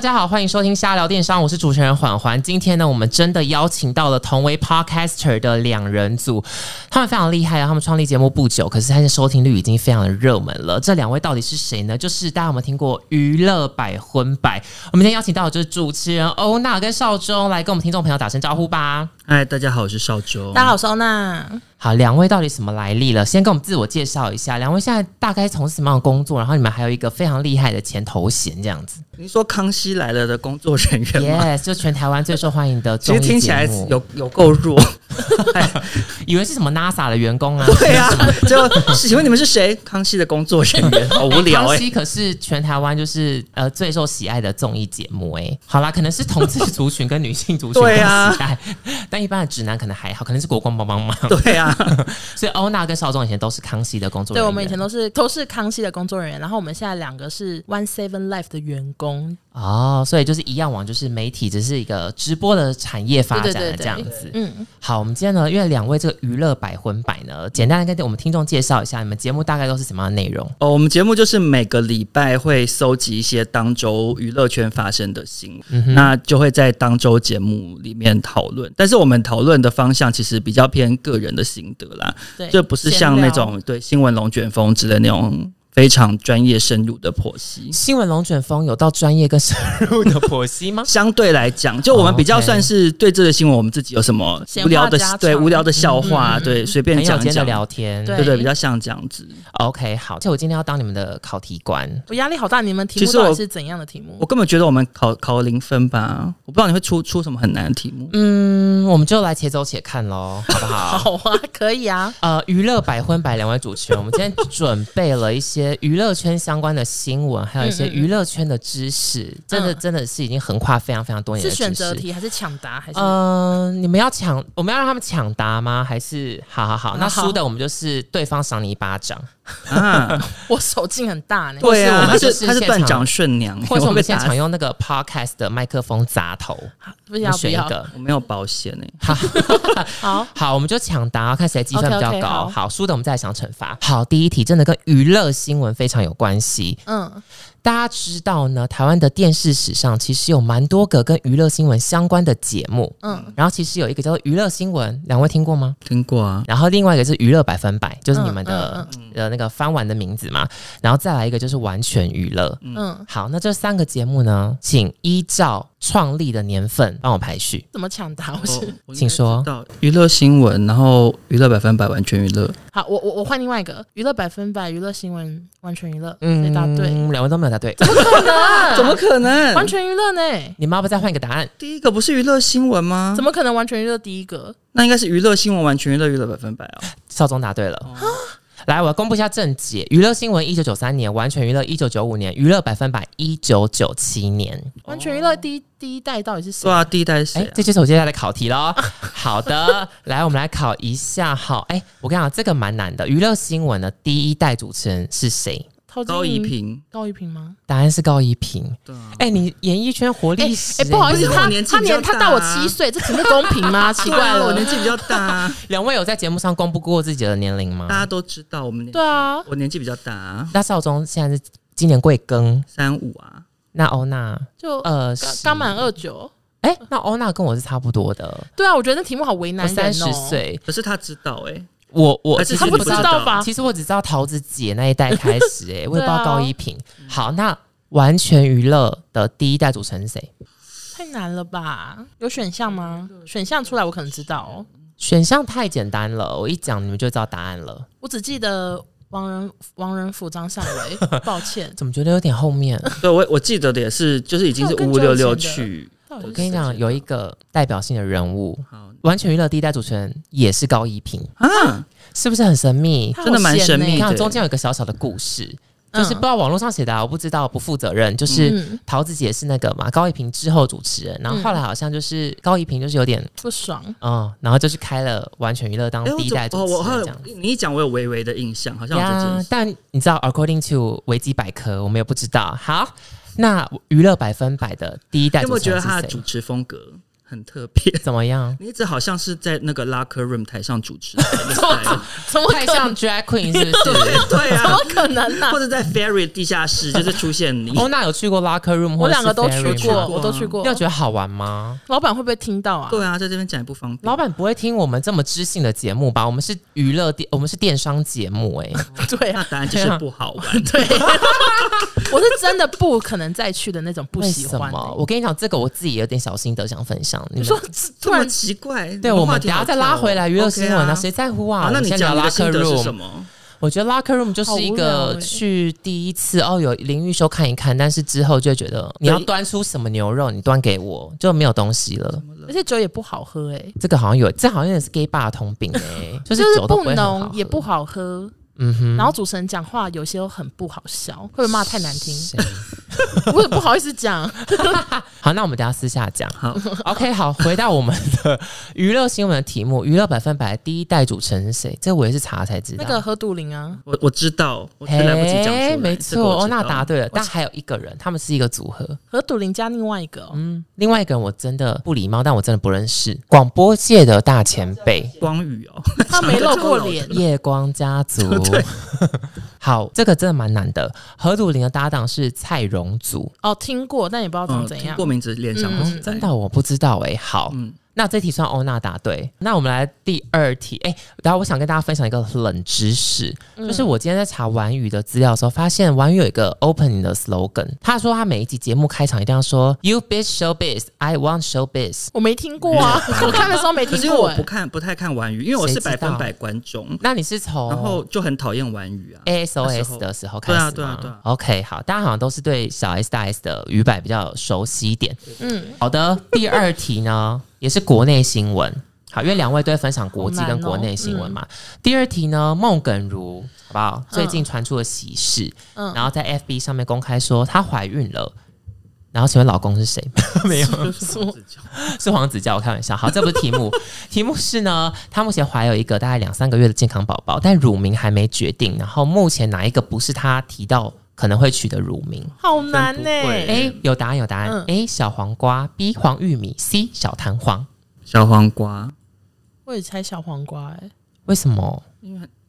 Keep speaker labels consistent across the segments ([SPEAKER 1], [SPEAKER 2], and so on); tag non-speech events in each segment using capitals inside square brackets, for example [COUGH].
[SPEAKER 1] 家好，欢迎收听瞎聊电商，我是主持人缓缓。今天呢，我们真的邀请到了同为 podcaster 的两人组，他们非常厉害啊！他们创立节目不久，可是他的收听率已经非常的热门了。这两位到底是谁呢？就是大家有没有听过娱乐百分百？我们今天邀请到的就是主持人欧娜跟少中来跟我们听众朋友打声招呼吧。
[SPEAKER 2] 嗨，大家好，我是少周。
[SPEAKER 3] 大家好，我是欧娜。
[SPEAKER 1] 好，两位到底什么来历了？先跟我们自我介绍一下，两位现在大概从事什么样的工作？然后你们还有一个非常厉害的前头衔，这
[SPEAKER 2] [LAUGHS]
[SPEAKER 1] 样子。
[SPEAKER 2] 您说《康熙来了》的工作人员吗
[SPEAKER 1] Yes，就全台湾最受欢迎的
[SPEAKER 2] [LAUGHS] 其
[SPEAKER 1] 综
[SPEAKER 2] 实
[SPEAKER 1] 艺
[SPEAKER 2] 听起来
[SPEAKER 1] 节目
[SPEAKER 2] 有有够弱，
[SPEAKER 1] 以为是什么 NASA 的员
[SPEAKER 3] [LAUGHS]
[SPEAKER 1] 工啊？
[SPEAKER 2] [LAUGHS] 对 [LAUGHS] 啊，就请问你们是谁？康熙的工作人员， [LAUGHS] 好无聊
[SPEAKER 1] 康
[SPEAKER 2] 哎、
[SPEAKER 3] 欸
[SPEAKER 1] 熙可是全台湾就是呃最受喜爱的综艺节目哎、好啦，可能是同志族群跟女性族群更
[SPEAKER 2] 对
[SPEAKER 1] 喜
[SPEAKER 2] 啊
[SPEAKER 1] 爱，但一般的直男可能还好，可能是国光帮帮
[SPEAKER 3] [LAUGHS]
[SPEAKER 1] 忙。
[SPEAKER 2] [LAUGHS] 对啊，
[SPEAKER 1] 所以欧娜跟邵总以前都是康熙的工作
[SPEAKER 3] 对，
[SPEAKER 1] 人员，
[SPEAKER 3] 我们以前都是都是康熙的工作人员，然后我们现在两个是 One Seven Life 的员工。
[SPEAKER 1] 哦，所以就是一样往就是媒体只是一个直播的产业发展
[SPEAKER 3] 对对
[SPEAKER 1] 的
[SPEAKER 3] 对对
[SPEAKER 1] 这样子。
[SPEAKER 3] 嗯，
[SPEAKER 1] 好，我们今天呢，因为两位这个娱乐百分百呢，简单的跟我们听众介绍一下，你们节目大概都是什么样的内容？
[SPEAKER 2] 哦，我们节目就是每个礼拜会搜集一些当周娱乐圈发生的新闻，
[SPEAKER 3] 嗯
[SPEAKER 2] 那就会在当周节目里面讨论。但是我们讨论的方向其实比较偏个人的心得啦，
[SPEAKER 3] 对，
[SPEAKER 2] 就不是像
[SPEAKER 3] 闲
[SPEAKER 2] 那
[SPEAKER 3] 聊
[SPEAKER 2] 种对新闻龙卷风之类那种非常专业深入的剖析。？
[SPEAKER 1] 新闻龙卷风有到专业跟深入的剖析吗
[SPEAKER 2] 相对来讲，就我们比较
[SPEAKER 1] 哦 OK
[SPEAKER 2] 算是对这个新闻，我们自己有什么
[SPEAKER 3] 闲
[SPEAKER 2] 无
[SPEAKER 3] 话
[SPEAKER 2] 聊的
[SPEAKER 3] 家常
[SPEAKER 2] 对无聊的笑话，
[SPEAKER 3] 嗯嗯嗯
[SPEAKER 2] 对随便
[SPEAKER 1] 朋友
[SPEAKER 2] 讲
[SPEAKER 1] 间的
[SPEAKER 2] 讲，
[SPEAKER 1] 聊天，
[SPEAKER 3] 对
[SPEAKER 2] 对对，比较像这样子。
[SPEAKER 1] OK，好，就我今天要当你们的考题官。
[SPEAKER 3] 我压力好大。你们题
[SPEAKER 2] 其
[SPEAKER 3] 目
[SPEAKER 2] 实我
[SPEAKER 3] 到底是怎样的题目
[SPEAKER 2] 我？根本觉得我们考考零分吧，我不知道你会出出什么很难的题目。
[SPEAKER 1] 嗯，我们就来且走且看喽，
[SPEAKER 3] [LAUGHS]
[SPEAKER 1] 好不好？
[SPEAKER 3] [LAUGHS] 好啊，可以啊。
[SPEAKER 1] 呃，娱乐百分百两位主持人，我们今天准备了一些娱乐圈相关的新闻，还有一些
[SPEAKER 3] 嗯嗯嗯
[SPEAKER 1] 娱乐圈的知识，真的
[SPEAKER 3] 嗯
[SPEAKER 1] 真的是已经横跨非常非常多年
[SPEAKER 3] 是
[SPEAKER 1] 的知识。
[SPEAKER 3] 选择题还是抢答还是？
[SPEAKER 2] 呃
[SPEAKER 1] 嗯、你们要抢，我们要让他们抢答吗？还是好好好，那
[SPEAKER 3] 好
[SPEAKER 1] 输的我们就是对方赏你一巴
[SPEAKER 3] [LAUGHS]
[SPEAKER 1] 掌，
[SPEAKER 2] 啊，
[SPEAKER 1] [LAUGHS]
[SPEAKER 3] 我手劲很大呢。
[SPEAKER 2] 对啊，
[SPEAKER 1] 或
[SPEAKER 2] 他
[SPEAKER 1] 是我们就是是
[SPEAKER 2] 他是
[SPEAKER 1] 现
[SPEAKER 2] 断
[SPEAKER 1] 场
[SPEAKER 2] 掌顺娘，欸
[SPEAKER 1] 或者我
[SPEAKER 2] 会被
[SPEAKER 1] 们现
[SPEAKER 2] 打
[SPEAKER 1] 场
[SPEAKER 2] 死。
[SPEAKER 1] 用那个 podcast 的麦克风砸头，
[SPEAKER 3] 不
[SPEAKER 1] 你
[SPEAKER 3] 要
[SPEAKER 1] 们
[SPEAKER 3] 不
[SPEAKER 1] 选一
[SPEAKER 3] 要，
[SPEAKER 1] 个。
[SPEAKER 2] 我没有保险哎、
[SPEAKER 3] [LAUGHS] 好，
[SPEAKER 1] [LAUGHS] 好，我们就抢答，看谁积分比较
[SPEAKER 3] OK，OK，
[SPEAKER 1] 高。
[SPEAKER 3] 好
[SPEAKER 1] 好，输的我们再来想惩罚。好，第一题真的跟娱乐新闻非常有关系。
[SPEAKER 3] 嗯，
[SPEAKER 1] 大家知道呢，台湾的电视史上其实有蛮多个跟娱乐新闻相关的节目。嗯
[SPEAKER 3] 嗯，
[SPEAKER 1] 然后其实有一个叫做娱乐新闻，两位听过吗？
[SPEAKER 2] 听过啊，
[SPEAKER 1] 然后另外一个是娱乐百分百，就是你们的
[SPEAKER 3] 嗯、
[SPEAKER 1] 呃那个翻玩的名字嘛。然后再来一个就是完全娱乐。
[SPEAKER 3] 嗯，
[SPEAKER 1] 好，那这三个节目呢，请依照创立的年份帮我排序。
[SPEAKER 3] 怎么抢答？我
[SPEAKER 2] 我
[SPEAKER 3] 是
[SPEAKER 2] 我应该
[SPEAKER 1] 哦请说
[SPEAKER 2] 知道娱乐新闻，然后娱乐百分百完全娱乐，
[SPEAKER 3] 好，我我我换另外一个娱乐百分百娱乐新闻完全娱乐，所以答对。
[SPEAKER 1] 嗯
[SPEAKER 2] [LAUGHS]
[SPEAKER 1] 两位都没有答对。
[SPEAKER 2] 嗯
[SPEAKER 1] 啊
[SPEAKER 2] 怎么可能？
[SPEAKER 3] 完全娱乐呢？
[SPEAKER 1] 你们要不要再换一个答案？
[SPEAKER 2] 第一个不是娱乐新闻吗
[SPEAKER 3] 怎？么可能完全娱乐第一个？
[SPEAKER 2] 那应该是娱乐新闻完全娱乐娱乐百分百哦。
[SPEAKER 1] 少宗答对了。
[SPEAKER 3] 哦
[SPEAKER 1] 来，我要公布一下正解：娱乐新闻一九九三年，完全娱乐一九九五年，娱乐百分百一九九七年。
[SPEAKER 2] 哦
[SPEAKER 3] 完全娱乐第一第一代到底是谁
[SPEAKER 2] 对？啊，第一代是谁、
[SPEAKER 1] 哎
[SPEAKER 2] 啊，？
[SPEAKER 1] 这就是我接下来的考题喽。好的， [LAUGHS] 来，我们来考一下哈。哎，我跟你讲，这个蛮难的。娱乐新闻的第一代主持人是谁？
[SPEAKER 3] 陶晶
[SPEAKER 2] 高怡
[SPEAKER 3] 莹，
[SPEAKER 2] 平，
[SPEAKER 3] 高一平吗？
[SPEAKER 1] 答案是高一平。
[SPEAKER 2] 对啊，
[SPEAKER 1] 哎，你演艺圈活
[SPEAKER 3] 哎
[SPEAKER 1] 历史、
[SPEAKER 3] 哎，不好意思，
[SPEAKER 2] 因为我
[SPEAKER 3] 他
[SPEAKER 2] 年纪
[SPEAKER 3] 他
[SPEAKER 2] 比较
[SPEAKER 3] 年他
[SPEAKER 2] 大
[SPEAKER 3] 大我
[SPEAKER 2] 啊
[SPEAKER 3] 七岁，这题目公
[SPEAKER 1] [LAUGHS]
[SPEAKER 3] 平
[SPEAKER 1] 啊
[SPEAKER 3] 吗？奇怪
[SPEAKER 2] 我
[SPEAKER 3] 了
[SPEAKER 2] 年，纪比较大、
[SPEAKER 3] [LAUGHS]
[SPEAKER 2] 啊，
[SPEAKER 1] 两位有在节目上公布过自己的年龄吗
[SPEAKER 2] 大？
[SPEAKER 3] 啊
[SPEAKER 2] 家都知道我们年，
[SPEAKER 3] 对啊，
[SPEAKER 2] 我年纪比较大、啊，
[SPEAKER 1] 那少宗现在是今年贵庚？
[SPEAKER 2] 三五啊，
[SPEAKER 1] 那欧娜
[SPEAKER 3] 就
[SPEAKER 1] 呃，
[SPEAKER 3] 刚
[SPEAKER 1] 十
[SPEAKER 3] 刚满二九。
[SPEAKER 1] 哎、那欧娜跟我是差不多的，
[SPEAKER 3] 对啊，我觉得那题目好为难
[SPEAKER 1] 我
[SPEAKER 3] 人哦。
[SPEAKER 1] 三十，岁，
[SPEAKER 2] 可是他知道哎、
[SPEAKER 1] 我我
[SPEAKER 2] 还
[SPEAKER 1] 其
[SPEAKER 2] 是
[SPEAKER 1] 实
[SPEAKER 3] 他
[SPEAKER 2] 你
[SPEAKER 3] 不
[SPEAKER 2] 不
[SPEAKER 3] 知
[SPEAKER 2] 知道
[SPEAKER 3] 道啊吧？
[SPEAKER 1] 其实我只知道桃子姐那一代开始、
[SPEAKER 3] [LAUGHS]
[SPEAKER 1] 哎，我也不知道
[SPEAKER 3] 对啊
[SPEAKER 1] 高一平。好，那完全娱乐的第一代主持人是谁？
[SPEAKER 3] 太难了吧？有选项吗？选项出来我可能知道哦。
[SPEAKER 1] 选项太简单了，我一讲你们就知道答案了。
[SPEAKER 3] 我只记得王仁王仁甫、张
[SPEAKER 1] [LAUGHS]
[SPEAKER 3] 善伟，抱歉。
[SPEAKER 1] 怎么觉得有点后
[SPEAKER 3] [LAUGHS]
[SPEAKER 1] 面？
[SPEAKER 2] 对我我记得的也是，就是已经是
[SPEAKER 3] 那我
[SPEAKER 2] 五
[SPEAKER 3] 更
[SPEAKER 2] 五
[SPEAKER 3] 久
[SPEAKER 2] 六六
[SPEAKER 3] 以前的
[SPEAKER 2] 去，
[SPEAKER 3] 到
[SPEAKER 1] 我
[SPEAKER 3] 底
[SPEAKER 1] 跟你
[SPEAKER 3] 是
[SPEAKER 1] 讲，有一个代表性的人物，
[SPEAKER 2] 好
[SPEAKER 1] 完全娱乐第一代主持人也是高一平，
[SPEAKER 2] 啊，
[SPEAKER 1] 是不是很神秘？
[SPEAKER 3] 他好
[SPEAKER 2] 真的蛮
[SPEAKER 3] 闲
[SPEAKER 2] 神
[SPEAKER 3] 呢
[SPEAKER 2] 秘
[SPEAKER 1] 你看
[SPEAKER 2] 的，
[SPEAKER 1] 中间有一个小小的故事，就是
[SPEAKER 3] 嗯
[SPEAKER 1] 不知道网络上写的啊、我不知道，不负责任。就是
[SPEAKER 3] 嗯
[SPEAKER 1] 桃子姐是那个嘛，高一平之后主持人，然
[SPEAKER 2] 嗯
[SPEAKER 1] 后后来好像就是高一平就是有点
[SPEAKER 3] 不爽，
[SPEAKER 1] 嗯，然后就去开了完全娱乐当
[SPEAKER 2] 哎，我
[SPEAKER 1] 第一
[SPEAKER 2] 怎
[SPEAKER 1] 代
[SPEAKER 2] 哦
[SPEAKER 1] 主
[SPEAKER 2] 我
[SPEAKER 1] 持
[SPEAKER 2] 好
[SPEAKER 1] 人这
[SPEAKER 2] 像
[SPEAKER 1] 样。
[SPEAKER 2] 你一讲我有微微的印象，好像有这件
[SPEAKER 1] 呀
[SPEAKER 2] 事，
[SPEAKER 1] 但你知道，according to 维基百科，我们也不知道。好，那娱乐百分百的第一代
[SPEAKER 2] 你有没
[SPEAKER 1] 主持
[SPEAKER 2] 有觉得
[SPEAKER 1] 人
[SPEAKER 2] 他
[SPEAKER 1] 是
[SPEAKER 2] 的
[SPEAKER 1] 谁
[SPEAKER 2] 主？持风格很很特别。 [LAUGHS]
[SPEAKER 1] 怎么样？
[SPEAKER 2] 你一直好像是在那个 locker room 台上主持比赛，
[SPEAKER 3] 怎么
[SPEAKER 1] 太
[SPEAKER 3] 可能
[SPEAKER 1] 像 drag queen 是不是？
[SPEAKER 2] [LAUGHS] 对
[SPEAKER 3] 怎
[SPEAKER 2] 啊
[SPEAKER 3] 么，可
[SPEAKER 1] [LAUGHS]
[SPEAKER 3] 能呢、
[SPEAKER 2] 或者在 ferry 地下室就是出现你。
[SPEAKER 1] 欧哦娜有去过 locker room，
[SPEAKER 3] 我
[SPEAKER 1] 或者
[SPEAKER 3] 两
[SPEAKER 1] 是
[SPEAKER 3] 个都去
[SPEAKER 1] fairy
[SPEAKER 3] 过，
[SPEAKER 1] 吗
[SPEAKER 2] 吗
[SPEAKER 3] 我都去过
[SPEAKER 1] 你有。觉得好玩吗？
[SPEAKER 3] 老板会不会听到啊？
[SPEAKER 2] 对啊，在这边讲也不方便。
[SPEAKER 1] 老板不会听我们这么知性的节目吧？我们是娱乐电，我们是电商节目、哎，
[SPEAKER 3] 对啊
[SPEAKER 2] 那，答案就是不好玩。
[SPEAKER 3] 对， [LAUGHS] 我是真的不可能再去的那种，不
[SPEAKER 1] 为
[SPEAKER 3] 喜
[SPEAKER 1] 什
[SPEAKER 3] 欢、
[SPEAKER 1] 么？我跟你讲，这个我自己有点小心得想分享。你
[SPEAKER 3] 你
[SPEAKER 1] 们
[SPEAKER 3] 说
[SPEAKER 2] 这
[SPEAKER 3] 突
[SPEAKER 2] 么
[SPEAKER 3] 然
[SPEAKER 2] 奇怪，
[SPEAKER 1] 对，
[SPEAKER 2] 你
[SPEAKER 1] 我
[SPEAKER 2] 话
[SPEAKER 1] 们
[SPEAKER 2] 题
[SPEAKER 1] 等一下
[SPEAKER 2] 好
[SPEAKER 1] 再
[SPEAKER 2] 跳
[SPEAKER 1] 拉
[SPEAKER 2] 哦
[SPEAKER 1] 回来娱乐
[SPEAKER 2] OK
[SPEAKER 1] 新闻啊，
[SPEAKER 2] 啊
[SPEAKER 1] 谁在乎
[SPEAKER 2] 好
[SPEAKER 1] 啊？，
[SPEAKER 2] 那你
[SPEAKER 1] 先
[SPEAKER 2] 讲
[SPEAKER 1] 聊
[SPEAKER 2] 你的心
[SPEAKER 1] locker
[SPEAKER 2] 得是什
[SPEAKER 1] room。
[SPEAKER 2] 么？
[SPEAKER 1] 我觉得 locker room 就是一
[SPEAKER 3] 好无
[SPEAKER 1] 个
[SPEAKER 3] 聊欸
[SPEAKER 1] 去第一次哦，有淋浴修看一看，但是之后就会觉得你要端出什么牛肉，你端给我就没有东西了。
[SPEAKER 3] 而且酒也不好喝、欸，
[SPEAKER 1] 这个好像有，这好像也是 gay bar 的通病哎、就是
[SPEAKER 3] 哎，就是
[SPEAKER 1] 酒都
[SPEAKER 3] 不
[SPEAKER 1] 会很好
[SPEAKER 3] 浓
[SPEAKER 1] 喝 [LAUGHS]
[SPEAKER 3] 也不好喝。
[SPEAKER 1] 嗯哼，
[SPEAKER 3] 然后主持人讲话有些又很不好笑，会不会骂太难听？
[SPEAKER 1] 谁
[SPEAKER 3] 我也不好意思讲。
[SPEAKER 1] 好，那我们等一下私下讲。
[SPEAKER 2] 好
[SPEAKER 1] OK，好，回到我们的 [LAUGHS] 娱乐新闻的题目，娱乐百分百第一代主持人是谁？这我也是查才知道。
[SPEAKER 3] 那个何杜林啊，
[SPEAKER 2] 我我知道，我是来不及讲出
[SPEAKER 1] [LAUGHS]
[SPEAKER 2] 来。
[SPEAKER 1] 哎没
[SPEAKER 2] 这个我
[SPEAKER 1] 错，欧
[SPEAKER 2] 知道
[SPEAKER 1] 娜答对了，
[SPEAKER 2] 我
[SPEAKER 1] 但还有一个人，他们是一个组合。
[SPEAKER 3] 何杜林加另外一个、哦，
[SPEAKER 1] 嗯，另外一个人我真的不礼貌，但我真的不认识，广播界的大前辈。。
[SPEAKER 2] 光宇哦，
[SPEAKER 3] 他没露过脸
[SPEAKER 1] [LAUGHS]
[SPEAKER 3] 耶
[SPEAKER 1] 夜光家族，
[SPEAKER 2] [LAUGHS]
[SPEAKER 1] [LAUGHS] 好，这个真的蛮难的。何祖林的搭档是蔡荣祖，
[SPEAKER 3] 哦，听过，但也不知道长
[SPEAKER 2] 嗯，
[SPEAKER 3] 怎
[SPEAKER 2] 听
[SPEAKER 3] 样
[SPEAKER 2] 过。名字联想
[SPEAKER 3] 嗯
[SPEAKER 2] 不起来。
[SPEAKER 1] 真的我不知道哎、好，
[SPEAKER 2] 嗯
[SPEAKER 1] 那这题算欧娜答对。那我们来第二题，哎、然后我想跟大家分享一个冷知识，
[SPEAKER 2] 嗯
[SPEAKER 1] 就是我今天在查玩语的资料的时候，发现玩语有一个 opening 的 slogan，他说他每一集节目开场一定要说 “You bitch showbiz, I want showbiz”。
[SPEAKER 3] 我没听过啊，我看的时候没
[SPEAKER 2] 可是
[SPEAKER 3] 听
[SPEAKER 2] 因为
[SPEAKER 3] 过、
[SPEAKER 2] 我
[SPEAKER 3] 欸。
[SPEAKER 2] 不看不太看玩语，因为我
[SPEAKER 1] 哎谁
[SPEAKER 2] 是
[SPEAKER 1] 知
[SPEAKER 2] 百分
[SPEAKER 1] 道哦
[SPEAKER 2] 百观众，
[SPEAKER 1] 那你是从
[SPEAKER 2] 然后就很讨厌玩语啊。
[SPEAKER 1] 哎
[SPEAKER 2] 那时
[SPEAKER 1] ASOS
[SPEAKER 2] 候
[SPEAKER 1] 的时候开
[SPEAKER 2] 对
[SPEAKER 1] 始
[SPEAKER 2] 啊
[SPEAKER 1] 吗
[SPEAKER 2] 对啊对啊
[SPEAKER 1] OK，好，大家好像都是对小 S 大 S 的语版比较熟悉一点。
[SPEAKER 3] 嗯，
[SPEAKER 1] 好的，第二题呢也是国内新闻。好，因为两位都会分享国际
[SPEAKER 3] 好难
[SPEAKER 1] 跟
[SPEAKER 3] 哦嗯
[SPEAKER 1] 国内新闻嘛。第二题呢，孟耿如好不好？最近传出了喜事，
[SPEAKER 3] 嗯
[SPEAKER 1] 然后在 FB 上面公开说她怀孕了。然后请问老公是谁？ [LAUGHS] 没
[SPEAKER 3] [LAUGHS]
[SPEAKER 1] 有，是黄子佼，我开玩笑。好，这不是题目， [LAUGHS] 题目是呢，她目前怀有一个大概两三个月的健康宝宝，但乳名还没决定。然后目前哪一个不是她提到可能会取的乳名？
[SPEAKER 3] 好难欸呢、
[SPEAKER 2] 真不会
[SPEAKER 1] A 有答案有答案、
[SPEAKER 3] 哎嗯
[SPEAKER 1] A 小黄瓜，B 黄玉米，C 小弹簧。
[SPEAKER 2] 小黄瓜
[SPEAKER 3] 我也猜小黄瓜、欸，
[SPEAKER 1] 为什么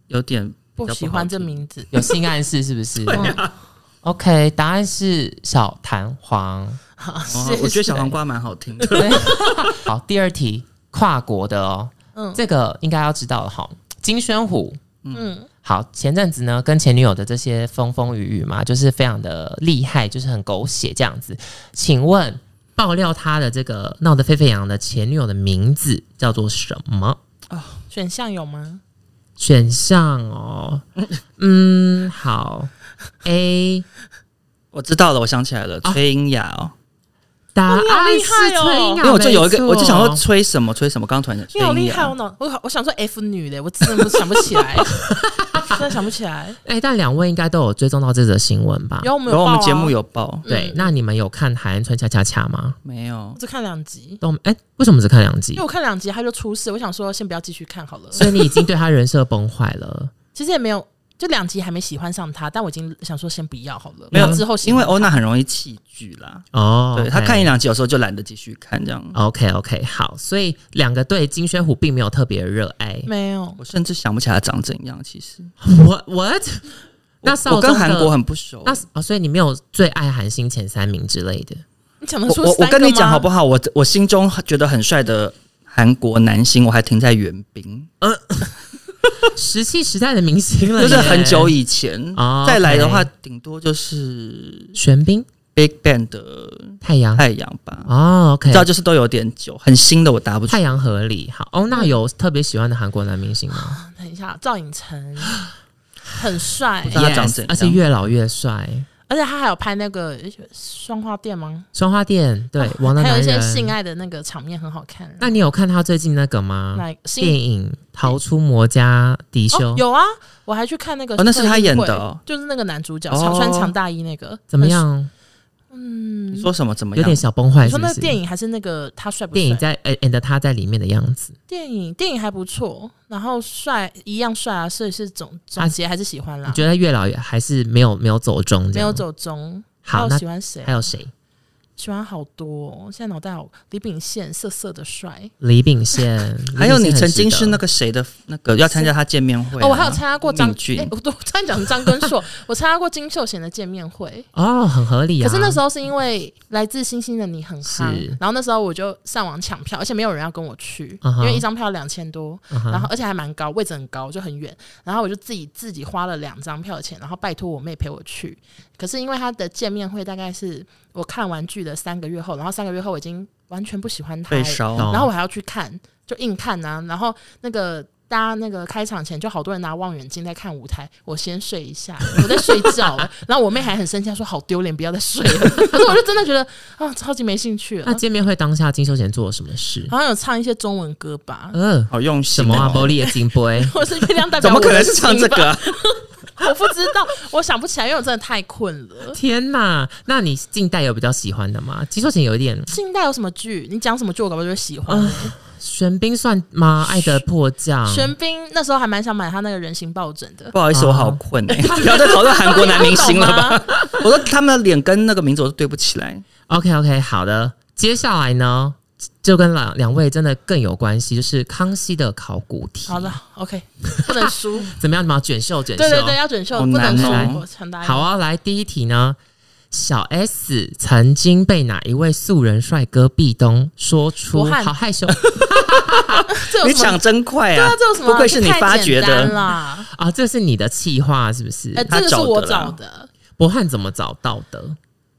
[SPEAKER 2] 有点
[SPEAKER 3] 不
[SPEAKER 2] 比较
[SPEAKER 3] 喜
[SPEAKER 2] 好
[SPEAKER 3] 欢这
[SPEAKER 2] 听，
[SPEAKER 3] 名字。
[SPEAKER 1] 有性暗示是不是、
[SPEAKER 2] [LAUGHS]
[SPEAKER 1] 哦
[SPEAKER 2] 对啊
[SPEAKER 1] OK，答案是小弹簧。
[SPEAKER 2] [LAUGHS]
[SPEAKER 3] 好，
[SPEAKER 2] 哦
[SPEAKER 3] 谢谢
[SPEAKER 2] 我觉得小黄瓜蛮好
[SPEAKER 1] [LAUGHS]
[SPEAKER 2] 听的。
[SPEAKER 1] 对好，第二题跨国的哦，
[SPEAKER 3] 嗯
[SPEAKER 1] 这个应该要知道了哈。金宣虎，
[SPEAKER 3] 嗯，
[SPEAKER 1] 好，前阵子呢跟前女友的这些风风雨雨嘛，就是非常的厉害，就是很狗血这样子。请问爆料他的这个闹得沸沸扬扬的前女友的名字叫做什么？
[SPEAKER 3] 选项有吗？
[SPEAKER 1] 选项哦，嗯，好，A
[SPEAKER 2] 我知道了，我想起来了，
[SPEAKER 1] 啊
[SPEAKER 2] 崔英雅哦，
[SPEAKER 1] 答案
[SPEAKER 3] 哦你好厉
[SPEAKER 1] 是
[SPEAKER 3] 害哦
[SPEAKER 1] 崔英雅，
[SPEAKER 2] 因为我就有一个，
[SPEAKER 1] 啊没错
[SPEAKER 2] 我就想说崔什么崔什么，刚刚突然想
[SPEAKER 3] 你好
[SPEAKER 2] 崔英
[SPEAKER 3] 厉害，
[SPEAKER 2] 雅
[SPEAKER 3] 我，脑我我想说 F 女的，我真的不想不
[SPEAKER 2] [LAUGHS]
[SPEAKER 3] 起来，真的想不起来。
[SPEAKER 1] 哎、但两位应该都有追踪到这则新闻吧？
[SPEAKER 3] 有我们
[SPEAKER 2] 然
[SPEAKER 3] 有、
[SPEAKER 2] 后
[SPEAKER 3] 啊、
[SPEAKER 2] 我们节目，有报，
[SPEAKER 1] 对，那你们有看《海岸村恰恰恰》吗？
[SPEAKER 2] 没有
[SPEAKER 3] 我？只看两集，
[SPEAKER 1] 都哎、为什么只看两
[SPEAKER 3] 因
[SPEAKER 1] 集
[SPEAKER 3] 为？我看两集他就出事，我想说先不要继续看好了。
[SPEAKER 1] 所以你已经对他人设崩坏了。
[SPEAKER 3] 其实也没有，就两集还没喜欢上他，但我已经想说先不要好了。
[SPEAKER 2] 没有
[SPEAKER 3] 然后之后喜
[SPEAKER 2] 因
[SPEAKER 3] 欢
[SPEAKER 2] 为欧娜很容易弃剧啦，
[SPEAKER 1] 哦，
[SPEAKER 2] [LAUGHS] 对她看一两集有时候就懒得继续看这样。
[SPEAKER 1] OK OK，好，所以两个对金宣虎并没有特别热爱。
[SPEAKER 3] 没有
[SPEAKER 2] 我甚至想不起来她长怎样，其实
[SPEAKER 1] 我 what？那少
[SPEAKER 2] 我跟
[SPEAKER 1] 宗的
[SPEAKER 2] 韩国很不熟。
[SPEAKER 1] 那哦，所以你没有最爱韩星前三名之类的。
[SPEAKER 3] 你讲得
[SPEAKER 2] 我
[SPEAKER 3] 出
[SPEAKER 2] 我我
[SPEAKER 3] 三个
[SPEAKER 2] 跟你讲
[SPEAKER 3] 吗
[SPEAKER 2] 好不好？我我心中觉得很帅的韩国男星，我还停在袁冰，
[SPEAKER 1] 石器时代的明星了耶，
[SPEAKER 2] 就是很久以前。
[SPEAKER 1] 哦
[SPEAKER 2] 再来的
[SPEAKER 1] OK
[SPEAKER 2] 话，顶多就是
[SPEAKER 1] 玄彬、
[SPEAKER 2] Big Bang 的
[SPEAKER 1] 太阳。
[SPEAKER 2] 太阳吧，
[SPEAKER 1] 哦，OK，
[SPEAKER 2] 你知道就是都有点久，很新的我答不出
[SPEAKER 1] 太。阳合理。好，哦，
[SPEAKER 3] 嗯
[SPEAKER 1] 那有特别喜欢的韩国男明星吗？
[SPEAKER 3] 等一下，赵
[SPEAKER 2] [LAUGHS]
[SPEAKER 3] 颖晨很帅
[SPEAKER 2] 不，知道他长怎
[SPEAKER 1] Yes，
[SPEAKER 2] 样
[SPEAKER 1] 而且越老越帅。
[SPEAKER 3] 而且他还有拍那个诶双花店吗？
[SPEAKER 1] 双花店，对，王的
[SPEAKER 3] 哦还有
[SPEAKER 1] 男
[SPEAKER 3] 一些
[SPEAKER 1] 人。
[SPEAKER 3] 性爱的那个场面很好看。
[SPEAKER 1] 那你有看他最近那个吗？
[SPEAKER 3] 哪一个
[SPEAKER 1] 电
[SPEAKER 3] 新
[SPEAKER 1] 影《逃出魔家迪修
[SPEAKER 3] 哦》有啊？我还去看那个
[SPEAKER 2] 哦那是他演的
[SPEAKER 3] 特映会
[SPEAKER 2] 哦
[SPEAKER 3] 就是那个男主角
[SPEAKER 2] 哦
[SPEAKER 3] 长穿长大衣那个，
[SPEAKER 1] 怎么样？
[SPEAKER 2] 你
[SPEAKER 3] 嗯，
[SPEAKER 2] 说什么怎么
[SPEAKER 1] 有
[SPEAKER 2] 样
[SPEAKER 1] 点？小崩坏，
[SPEAKER 3] 你
[SPEAKER 1] 是
[SPEAKER 3] 说
[SPEAKER 1] 不
[SPEAKER 3] 那
[SPEAKER 1] 是？
[SPEAKER 3] 个电影还是那个他帅不帅？
[SPEAKER 1] 电影在呃 and 他在里面的样子。
[SPEAKER 3] 电影电影还不错，然后帅一样帅啊，所以是总
[SPEAKER 1] 啊
[SPEAKER 3] 总结还是喜欢啦
[SPEAKER 1] 你，觉得月老也还是没有没有走中这
[SPEAKER 3] 没
[SPEAKER 1] 样？
[SPEAKER 3] 有走中。
[SPEAKER 1] 好
[SPEAKER 3] 还有
[SPEAKER 1] 那
[SPEAKER 3] 喜欢谁啊、
[SPEAKER 1] 还有谁？
[SPEAKER 3] 喜欢好多、哦，现在脑袋好李秉宪色色的帅。
[SPEAKER 1] 李秉
[SPEAKER 3] [LAUGHS]
[SPEAKER 1] 宪，
[SPEAKER 2] 还有你曾经是那
[SPEAKER 1] 个
[SPEAKER 2] 个谁的那个要参加他见面会、啊、
[SPEAKER 3] 哦，我还有参加过张哎
[SPEAKER 2] 敏，俊
[SPEAKER 3] 诶我都差点讲张根硕，我参加过金秀贤的见面会。
[SPEAKER 1] 哦，很合理啊。
[SPEAKER 3] 可是那时候是因为来自星星的你很夯
[SPEAKER 1] 是，
[SPEAKER 3] 然后那时候我就上网抢票，而且没有人要跟我去，
[SPEAKER 1] 嗯哼
[SPEAKER 3] 因为一张票两千多，
[SPEAKER 1] 嗯哼
[SPEAKER 3] 然后而且还蛮高，位置很高，就很远。然后我就自己自己花了两张票钱，然后拜托我妹陪我去。可是因为她的见面会大概是我看完剧的三个月后，然后三个月后我已经完全不喜欢她
[SPEAKER 2] 被
[SPEAKER 3] 了，
[SPEAKER 2] 烧，
[SPEAKER 1] 懂
[SPEAKER 3] 然后我还要去看，就硬看啊。然后那个大家那个开场前，就好多人拿望远镜在看舞台，我先睡一下， [LAUGHS] 我在睡觉了。然后我妹还很生气，她说好丢脸，不要再
[SPEAKER 2] [LAUGHS]
[SPEAKER 3] 睡了。可是我就真的觉得啊，超级没兴趣
[SPEAKER 1] 那
[SPEAKER 3] 了。
[SPEAKER 1] 见面会当下金秀贤做了什么事？
[SPEAKER 3] 好像有唱一些中文歌吧， [LAUGHS]
[SPEAKER 1] 嗯，
[SPEAKER 2] 好用心、
[SPEAKER 1] 什么
[SPEAKER 2] 哦，
[SPEAKER 1] 啊？玻璃的金杯。
[SPEAKER 3] 或是月亮代表
[SPEAKER 2] 怎么
[SPEAKER 3] 我的
[SPEAKER 2] 可能是唱这
[SPEAKER 3] 心吧？ [LAUGHS]
[SPEAKER 2] 个、啊？
[SPEAKER 3] 我不知道，我想不起来，因为我真的太困 [LAUGHS] 了。
[SPEAKER 1] 天呐，那你近代有比较喜欢的吗？金秀贤有一点，
[SPEAKER 3] 近代有什么剧？你讲什么剧，我搞不好就会喜欢。
[SPEAKER 1] 啊玄彬算吗？爱的迫
[SPEAKER 2] 啊
[SPEAKER 1] 降，
[SPEAKER 3] 玄彬那时候还蛮想买他那个人形抱枕的，
[SPEAKER 2] 不好意思，我好困、 [LAUGHS] 欸，不要再讨论韩国男明星了吧？
[SPEAKER 3] 吧？
[SPEAKER 2] 我说他们的脸跟那个名字我都对不起来。
[SPEAKER 1] OK OK，好的。接下来呢，就跟两两位真的更有关系，就是康熙的考古题。
[SPEAKER 3] [LAUGHS] 好的，OK，不能输。
[SPEAKER 1] 怎么样？你们要卷秀卷秀。
[SPEAKER 3] 对对对，要准秀，
[SPEAKER 2] 好
[SPEAKER 3] 不能
[SPEAKER 2] 难
[SPEAKER 3] 输
[SPEAKER 2] 哦。
[SPEAKER 3] 我承担。
[SPEAKER 1] 好，啊，来第一题呢。小 S 曾经被哪一位素人帅哥壁咚，说出
[SPEAKER 3] 罗汉
[SPEAKER 1] 好害
[SPEAKER 3] [LAUGHS]
[SPEAKER 1] 羞
[SPEAKER 3] 这有
[SPEAKER 2] 你
[SPEAKER 3] 什么？
[SPEAKER 2] 抢真快
[SPEAKER 3] 对
[SPEAKER 2] 啊
[SPEAKER 3] 啊，！这有什么？
[SPEAKER 2] 不愧是你
[SPEAKER 3] 这太
[SPEAKER 2] 发掘的
[SPEAKER 3] 简单
[SPEAKER 2] [LAUGHS]
[SPEAKER 3] 啦。
[SPEAKER 1] 啊！这是你的气话是不是？
[SPEAKER 3] 哎，
[SPEAKER 2] 他
[SPEAKER 3] 这个是
[SPEAKER 2] 找的
[SPEAKER 3] 我
[SPEAKER 2] 啦
[SPEAKER 3] 找的。
[SPEAKER 1] 博汉怎么找到的？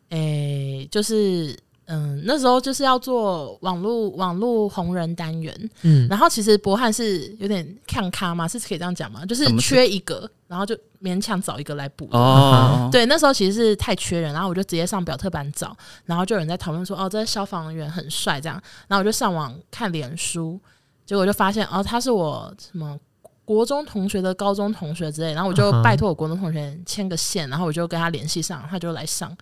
[SPEAKER 3] 哎，就是。嗯，那时候就是要做网络网络红人单元，
[SPEAKER 1] 嗯，
[SPEAKER 3] 然后其实博翰是有点看咖嘛，是可以这样讲嘛，就是
[SPEAKER 2] 什么是
[SPEAKER 3] 缺一个，然后就勉强找一个来补。
[SPEAKER 2] 哦，
[SPEAKER 3] 对，那时候其实是太缺人，然后我就直接上表特版找，然后就有人在讨论说，哦，这消防员很帅这样，然后我就上网看脸书，结果就发现，哦，他是我什么国中同学的高中同学之类，然后我就
[SPEAKER 1] 嗯哼
[SPEAKER 3] 拜托我国中同学牵个线，然后我就跟他联系上，他就来上。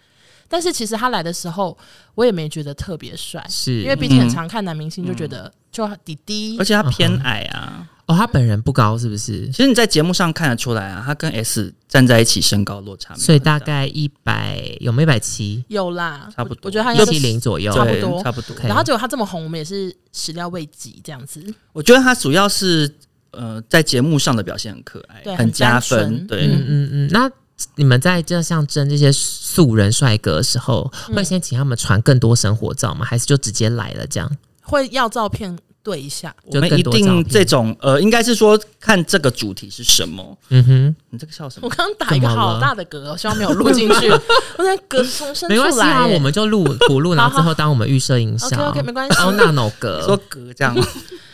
[SPEAKER 3] 但是其实他来的时候，我也没觉得特别帅，
[SPEAKER 1] 是嗯
[SPEAKER 3] 因为毕竟很
[SPEAKER 2] 嗯
[SPEAKER 3] 常看男明星，就觉得就弟弟
[SPEAKER 2] 而，且他偏矮啊。
[SPEAKER 1] 哦，他本人不高是不是？
[SPEAKER 2] 其实你在节目上看得出来啊，他跟 S 站在一起，身高落差没有很
[SPEAKER 1] 所以大概一百有没有一百七
[SPEAKER 3] 有啦，
[SPEAKER 2] 差不
[SPEAKER 3] 我
[SPEAKER 2] 多
[SPEAKER 3] 我觉得他应
[SPEAKER 1] 六
[SPEAKER 3] 该是
[SPEAKER 1] 七零左右
[SPEAKER 2] 对
[SPEAKER 3] 差？不多
[SPEAKER 2] 差不多。
[SPEAKER 1] OK
[SPEAKER 3] 然后结果他这么红，我们也是始料未及这样子。
[SPEAKER 2] 我觉得他主要是呃，在节目上的表现很可爱，
[SPEAKER 3] 对
[SPEAKER 2] 很加
[SPEAKER 3] 很单
[SPEAKER 2] 分。
[SPEAKER 3] 纯
[SPEAKER 2] 对，
[SPEAKER 1] 嗯嗯嗯，那。你们在这像争这些素人帅哥的时候，
[SPEAKER 2] 嗯
[SPEAKER 1] 会先请他们传更多生活照吗？还是就直接来了这样？
[SPEAKER 3] 会要照片对一下，
[SPEAKER 2] 我们一定这种呃，应该是说看这个主题是什么。
[SPEAKER 1] 嗯哼，
[SPEAKER 2] 你这个笑什
[SPEAKER 1] [LAUGHS]
[SPEAKER 3] 我
[SPEAKER 2] 么？
[SPEAKER 3] 刚刚打一个
[SPEAKER 1] 怎么了
[SPEAKER 3] 好大的嗝，希望没有录进去。 [LAUGHS] 我在嗝从声出来
[SPEAKER 1] 没
[SPEAKER 3] 耶，
[SPEAKER 1] 关系啊，我们就
[SPEAKER 2] [LAUGHS]
[SPEAKER 1] 录补录，然后之后当我们预设影
[SPEAKER 3] OK
[SPEAKER 1] 像。
[SPEAKER 3] OK 没关系。
[SPEAKER 1] 哦，那 no
[SPEAKER 2] 说 [LAUGHS]
[SPEAKER 1] 哥，
[SPEAKER 2] 隔这样，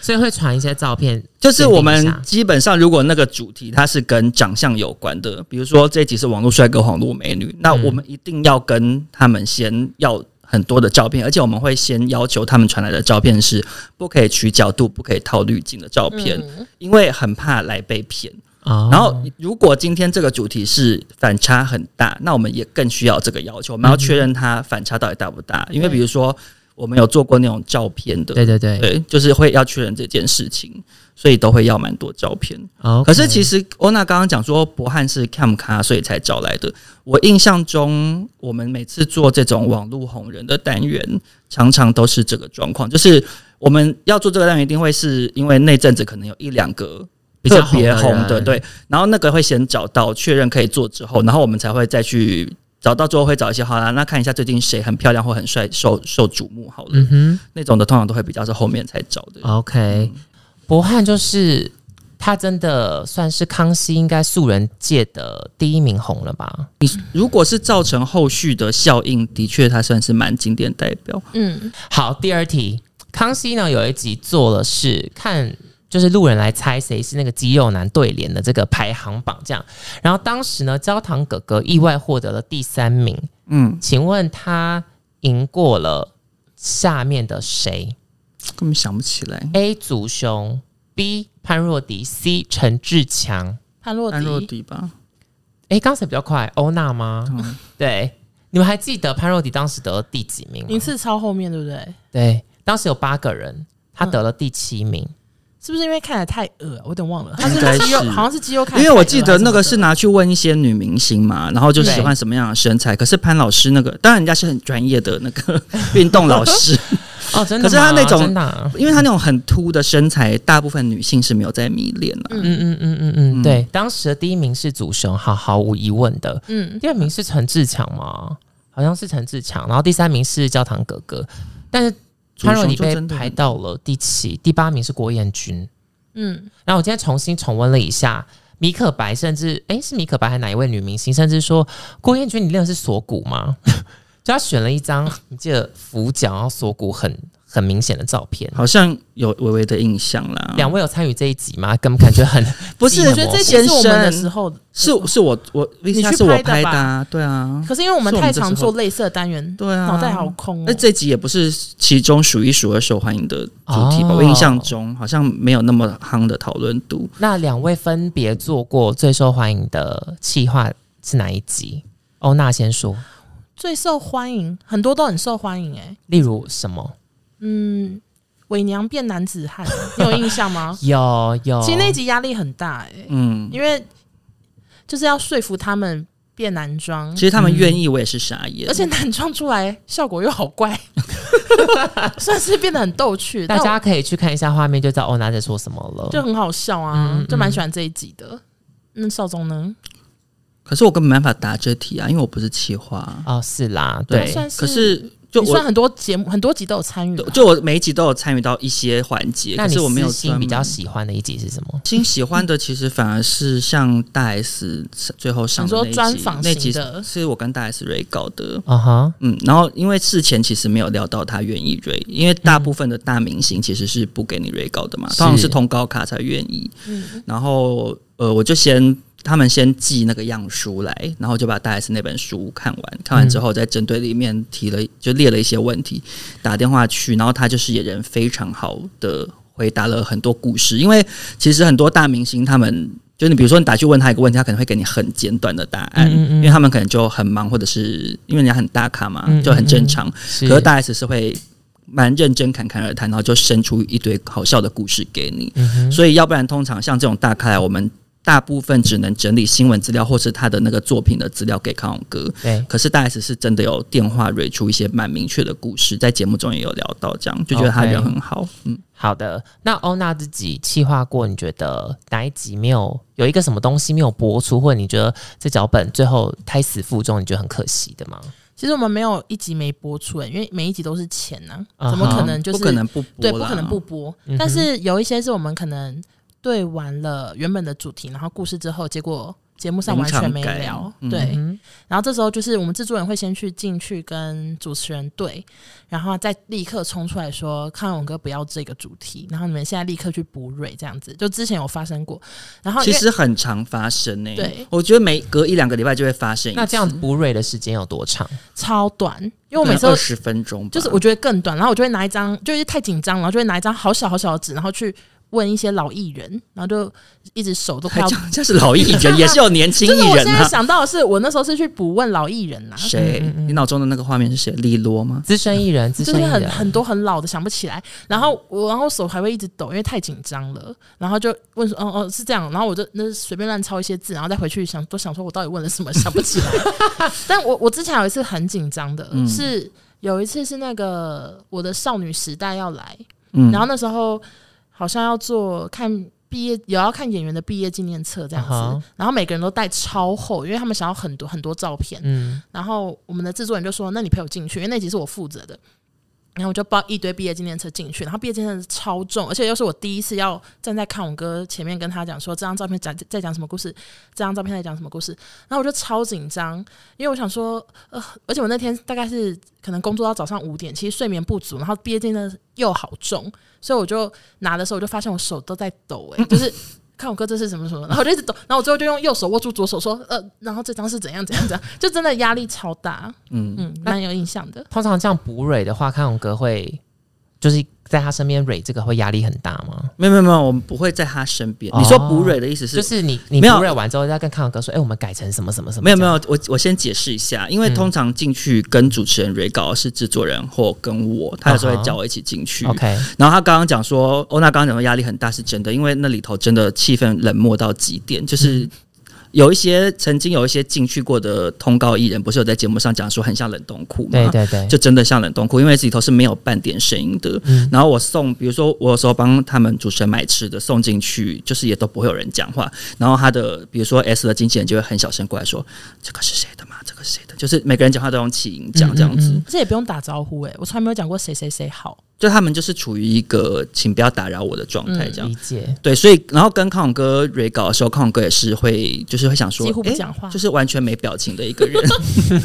[SPEAKER 1] 所以会传一些照片，
[SPEAKER 2] 就是我
[SPEAKER 1] 限定一
[SPEAKER 2] 们
[SPEAKER 1] 下
[SPEAKER 2] 基本上，如果那个主题它是跟长相有关的，比如说这一集是网络帅哥、网络美女，那
[SPEAKER 1] 嗯
[SPEAKER 2] 我们一定要跟他们先要很多的照片，而且我们会先要求他们传来的照片是不可以取角度、不可以套滤镜的照片，
[SPEAKER 3] 嗯
[SPEAKER 2] 因为很怕来被骗。
[SPEAKER 1] 哦，
[SPEAKER 2] 然后，如果今天这个主题是反差很大，那我们也更需要这个要求，我们要确认它反差到底大不大。因为比如说，我们有做过那种照片
[SPEAKER 1] 嗯
[SPEAKER 2] 的，
[SPEAKER 1] 对对对，
[SPEAKER 2] 对，就是会要确认这件事情，所以都会要蛮多照片。
[SPEAKER 1] 哦，
[SPEAKER 2] 可是其实欧娜刚刚讲说博汉是 cam 咖，所以才找来的。我印象中，我们每次做这种网络红人的单元，常常都是这个状况，就是我们要做这个单元，一定会是因为那阵子可能有一两个
[SPEAKER 1] 比较
[SPEAKER 2] 特别红
[SPEAKER 1] 的
[SPEAKER 2] 的，
[SPEAKER 1] 人，
[SPEAKER 2] 对。然后那个会先找到确认可以做之后，然后我们才会再去找到之后会找一些好啦，那看一下最近谁很漂亮或很帅，受受瞩目好了。
[SPEAKER 1] 嗯
[SPEAKER 2] 那种的通常都会比较是后面才找的
[SPEAKER 1] 哼。，OK，博翰就是他真的算是康熙应该素人界的第一名红了吧？
[SPEAKER 2] 你如果是造成后续的效应，的确它算是蛮经典代表。
[SPEAKER 3] 嗯，
[SPEAKER 1] 好，第二题，康熙呢有一集做了是看。就是路人来猜谁是那个肌肉男对联的这个排行榜这样，然后当时呢，焦糖哥哥意外获得了第三名，
[SPEAKER 2] 嗯，
[SPEAKER 1] 请问他赢过了下面的谁
[SPEAKER 2] 根本想不起来。
[SPEAKER 1] ？A. 祖雄，B. 潘若迪，C. 陈志强。
[SPEAKER 3] 潘若
[SPEAKER 2] 安若
[SPEAKER 3] 迪，
[SPEAKER 2] 迪吧，
[SPEAKER 1] 诶，刚才比较快，欧娜吗？
[SPEAKER 2] 嗯
[SPEAKER 1] [LAUGHS] 对，你们还记得潘若迪当时得了第几名吗
[SPEAKER 3] 名次超后面对不对？
[SPEAKER 1] 对，当时有八个人，他得了第七名。
[SPEAKER 3] 是不是因为看起来太恶啊？我有点忘了，他
[SPEAKER 2] 应该
[SPEAKER 3] 是肌肉，
[SPEAKER 2] 是
[SPEAKER 3] 好像是肌肉看
[SPEAKER 2] 因
[SPEAKER 3] 起来太恶还什么的，
[SPEAKER 2] 为我记得那个是拿去问一些女明星嘛，然后就喜
[SPEAKER 1] 对
[SPEAKER 2] 欢什么样的身材。可是潘老师那个，当然人家是很专业的那个 [LAUGHS] 运动老
[SPEAKER 3] [LAUGHS]
[SPEAKER 2] 师，
[SPEAKER 1] 哦，真的吗，
[SPEAKER 2] 可是他那种
[SPEAKER 1] 真的啊
[SPEAKER 2] 因为他那种很凸的身材，大部分女性是没有在迷恋的、
[SPEAKER 1] 嗯嗯嗯嗯嗯，对，当时的第一名是祖雄，好毫无疑问的。
[SPEAKER 3] 嗯，
[SPEAKER 1] 第二名是陈志强吗？好像是陈志强，然后第三名是焦糖哥哥，但是潘若
[SPEAKER 2] 祖
[SPEAKER 1] 你
[SPEAKER 2] 雄就
[SPEAKER 1] 被
[SPEAKER 2] 真的
[SPEAKER 1] 排到了第七、第八名是郭彦均。
[SPEAKER 3] 嗯，
[SPEAKER 1] 然后我今天重新重温了一下米可白，甚至诶是米可白还是哪一位女明星，甚至说郭彦均，你练的是锁骨吗？ [LAUGHS] 就他选了一张你记得俯角然后锁骨很很明显的照片。
[SPEAKER 2] 好像有微微的印象啦。
[SPEAKER 1] 两位有参与这一集吗？根本感觉很 [LAUGHS]
[SPEAKER 2] 不是，
[SPEAKER 1] 我
[SPEAKER 3] 我觉得这集是我们的时候，
[SPEAKER 2] 是是我我
[SPEAKER 3] 去
[SPEAKER 2] VCR 是我
[SPEAKER 3] 拍
[SPEAKER 2] 拍
[SPEAKER 3] 的
[SPEAKER 2] 的、
[SPEAKER 3] 吧
[SPEAKER 2] 啊，对啊。
[SPEAKER 3] 可是因为我们
[SPEAKER 2] 是我们
[SPEAKER 3] 太
[SPEAKER 2] 这
[SPEAKER 3] 常
[SPEAKER 2] 时候
[SPEAKER 3] 做类似的单元，
[SPEAKER 2] 对啊
[SPEAKER 3] 脑袋好空
[SPEAKER 2] 那
[SPEAKER 3] 哦。
[SPEAKER 2] 这集也不是其中数一数二受欢迎的主题吧？
[SPEAKER 1] 哦
[SPEAKER 2] 我印象中好像没有那么夯的讨论度。
[SPEAKER 1] 那两位分别做过最受欢迎的企划是哪一集？欧娜先说，
[SPEAKER 3] 最受欢迎，很多都很受欢迎，哎，
[SPEAKER 1] 例如什么？？
[SPEAKER 3] 嗯，伪娘变男子汉，你有印象吗
[SPEAKER 1] [LAUGHS] 有有，
[SPEAKER 3] 其实那集压力很大，哎，
[SPEAKER 2] 嗯，
[SPEAKER 3] 因为就是要说服他们变男装
[SPEAKER 2] 其，实他们愿意，我也是傻眼。
[SPEAKER 3] 而且男装出来效果又好
[SPEAKER 2] [LAUGHS]
[SPEAKER 3] 怪，算是变得很逗趣，
[SPEAKER 1] 大
[SPEAKER 3] 但
[SPEAKER 1] 家可以去看一下画面，就知道欧娜在说什么了。
[SPEAKER 3] 我就很好笑啊，
[SPEAKER 1] 嗯嗯
[SPEAKER 3] 就蛮喜欢这一集的。那少宗呢？
[SPEAKER 2] 可是我根本没办法答这题啊，因为我不是企划。
[SPEAKER 1] 哦，是啦，
[SPEAKER 2] 对
[SPEAKER 1] 对，
[SPEAKER 3] 算是
[SPEAKER 2] 可是就
[SPEAKER 3] 你算
[SPEAKER 2] 我
[SPEAKER 3] 很多节目很多集都有参与吧，
[SPEAKER 2] 就我每一集都有参与到一些环节，
[SPEAKER 1] 那
[SPEAKER 2] 可
[SPEAKER 1] 你
[SPEAKER 2] 是我没有
[SPEAKER 1] 私心
[SPEAKER 2] 专
[SPEAKER 1] 比
[SPEAKER 2] 门
[SPEAKER 1] 较喜欢的一集是什么？
[SPEAKER 2] 新喜欢的其实反而是像大 S 最后上的
[SPEAKER 3] 你说
[SPEAKER 2] 那一集
[SPEAKER 3] 专访
[SPEAKER 2] 那
[SPEAKER 3] 型
[SPEAKER 2] 集
[SPEAKER 3] 的
[SPEAKER 2] 是我跟大 S 瑞搞的。
[SPEAKER 1] 啊哈，
[SPEAKER 2] 嗯，然后因为事前其实没有料到他愿意瑞，因为大部分的大明星其实是不给你瑞稿的嘛，
[SPEAKER 1] 是
[SPEAKER 2] 通常是通高卡才愿意。
[SPEAKER 3] 嗯，
[SPEAKER 2] [LAUGHS] 然后呃，我就先他们先寄那个样书来，然后就把大 S 那本书看完，看完之后再针对里面提了就列了一些问题，打电话去，然后他就是也人非常好的回答了很多故事，因为其实很多大明星他们。就你比如说，你打去问他一个问题，他可能会给你很简短的答
[SPEAKER 1] 嗯
[SPEAKER 2] 案，
[SPEAKER 1] 嗯嗯
[SPEAKER 2] 因为他们可能就很忙，或者是因为人家很大咖嘛，
[SPEAKER 1] 嗯嗯
[SPEAKER 2] 就很正常。
[SPEAKER 1] 是
[SPEAKER 2] 可是大 S 是会蛮认真侃侃而谈，然后就生出一堆好笑的故事给你。
[SPEAKER 1] 嗯哼
[SPEAKER 2] 所以要不然通常像这种大咖，我们大部分只能整理新闻资料或是他的那个作品的资料给康永哥。
[SPEAKER 1] 对，
[SPEAKER 2] 可是大 S 是真的有电话蕊出一些蛮明确的故事，在节目中也有聊到，这样就觉得他
[SPEAKER 1] OK
[SPEAKER 2] 人很好。嗯，
[SPEAKER 1] 好的。那欧娜自己企划过，你觉得哪一集没有有一个什么东西没有播出，或者你觉得这脚本最后胎死腹中，你觉得很可惜的吗？
[SPEAKER 3] 其实我们没有一集没播出、欸，因为每一集都是钱呢、
[SPEAKER 1] 啊哈
[SPEAKER 3] 怎么可能就是
[SPEAKER 2] 不可能不播
[SPEAKER 3] 对，
[SPEAKER 2] 啦
[SPEAKER 3] 不可能不播。
[SPEAKER 1] 嗯哼
[SPEAKER 3] 但是有一些是我们可能对完了原本的主题，然后故事之后，结果节目上完全没
[SPEAKER 2] 临场改
[SPEAKER 3] 聊，
[SPEAKER 2] 嗯
[SPEAKER 3] 对。
[SPEAKER 1] 嗯
[SPEAKER 3] 然后这时候就是我们制作人会先去进去跟主持人对，然后再立刻冲出来说康永哥不要这个主题，然后你们现在立刻去补蕊这样子。就之前有发生过，然哦后
[SPEAKER 2] 其
[SPEAKER 3] 因为
[SPEAKER 2] 实很常发生呢、
[SPEAKER 3] 对
[SPEAKER 2] 我觉得每隔一两个礼拜就会发生一次。
[SPEAKER 1] 那这样子补蕊的时间有多长？
[SPEAKER 3] 超短，因为我每次
[SPEAKER 2] 二
[SPEAKER 3] 都
[SPEAKER 2] 十分钟吧，
[SPEAKER 3] 就是我觉得更短，然后我就会拿一张，就是太紧张，然后就会拿一张好小好小的纸，然后去问一些老艺人，然后就一直手都快
[SPEAKER 2] 还
[SPEAKER 3] 要。
[SPEAKER 2] 讲这是老艺
[SPEAKER 3] [LAUGHS]
[SPEAKER 2] 人，也是有年轻
[SPEAKER 3] 就是
[SPEAKER 2] 艺
[SPEAKER 3] 我
[SPEAKER 2] 人
[SPEAKER 3] 现在
[SPEAKER 2] 啊。
[SPEAKER 3] 想到的是，我那时候是去补问老艺人啦、啊
[SPEAKER 2] 谁？你脑中的那个画面是谁？利落吗？
[SPEAKER 1] 资深艺人，资
[SPEAKER 3] 就
[SPEAKER 1] 深艺
[SPEAKER 3] 是很
[SPEAKER 1] 人，
[SPEAKER 3] 很多很老的想不起来，然后我然后手还会一直抖，因为太紧张了，然后就问说，哦哦是这样，然后我就那随便乱抄一些字，然后再回去想都想说我到底问了什么，想不起来。 [LAUGHS] 但我我之前有一次很紧张的，
[SPEAKER 2] 嗯
[SPEAKER 3] 是有一次是那个我的少女时代要来，
[SPEAKER 2] 嗯，
[SPEAKER 3] 然后那时候好像要做看毕业，也要看演员的毕业纪念册这样子。
[SPEAKER 1] 啊哈
[SPEAKER 3] 然后每个人都带超厚，因为他们想要很多很多照片。
[SPEAKER 1] 嗯，
[SPEAKER 3] 然后我们的制作人就说：“那你陪我进去，因为那集是我负责的。”然后我就抱一堆毕业纪念册进去，然后毕业纪念册超重，而且又是我第一次要站在康永哥前面跟他讲说这张照片讲在讲什么故事，这张照片在讲什么故事，然后我就超紧张，因为我想说，呃，而且我那天大概是可能工作到早上五点，其实睡眠不足，然后毕业纪念册又好重，所以我就拿的时候我就发现我手都在
[SPEAKER 1] [LAUGHS]
[SPEAKER 3] 抖、欸，哎，就是。看我哥这是什么什么，然后我就一直抖，然后我最后就用右手握住左手说，呃，然后这张是怎样怎样怎样， [LAUGHS] 就真的压力超大，
[SPEAKER 2] 嗯
[SPEAKER 3] 嗯，蛮有印象的。
[SPEAKER 1] 通常这样补蕊的话，康永哥会就是在他身边蕊这个会压力很大吗？
[SPEAKER 2] 没有没有没有，我们不会在他身边。
[SPEAKER 1] 哦
[SPEAKER 2] 你说补蕊的意思
[SPEAKER 3] 哦
[SPEAKER 2] 是？
[SPEAKER 1] 就是你你
[SPEAKER 2] 没有
[SPEAKER 1] 补瑞完之后，再跟康永哥说，哎、我们改成什么什么什么？
[SPEAKER 2] 没有没有，我我先解释一下，因为通常进去跟主持人 re 稿是制作人或跟我，他有时候会叫我一起进去。
[SPEAKER 1] 这样，OK，
[SPEAKER 2] 然后他刚刚讲说，欧娜刚刚讲说压力很大是真的，因为那里头真的气氛冷漠到极点，就是。
[SPEAKER 1] 嗯
[SPEAKER 2] 有一些曾经有一些进去过的通告艺人，不是有在节目上讲说很像冷冻库吗？
[SPEAKER 1] 对对对，
[SPEAKER 2] 就真的像冷冻库，因为里头是没有半点声音的。
[SPEAKER 1] 嗯
[SPEAKER 2] 然后我送，比如说我有时候帮他们主持人买吃的送进去，就是也都不会有人讲话。然后他的比如说 S 的经纪人就会很小声过来说：“这个是谁的嘛？这个是谁的？”就是每个人讲话都用气音讲这样子。
[SPEAKER 1] 嗯嗯嗯
[SPEAKER 3] 这也不用打招呼哎、我从来没有讲过谁谁谁好，
[SPEAKER 2] 就他们就是处于一个请不要打扰我的状态这样。
[SPEAKER 1] 理解，
[SPEAKER 2] 对，所以然后跟康永哥 re 稿的时候，康永哥也是会就是会想说，
[SPEAKER 3] 几乎不
[SPEAKER 2] 诶
[SPEAKER 3] 讲话
[SPEAKER 2] 就是完全没表情的一个人。 [LAUGHS]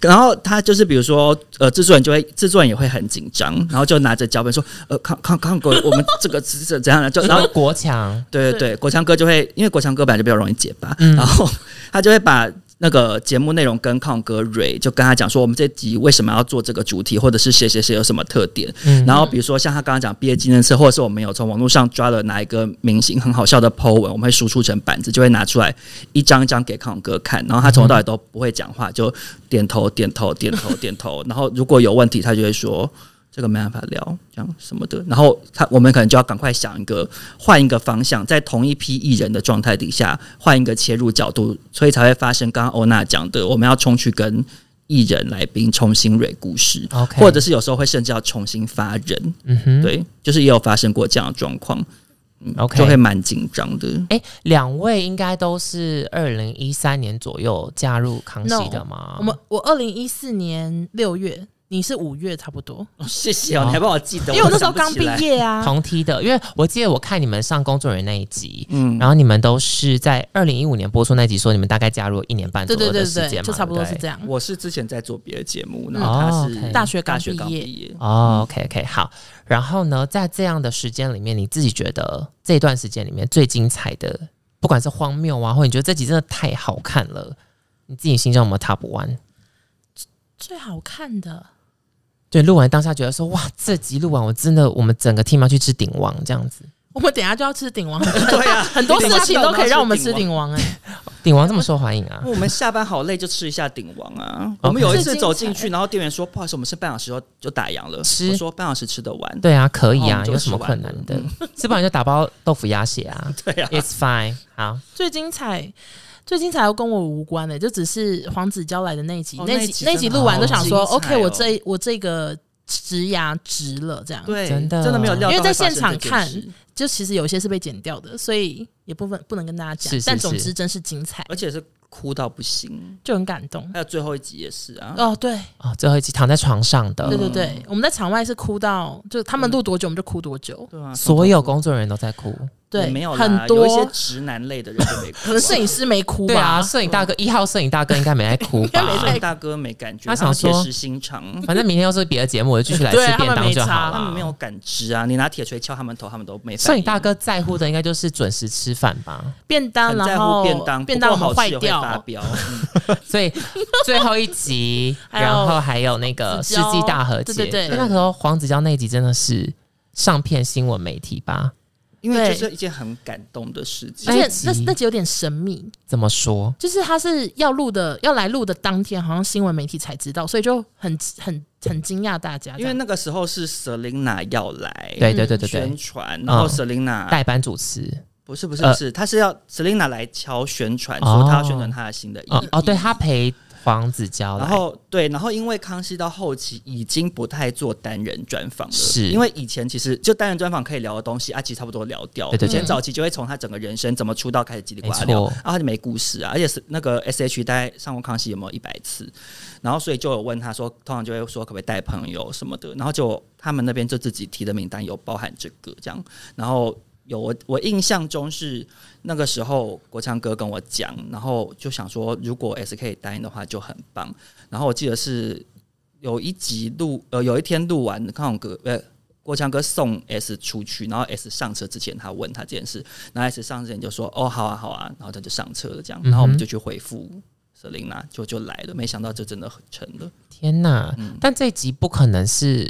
[SPEAKER 2] 然后他就是比如说，呃，制作人就会制作人也会很紧张，然后就拿着脚本说，呃，康康康永哥，我们这个是是怎样的？就然
[SPEAKER 1] 然
[SPEAKER 2] 后
[SPEAKER 1] 后国强
[SPEAKER 2] 对对对，国强哥就会因为国强哥本来就比较容易结巴，
[SPEAKER 1] 嗯
[SPEAKER 2] 然后他就会把。那个节目内容跟康永哥蕊就跟他讲说，我们这集为什么要做这个主题，或者是谁谁谁有什么特点，
[SPEAKER 1] 嗯
[SPEAKER 2] 然后比如说像他刚刚讲毕业纪念册，或者是我们有从网络上抓了哪一个明星很好笑的 po 文，我们会输出成板子，就会拿出来一张一张给康永哥看，然后他从头到尾都不会讲话，就点头点头点头点头，然后如果有问题，他就会说。这个没办法聊，这样什么的。然后他，我们可能就要赶快想一个换一个方向，在同一批艺人的状态底下，换一个切入角度，所以才会发生刚刚欧娜讲的，我们要冲去跟艺人来宾重新蕊故事。
[SPEAKER 1] OK，
[SPEAKER 2] 或者是有时候会甚至要重新发人，
[SPEAKER 1] 嗯哼，
[SPEAKER 2] 对，就是也有发生过这样的状况，嗯
[SPEAKER 1] OK
[SPEAKER 2] 就会蛮紧张的。
[SPEAKER 1] 哎，两位应该都是二零一三年左右加入康熙的吗？
[SPEAKER 3] 我们我二零一四年六月，你是五月差不多，
[SPEAKER 2] 哦谢谢
[SPEAKER 1] 哦
[SPEAKER 2] 哦，你还帮我记得，
[SPEAKER 3] 因为我
[SPEAKER 2] 都
[SPEAKER 3] 那时候刚
[SPEAKER 2] 想不
[SPEAKER 3] 毕
[SPEAKER 2] 起来，
[SPEAKER 3] 业
[SPEAKER 1] [LAUGHS]
[SPEAKER 3] 啊，
[SPEAKER 1] 同梯的，因为我记得我看你们上工作人员那一集，
[SPEAKER 2] 嗯，
[SPEAKER 1] 然后你们都是在二零一五年播出那集，说你们大概加入一年半左
[SPEAKER 3] 对对
[SPEAKER 1] 右
[SPEAKER 3] 对
[SPEAKER 1] 的时
[SPEAKER 3] 对
[SPEAKER 1] 间
[SPEAKER 3] 对，
[SPEAKER 1] 嘛，
[SPEAKER 3] 就差不多是
[SPEAKER 1] 对
[SPEAKER 3] 这样。
[SPEAKER 2] 我是之前在做别的节目，
[SPEAKER 3] 嗯
[SPEAKER 2] 然后他
[SPEAKER 1] 哦
[SPEAKER 2] 是
[SPEAKER 1] ，OK
[SPEAKER 3] 大学刚
[SPEAKER 2] 大学刚
[SPEAKER 3] 毕业
[SPEAKER 2] 毕业，
[SPEAKER 1] 哦，OK OK，好。然后呢，在这样的时间里面，你自己觉得这段时间里面最精彩的，不管是荒谬啊，或者你觉得这集真的太好看了，你自己心中有没有 top one？
[SPEAKER 3] 最好看的，
[SPEAKER 1] 对，录完当下觉得说，哇，这集录完我真的，我们整个 team 要去吃鼎王这样子。
[SPEAKER 3] 我们等一下就要吃鼎王，
[SPEAKER 2] [LAUGHS] 对啊，
[SPEAKER 3] 很多
[SPEAKER 2] 一定
[SPEAKER 3] 事
[SPEAKER 2] 要
[SPEAKER 3] 情
[SPEAKER 2] 到
[SPEAKER 3] 都可以让我们
[SPEAKER 2] 吃
[SPEAKER 3] 吃
[SPEAKER 2] 鼎
[SPEAKER 1] [LAUGHS]
[SPEAKER 3] 鼎王哎、
[SPEAKER 1] 鼎王这么受欢
[SPEAKER 2] [LAUGHS]
[SPEAKER 1] 迎啊
[SPEAKER 2] 王。？我们下班好累，就吃一下鼎王啊！
[SPEAKER 1] OK
[SPEAKER 2] 我们有一次走进去，然后店员说：“不好意思，我们是半小时就就打烊了。”
[SPEAKER 1] 吃
[SPEAKER 2] 我说：“半小时吃得完。
[SPEAKER 1] 对啊，可以
[SPEAKER 2] 哦我
[SPEAKER 1] 啊，
[SPEAKER 2] 们就
[SPEAKER 1] 有什么
[SPEAKER 2] 吃完
[SPEAKER 1] 困
[SPEAKER 2] 了
[SPEAKER 1] 难的？吃不完就打包豆腐鸭血啊”
[SPEAKER 2] [LAUGHS] 对啊，
[SPEAKER 1] ，It's fine。好，
[SPEAKER 3] 最精彩。最精彩又跟我无关欸的、就只是黄子佼来的那一集，
[SPEAKER 2] 哦
[SPEAKER 3] 那
[SPEAKER 2] 那
[SPEAKER 3] 一
[SPEAKER 2] 一
[SPEAKER 3] 集
[SPEAKER 2] 集
[SPEAKER 3] 那一集录完都想说、
[SPEAKER 2] 真的好
[SPEAKER 3] o
[SPEAKER 2] 精
[SPEAKER 3] k
[SPEAKER 2] 彩哦
[SPEAKER 3] 我这我这个植牙值了，这样。
[SPEAKER 2] 对，
[SPEAKER 1] 真的
[SPEAKER 2] 真的没有料到会
[SPEAKER 3] 因为在
[SPEAKER 2] 发生
[SPEAKER 3] 现场
[SPEAKER 2] 这件
[SPEAKER 3] 看
[SPEAKER 2] 事
[SPEAKER 3] 就其实有一些是被剪掉的，所以也不分不能跟大家讲，
[SPEAKER 1] 是是
[SPEAKER 3] 但总
[SPEAKER 1] 是
[SPEAKER 3] 之真是精彩，
[SPEAKER 2] 而且是哭到不行。
[SPEAKER 3] 就很感动。
[SPEAKER 2] 还有最后一集也是啊，
[SPEAKER 3] 哦，对，
[SPEAKER 1] 哦，最后一集躺在床上的
[SPEAKER 3] 对，对
[SPEAKER 1] 嗯
[SPEAKER 3] 对，我们在场外是哭到，就他
[SPEAKER 2] 嗯
[SPEAKER 3] 们录多久我们就哭多久，
[SPEAKER 2] 对啊，
[SPEAKER 1] 所有工作人员都在哭。
[SPEAKER 3] 对，
[SPEAKER 2] 也没有啦
[SPEAKER 3] 很
[SPEAKER 2] 有
[SPEAKER 3] 多
[SPEAKER 2] 一些直男类的人就没哭啊，
[SPEAKER 3] 可能摄影师没哭
[SPEAKER 1] 对啊，
[SPEAKER 3] 吧，
[SPEAKER 1] 摄影大哥一号摄影大哥应该没在哭吧
[SPEAKER 2] [LAUGHS]
[SPEAKER 3] 该？没
[SPEAKER 2] 摄影大哥没感觉，
[SPEAKER 1] 他想说
[SPEAKER 2] 铁石心肠，
[SPEAKER 1] 反正明天又是别的节目，我就继续来吃
[SPEAKER 3] 对他们
[SPEAKER 1] 便当就好
[SPEAKER 3] 没
[SPEAKER 2] 他们没
[SPEAKER 1] 了。
[SPEAKER 2] 有感知啊！你拿铁锤敲他们头，他们都没反应。
[SPEAKER 1] 摄影大哥在乎的应该就是准时吃饭吧，
[SPEAKER 3] 便当，
[SPEAKER 2] 很在
[SPEAKER 3] 然
[SPEAKER 2] 乎
[SPEAKER 3] 后
[SPEAKER 2] 便当，
[SPEAKER 3] 便当
[SPEAKER 2] 不
[SPEAKER 3] 我
[SPEAKER 2] 过
[SPEAKER 3] 们
[SPEAKER 2] 好
[SPEAKER 3] 坏
[SPEAKER 2] 吃也会发
[SPEAKER 3] 掉，
[SPEAKER 2] 飙，
[SPEAKER 1] 所
[SPEAKER 3] [LAUGHS]
[SPEAKER 1] 以最后一集，
[SPEAKER 3] 还有
[SPEAKER 1] 然后还有那个世
[SPEAKER 3] 子娇
[SPEAKER 1] 纪大和解，
[SPEAKER 3] 对对
[SPEAKER 2] 对
[SPEAKER 1] 那时候黄子佼那一集真的是上片新闻媒体吧？
[SPEAKER 2] 因为
[SPEAKER 3] 对
[SPEAKER 2] 这是一件很感动的事情
[SPEAKER 3] 而。
[SPEAKER 1] 那一
[SPEAKER 3] 且
[SPEAKER 1] 集
[SPEAKER 3] 那那集有点神秘，
[SPEAKER 1] 怎么说？
[SPEAKER 3] 就是他是要录的，要来录的当天，好像新闻媒体才知道，所以就很很很惊讶大家这
[SPEAKER 2] 因
[SPEAKER 3] 样。
[SPEAKER 2] 为那个时候是 Selina 要来
[SPEAKER 3] 哎
[SPEAKER 1] 对
[SPEAKER 3] 嗯
[SPEAKER 1] 对对对对
[SPEAKER 2] 宣，传，然
[SPEAKER 1] 嗯
[SPEAKER 2] 后
[SPEAKER 3] 啊
[SPEAKER 2] Selina
[SPEAKER 1] 代班主持
[SPEAKER 2] 不是不是
[SPEAKER 1] 呃
[SPEAKER 2] 不是，她是要 Selina 来敲宣传，
[SPEAKER 1] 哦
[SPEAKER 2] 说她要宣传她的新的艺
[SPEAKER 1] 哦哦，对他陪黄子佼来，
[SPEAKER 2] 然后对，然后因为康熙到后期已经不太做单人专访了，
[SPEAKER 1] 是
[SPEAKER 2] 因为以前其实就单人专访可以聊的东西，啊，其实差不多聊掉。
[SPEAKER 1] 对对
[SPEAKER 2] 以
[SPEAKER 1] 对
[SPEAKER 2] 前早期就会从他整个人生怎么出道开始叽里呱
[SPEAKER 1] 没
[SPEAKER 2] 啦
[SPEAKER 1] 错
[SPEAKER 2] 聊，然后他就没故事啊，而且是那个 S H 大概上过康熙有没有一百次，然后所以就有问他说，通常就会说可不可以带朋友什么的，然后就他们那边就自己提的名单有包含这个这样，然后有我我印象中是那个时候国强哥跟我讲，然后就想说如果 SK 答应的话就很棒，然后我记得是有一集录呃有一天录完康永哥呃。国强哥送 S 出去，然后 S 上车之前，他问他这件事，然后 S 上车之前就说：“哦，好啊，好啊。”然后他就上车了，这样，
[SPEAKER 1] 嗯
[SPEAKER 2] 然后我们就去回复 Selina，就就来了。没想到这真的很成了。
[SPEAKER 3] 嗯
[SPEAKER 1] 天哪！但这一集不可能是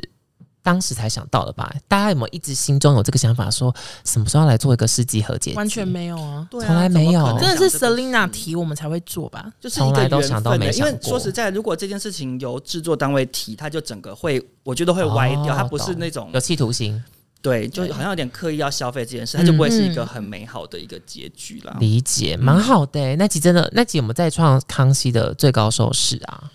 [SPEAKER 1] 当时才想到的吧？大家有没有一直心中有这个想法说，什么时候要来做一个世纪和解？
[SPEAKER 3] 完全。没有啊，
[SPEAKER 4] 对啊
[SPEAKER 1] 从来没有
[SPEAKER 4] 怎么
[SPEAKER 2] 哦
[SPEAKER 4] 可能
[SPEAKER 3] 真的
[SPEAKER 4] 想
[SPEAKER 3] 是
[SPEAKER 4] 这个
[SPEAKER 3] Selina 提我们才会做吧？
[SPEAKER 4] 就是一
[SPEAKER 1] 从来
[SPEAKER 4] 个
[SPEAKER 1] 都
[SPEAKER 2] 欸
[SPEAKER 4] 缘
[SPEAKER 1] 想
[SPEAKER 4] 分
[SPEAKER 1] 都
[SPEAKER 4] 的、
[SPEAKER 1] 没
[SPEAKER 4] 因为
[SPEAKER 1] 想过
[SPEAKER 4] 说实在，如果这件事情由制作单位提，他就整个会，我觉得会歪掉，
[SPEAKER 1] 哦
[SPEAKER 4] 他不是
[SPEAKER 1] 懂
[SPEAKER 4] 那种
[SPEAKER 1] 有企图心，
[SPEAKER 4] 对，
[SPEAKER 2] 就
[SPEAKER 4] 就
[SPEAKER 2] 好像有点刻意要消费这件事，
[SPEAKER 1] 嗯
[SPEAKER 2] 它就不会是一个很美好的一个结局啦。
[SPEAKER 3] 嗯
[SPEAKER 1] 理解蛮好的、欸。那集真的，那集我们再创康熙的最高收视啊，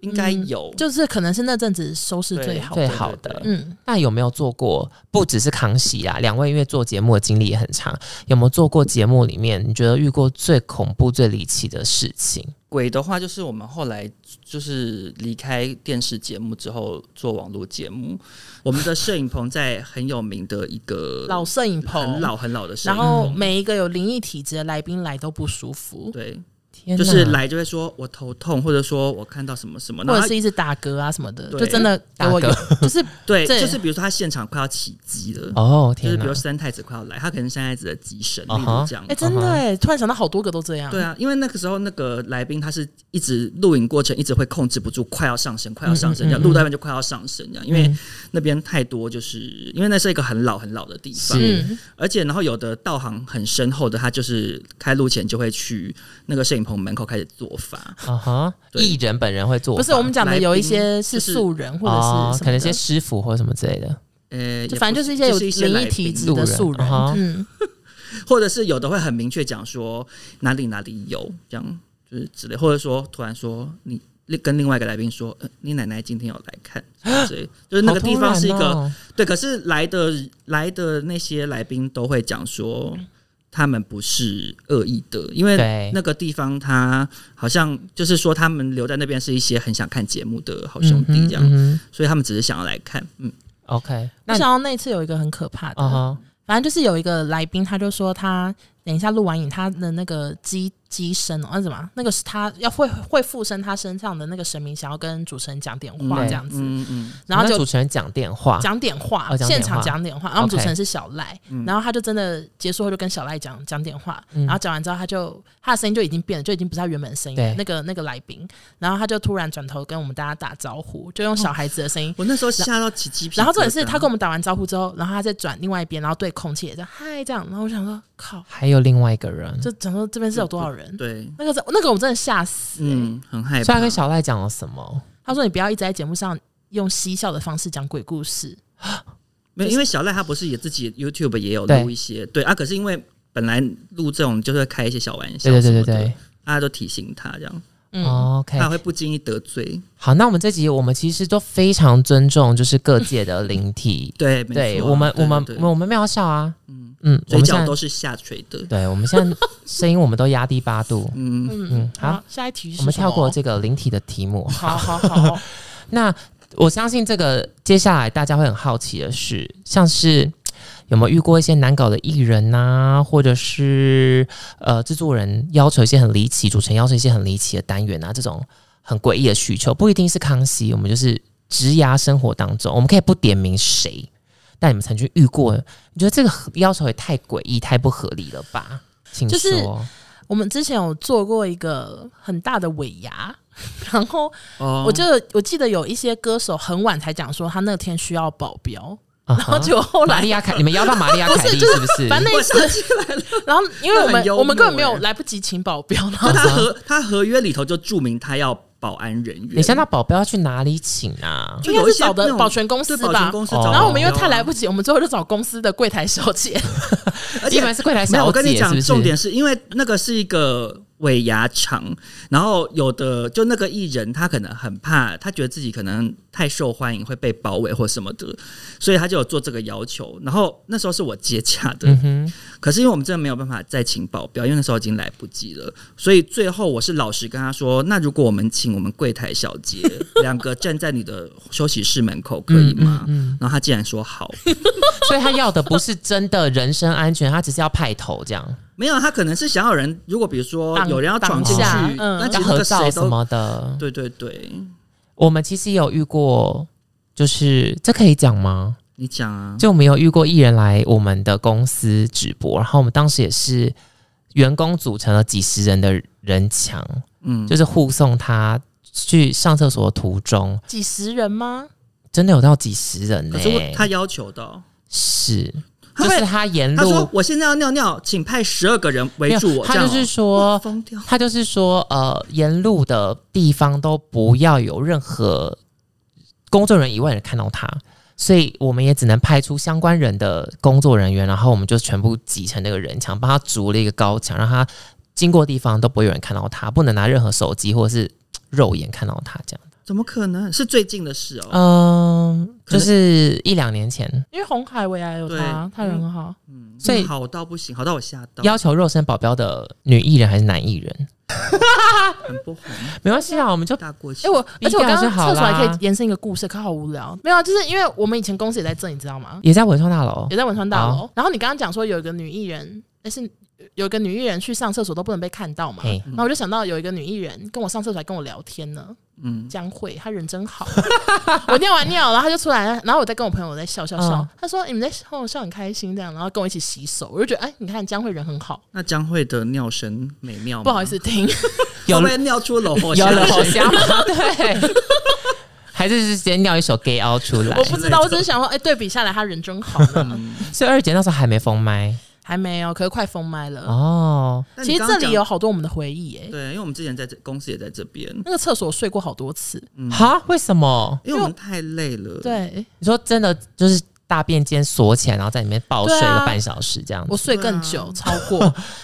[SPEAKER 2] 应该有，
[SPEAKER 3] 嗯就是可能是那阵子收视
[SPEAKER 2] 对
[SPEAKER 3] 最好
[SPEAKER 1] 最
[SPEAKER 3] 的。
[SPEAKER 1] 好的。
[SPEAKER 2] 对
[SPEAKER 3] 嗯，
[SPEAKER 1] 那有没有做过？不只是康熙啊，两位因为做节目的经历也很长，有没有做过节目里面你觉得遇过最恐怖、最离奇的事情？
[SPEAKER 2] 鬼的话，就是我们后来就是离开电视节目之后做网络节目，我们的摄影棚在很有名的一个
[SPEAKER 3] [LAUGHS] 老摄影
[SPEAKER 2] 很
[SPEAKER 3] 棚，
[SPEAKER 2] 老很老的摄
[SPEAKER 3] 然
[SPEAKER 2] 影
[SPEAKER 3] 后
[SPEAKER 2] 棚，
[SPEAKER 3] 每一个有灵异体质的来宾来都不舒服，
[SPEAKER 2] 对，
[SPEAKER 1] 天哪，
[SPEAKER 2] 就是来就会说我头痛，或者说我看到什么什么，然
[SPEAKER 3] 或
[SPEAKER 2] 后
[SPEAKER 3] 者
[SPEAKER 2] 他
[SPEAKER 3] 是一直打嗝啊什么的，
[SPEAKER 2] 对
[SPEAKER 3] 就真的给我有，
[SPEAKER 2] [LAUGHS]
[SPEAKER 3] 就是
[SPEAKER 2] 对，
[SPEAKER 3] 对
[SPEAKER 2] 就是比如说他现场快要起鸡了。
[SPEAKER 1] 哦，
[SPEAKER 2] 就是
[SPEAKER 1] 天
[SPEAKER 2] 比
[SPEAKER 1] 哪
[SPEAKER 2] 如，三太子快要来，他可能三太子的鸡神，例
[SPEAKER 1] 啊
[SPEAKER 2] 如
[SPEAKER 1] 哈
[SPEAKER 2] 这样
[SPEAKER 3] 哎、。真的哎、突然想到好多个都这样。
[SPEAKER 2] 嗯对啊，因为那个时候那个来宾他是一直录影过程一直会控制不住，快要上升，快要上
[SPEAKER 3] 嗯
[SPEAKER 2] 升，这样录到一半就快要上升这样，因为那边太多，就是因为那是一个很老很老的地方，
[SPEAKER 1] 是
[SPEAKER 3] 嗯，
[SPEAKER 2] 而且然后有的道行很深厚的，他就是开录前就会去那个摄影棚门口开始做法，
[SPEAKER 1] 啊哈，
[SPEAKER 2] 对
[SPEAKER 1] 艺人本人会做法，
[SPEAKER 3] 不是我们讲的有一些是
[SPEAKER 2] 就是
[SPEAKER 3] 素人或者
[SPEAKER 1] 哦
[SPEAKER 3] 是什么的
[SPEAKER 1] 可能一些师傅或者什么之类的，
[SPEAKER 2] 呃，
[SPEAKER 3] 就
[SPEAKER 2] 也
[SPEAKER 3] 反正
[SPEAKER 2] 不
[SPEAKER 3] 就是一些有
[SPEAKER 2] 就是一些
[SPEAKER 3] 灵
[SPEAKER 2] 来
[SPEAKER 3] 异
[SPEAKER 2] 宾
[SPEAKER 3] 体质的素
[SPEAKER 1] 路
[SPEAKER 3] 人
[SPEAKER 1] 人啊哈，
[SPEAKER 3] 嗯，
[SPEAKER 2] 或者是有的会很明确讲说哪里哪里有这样，就是之类，或者说突然说你。跟另外一个来宾说、呃你奶奶今天有来看，
[SPEAKER 3] 啊
[SPEAKER 2] 所以就是那个地方是一
[SPEAKER 1] 好突然
[SPEAKER 2] 个
[SPEAKER 1] 哦
[SPEAKER 2] 对，可是来的来的那些来宾都会讲说，他们不是恶意的，因
[SPEAKER 1] 对
[SPEAKER 2] 为那个地方他好像就是说他们留在那边是一些很想看节目的好兄弟这样，
[SPEAKER 1] 嗯哼嗯哼
[SPEAKER 2] 所以他们只是想要来看。嗯，
[SPEAKER 1] OK，
[SPEAKER 3] 我
[SPEAKER 1] 那
[SPEAKER 3] 想到那呃次有一个很可怕的，
[SPEAKER 1] 啊哈，
[SPEAKER 3] 反正就是有一个来宾，他就说他等一下录完影，他的那个机机身哦，那是什么啊，那个是他要会会附身他身上的那个神明，想要跟主持人讲点话
[SPEAKER 1] 嗯
[SPEAKER 3] 这样子，
[SPEAKER 2] 嗯嗯，
[SPEAKER 3] 然后
[SPEAKER 1] 我们
[SPEAKER 3] 就
[SPEAKER 1] 主持人讲电话，
[SPEAKER 3] 讲点话，
[SPEAKER 1] 哦讲点话
[SPEAKER 3] 现场讲点话，然后我们
[SPEAKER 1] OK
[SPEAKER 3] 主持人是小赖，然后他就真的结束后就跟小赖讲讲点话，
[SPEAKER 1] 嗯
[SPEAKER 3] 然后讲完之后他就他的声音就已经变了，就已经不是他原本的声音
[SPEAKER 1] 对
[SPEAKER 3] 了，那个那个来宾，然后他就突然转头跟我们大家打招呼，就用小孩子的声音。
[SPEAKER 2] 我那时候吓到起鸡皮疙瘩。
[SPEAKER 3] 然后重点是他跟我们打完招呼之后，然后他再转另外一边，然后对空气也这样嗨这样，然后我想说靠，
[SPEAKER 1] 还有另外一个人，
[SPEAKER 3] 就讲说这边是有多少人，
[SPEAKER 2] 对，
[SPEAKER 3] 那个是那个我真的吓死、欸
[SPEAKER 2] 嗯，很害
[SPEAKER 1] 所以他
[SPEAKER 2] 怕。
[SPEAKER 1] 跟小赖讲了什么？
[SPEAKER 3] 他说你不要一直在节目上用嬉笑的方式讲鬼故事，
[SPEAKER 2] 没有，因为小赖他不是也自己 YouTube 也有录一些对啊，可是因为本来录这种就是会开一些小玩笑，
[SPEAKER 1] 对对对对，对、哦
[SPEAKER 2] 大家都提醒他这样，
[SPEAKER 3] 嗯，
[SPEAKER 1] o k
[SPEAKER 2] 他会不经意得罪。。
[SPEAKER 1] 好，那我们这集我们其实都非常尊重，就是各界的灵体
[SPEAKER 2] 对，没
[SPEAKER 1] 对
[SPEAKER 2] 错啊
[SPEAKER 1] 我们，我们
[SPEAKER 2] 对，对
[SPEAKER 1] 我们没有笑啊，
[SPEAKER 2] 嗯，
[SPEAKER 1] 嗯，我
[SPEAKER 2] 嘴
[SPEAKER 1] 们现
[SPEAKER 2] 角
[SPEAKER 1] 在
[SPEAKER 2] 都，是下垂的。
[SPEAKER 1] 对我们现在声音我们都压低八
[SPEAKER 2] [LAUGHS]
[SPEAKER 1] 度，
[SPEAKER 2] 嗯，
[SPEAKER 1] 嗯
[SPEAKER 3] 嗯，
[SPEAKER 1] 好
[SPEAKER 3] 好，下一题是
[SPEAKER 1] 我们
[SPEAKER 3] 什么
[SPEAKER 1] 跳过，这个灵体的题目。
[SPEAKER 3] 好好好， [LAUGHS]
[SPEAKER 1] 那我相信这个接下来大家会很好奇的是，像是有没有遇过一些难搞的艺人呐、或者是呃制作人要求一些很离奇，主持人要求一些很离奇的单元啊，这种很诡异的需求，不一定是康熙，我们就是职涯生活当中，我们可以不点名谁。但你们曾经遇过？你觉得这个要求也太诡异、太不合理了吧？请说。
[SPEAKER 3] 就是我们之前有做过一个很大的尾牙，然后
[SPEAKER 2] 哦
[SPEAKER 3] 我就我记得有一些歌手很晚才讲说他那天需要保镖，
[SPEAKER 1] 然
[SPEAKER 3] [LAUGHS] 然后结果后
[SPEAKER 1] 啊玛
[SPEAKER 3] 来
[SPEAKER 1] 利。亚凯，你们邀到玛利亚
[SPEAKER 3] [LAUGHS]
[SPEAKER 1] 凯莉是不是？
[SPEAKER 3] 反正那一次， [LAUGHS] 然后因为我
[SPEAKER 2] 那
[SPEAKER 3] 们
[SPEAKER 2] 很幽默
[SPEAKER 3] 我们根本没有
[SPEAKER 2] 欸啊
[SPEAKER 3] 来不及请保镖，然后 [LAUGHS]
[SPEAKER 2] 可他合他合约里头就注明他要保安人员，
[SPEAKER 1] 你想到保镖要去哪里请啊？
[SPEAKER 2] 就
[SPEAKER 3] 应该
[SPEAKER 2] 有一
[SPEAKER 3] 是
[SPEAKER 2] 些
[SPEAKER 3] 找的
[SPEAKER 2] 那种
[SPEAKER 3] 保全公司
[SPEAKER 2] 对保啊
[SPEAKER 3] 吧
[SPEAKER 2] 全，公司
[SPEAKER 1] 哦
[SPEAKER 2] 找，
[SPEAKER 3] 然后我们因为太来
[SPEAKER 2] 不，
[SPEAKER 3] 不及，我们最后就找公司的柜台小姐。 [LAUGHS]
[SPEAKER 2] 而
[SPEAKER 1] 一
[SPEAKER 2] 且
[SPEAKER 1] 般是柜台
[SPEAKER 2] 没有，
[SPEAKER 1] 小
[SPEAKER 2] 我跟你
[SPEAKER 1] 姐，是
[SPEAKER 2] 讲
[SPEAKER 1] 不，是？
[SPEAKER 2] 重点是因为那个是一个尾牙场，然后有的就那个艺人他可能很怕，他觉得自己可能太受欢迎会被包围或什么的，所以他就有做这个要求。然后那时候是我接洽的，
[SPEAKER 1] 嗯哼，
[SPEAKER 2] 可是因为我们真的没有办法再请保镖，因为那时候已经来不及了，所以最后我是老实跟他说，那如果我们请我们柜台小姐两个站在你的休息室门口可以吗？
[SPEAKER 1] 嗯
[SPEAKER 2] 然后他竟然说好，
[SPEAKER 1] [LAUGHS] 所以他要的不是真的人身安全，他只是要派头
[SPEAKER 2] [LAUGHS]
[SPEAKER 1] 这样，
[SPEAKER 2] 没有，他可能是想要有人，如果比如说
[SPEAKER 3] 挡
[SPEAKER 2] 有人要闯进去
[SPEAKER 3] 挡下，嗯
[SPEAKER 2] 那其
[SPEAKER 1] 要
[SPEAKER 2] 实那
[SPEAKER 1] 合
[SPEAKER 2] 个
[SPEAKER 1] 照
[SPEAKER 2] 谁
[SPEAKER 1] 什
[SPEAKER 2] 都
[SPEAKER 1] 么的。
[SPEAKER 2] 对对对，
[SPEAKER 1] 我们其实也有遇过，就是这可以讲吗？
[SPEAKER 2] 你讲啊，
[SPEAKER 1] 就我们有遇过艺人来我们的公司直播，然后我们当时也是员工组成了几十人的人墙，
[SPEAKER 2] 嗯，
[SPEAKER 1] 就是护送他去上厕所的途中，
[SPEAKER 3] 几十人吗？
[SPEAKER 1] 真的有到几十人呢、
[SPEAKER 2] 可是我他要求的哦、
[SPEAKER 1] 是，
[SPEAKER 2] 他
[SPEAKER 1] 就
[SPEAKER 2] 会
[SPEAKER 1] 是他沿
[SPEAKER 2] 他说
[SPEAKER 1] 路
[SPEAKER 2] 我现在要尿尿，请派十二个人围住我，
[SPEAKER 1] 他
[SPEAKER 2] 这
[SPEAKER 1] 就
[SPEAKER 2] 样
[SPEAKER 1] 是
[SPEAKER 2] 哦
[SPEAKER 1] 说
[SPEAKER 2] 哇疯掉。
[SPEAKER 1] 他就是说，呃，沿路的地方都不要有任何工作人员以外的人看到他，所以我们也只能派出相关人的工作人员，然后我们就全部挤成那个人墙，帮他筑了一个高墙，让他经过的地方都不会有人看到他，不能拿任何手机或者是肉眼看到他这样。
[SPEAKER 2] 怎么可能是最近的事哦？
[SPEAKER 1] 嗯、就
[SPEAKER 2] 可
[SPEAKER 1] 是是一两年前
[SPEAKER 3] 因为红海我也有
[SPEAKER 2] 对
[SPEAKER 3] 他，他人很好。
[SPEAKER 2] 嗯，
[SPEAKER 1] 所以
[SPEAKER 2] 好到不行，好到我吓到，
[SPEAKER 1] 要求肉身保镖的女艺人还是男艺人，
[SPEAKER 2] 很不红，
[SPEAKER 1] 没关系啊，我们就
[SPEAKER 2] 大过去。
[SPEAKER 3] 哎、我而且我刚刚
[SPEAKER 1] 低调就好
[SPEAKER 3] 厕
[SPEAKER 1] 啦
[SPEAKER 3] 所还可以延伸一个故事，可好无聊。没有啊，就是因为我们以前公司也在这，你知道吗？
[SPEAKER 1] 也在文创大楼
[SPEAKER 3] 也在文川大楼。然后你刚刚讲说有一个女艺人，但是有一个女艺人去上厕所都不能被看到嘛。
[SPEAKER 1] 嘿
[SPEAKER 3] 然后我就想到有一个女艺人跟我上厕所还跟我聊天呢，
[SPEAKER 2] 嗯，
[SPEAKER 3] 江蕙，她人真好。 [LAUGHS] 我尿完尿，然后她就出来，然后我在跟我朋友在笑笑笑
[SPEAKER 1] 嗯，
[SPEAKER 3] 她说你们在笑笑很开心这样，然后跟我一起洗手，我就觉得哎，你看江蕙人很好，
[SPEAKER 2] 那江蕙的尿声美妙吗，
[SPEAKER 3] 不好意思
[SPEAKER 2] [LAUGHS]
[SPEAKER 3] 听，
[SPEAKER 2] 会不会尿出楼火
[SPEAKER 1] 有
[SPEAKER 2] 香
[SPEAKER 1] 了好
[SPEAKER 2] 水
[SPEAKER 1] 香，
[SPEAKER 3] 啊
[SPEAKER 1] [LAUGHS] 对，还是是直接尿一首 gay out 出来
[SPEAKER 3] 我。不知道，我只是想说，哎，对比下来她人
[SPEAKER 2] [LAUGHS]
[SPEAKER 3] 真好呢，
[SPEAKER 1] 所以二姐那时候还没封麦
[SPEAKER 3] 还没有，可是快封麦了。
[SPEAKER 1] 哦，
[SPEAKER 2] 但你
[SPEAKER 3] 其实
[SPEAKER 2] 刚
[SPEAKER 3] 这
[SPEAKER 2] 刚
[SPEAKER 3] 里
[SPEAKER 2] 讲
[SPEAKER 3] 有好多我们的回忆哎、
[SPEAKER 2] 对，因为我们之前在这公司也在这边，
[SPEAKER 3] 那个厕所睡过好多次，
[SPEAKER 1] 哈？为什么？
[SPEAKER 2] 因为我们太累了。，
[SPEAKER 3] 对
[SPEAKER 1] 你说真的就是大便间锁起来，然后在里面暴睡
[SPEAKER 3] 对啊
[SPEAKER 1] 个半小时这样
[SPEAKER 3] 我
[SPEAKER 1] 子？
[SPEAKER 3] 睡更久，
[SPEAKER 2] 嗯
[SPEAKER 3] 超
[SPEAKER 2] [LAUGHS]
[SPEAKER 3] 过，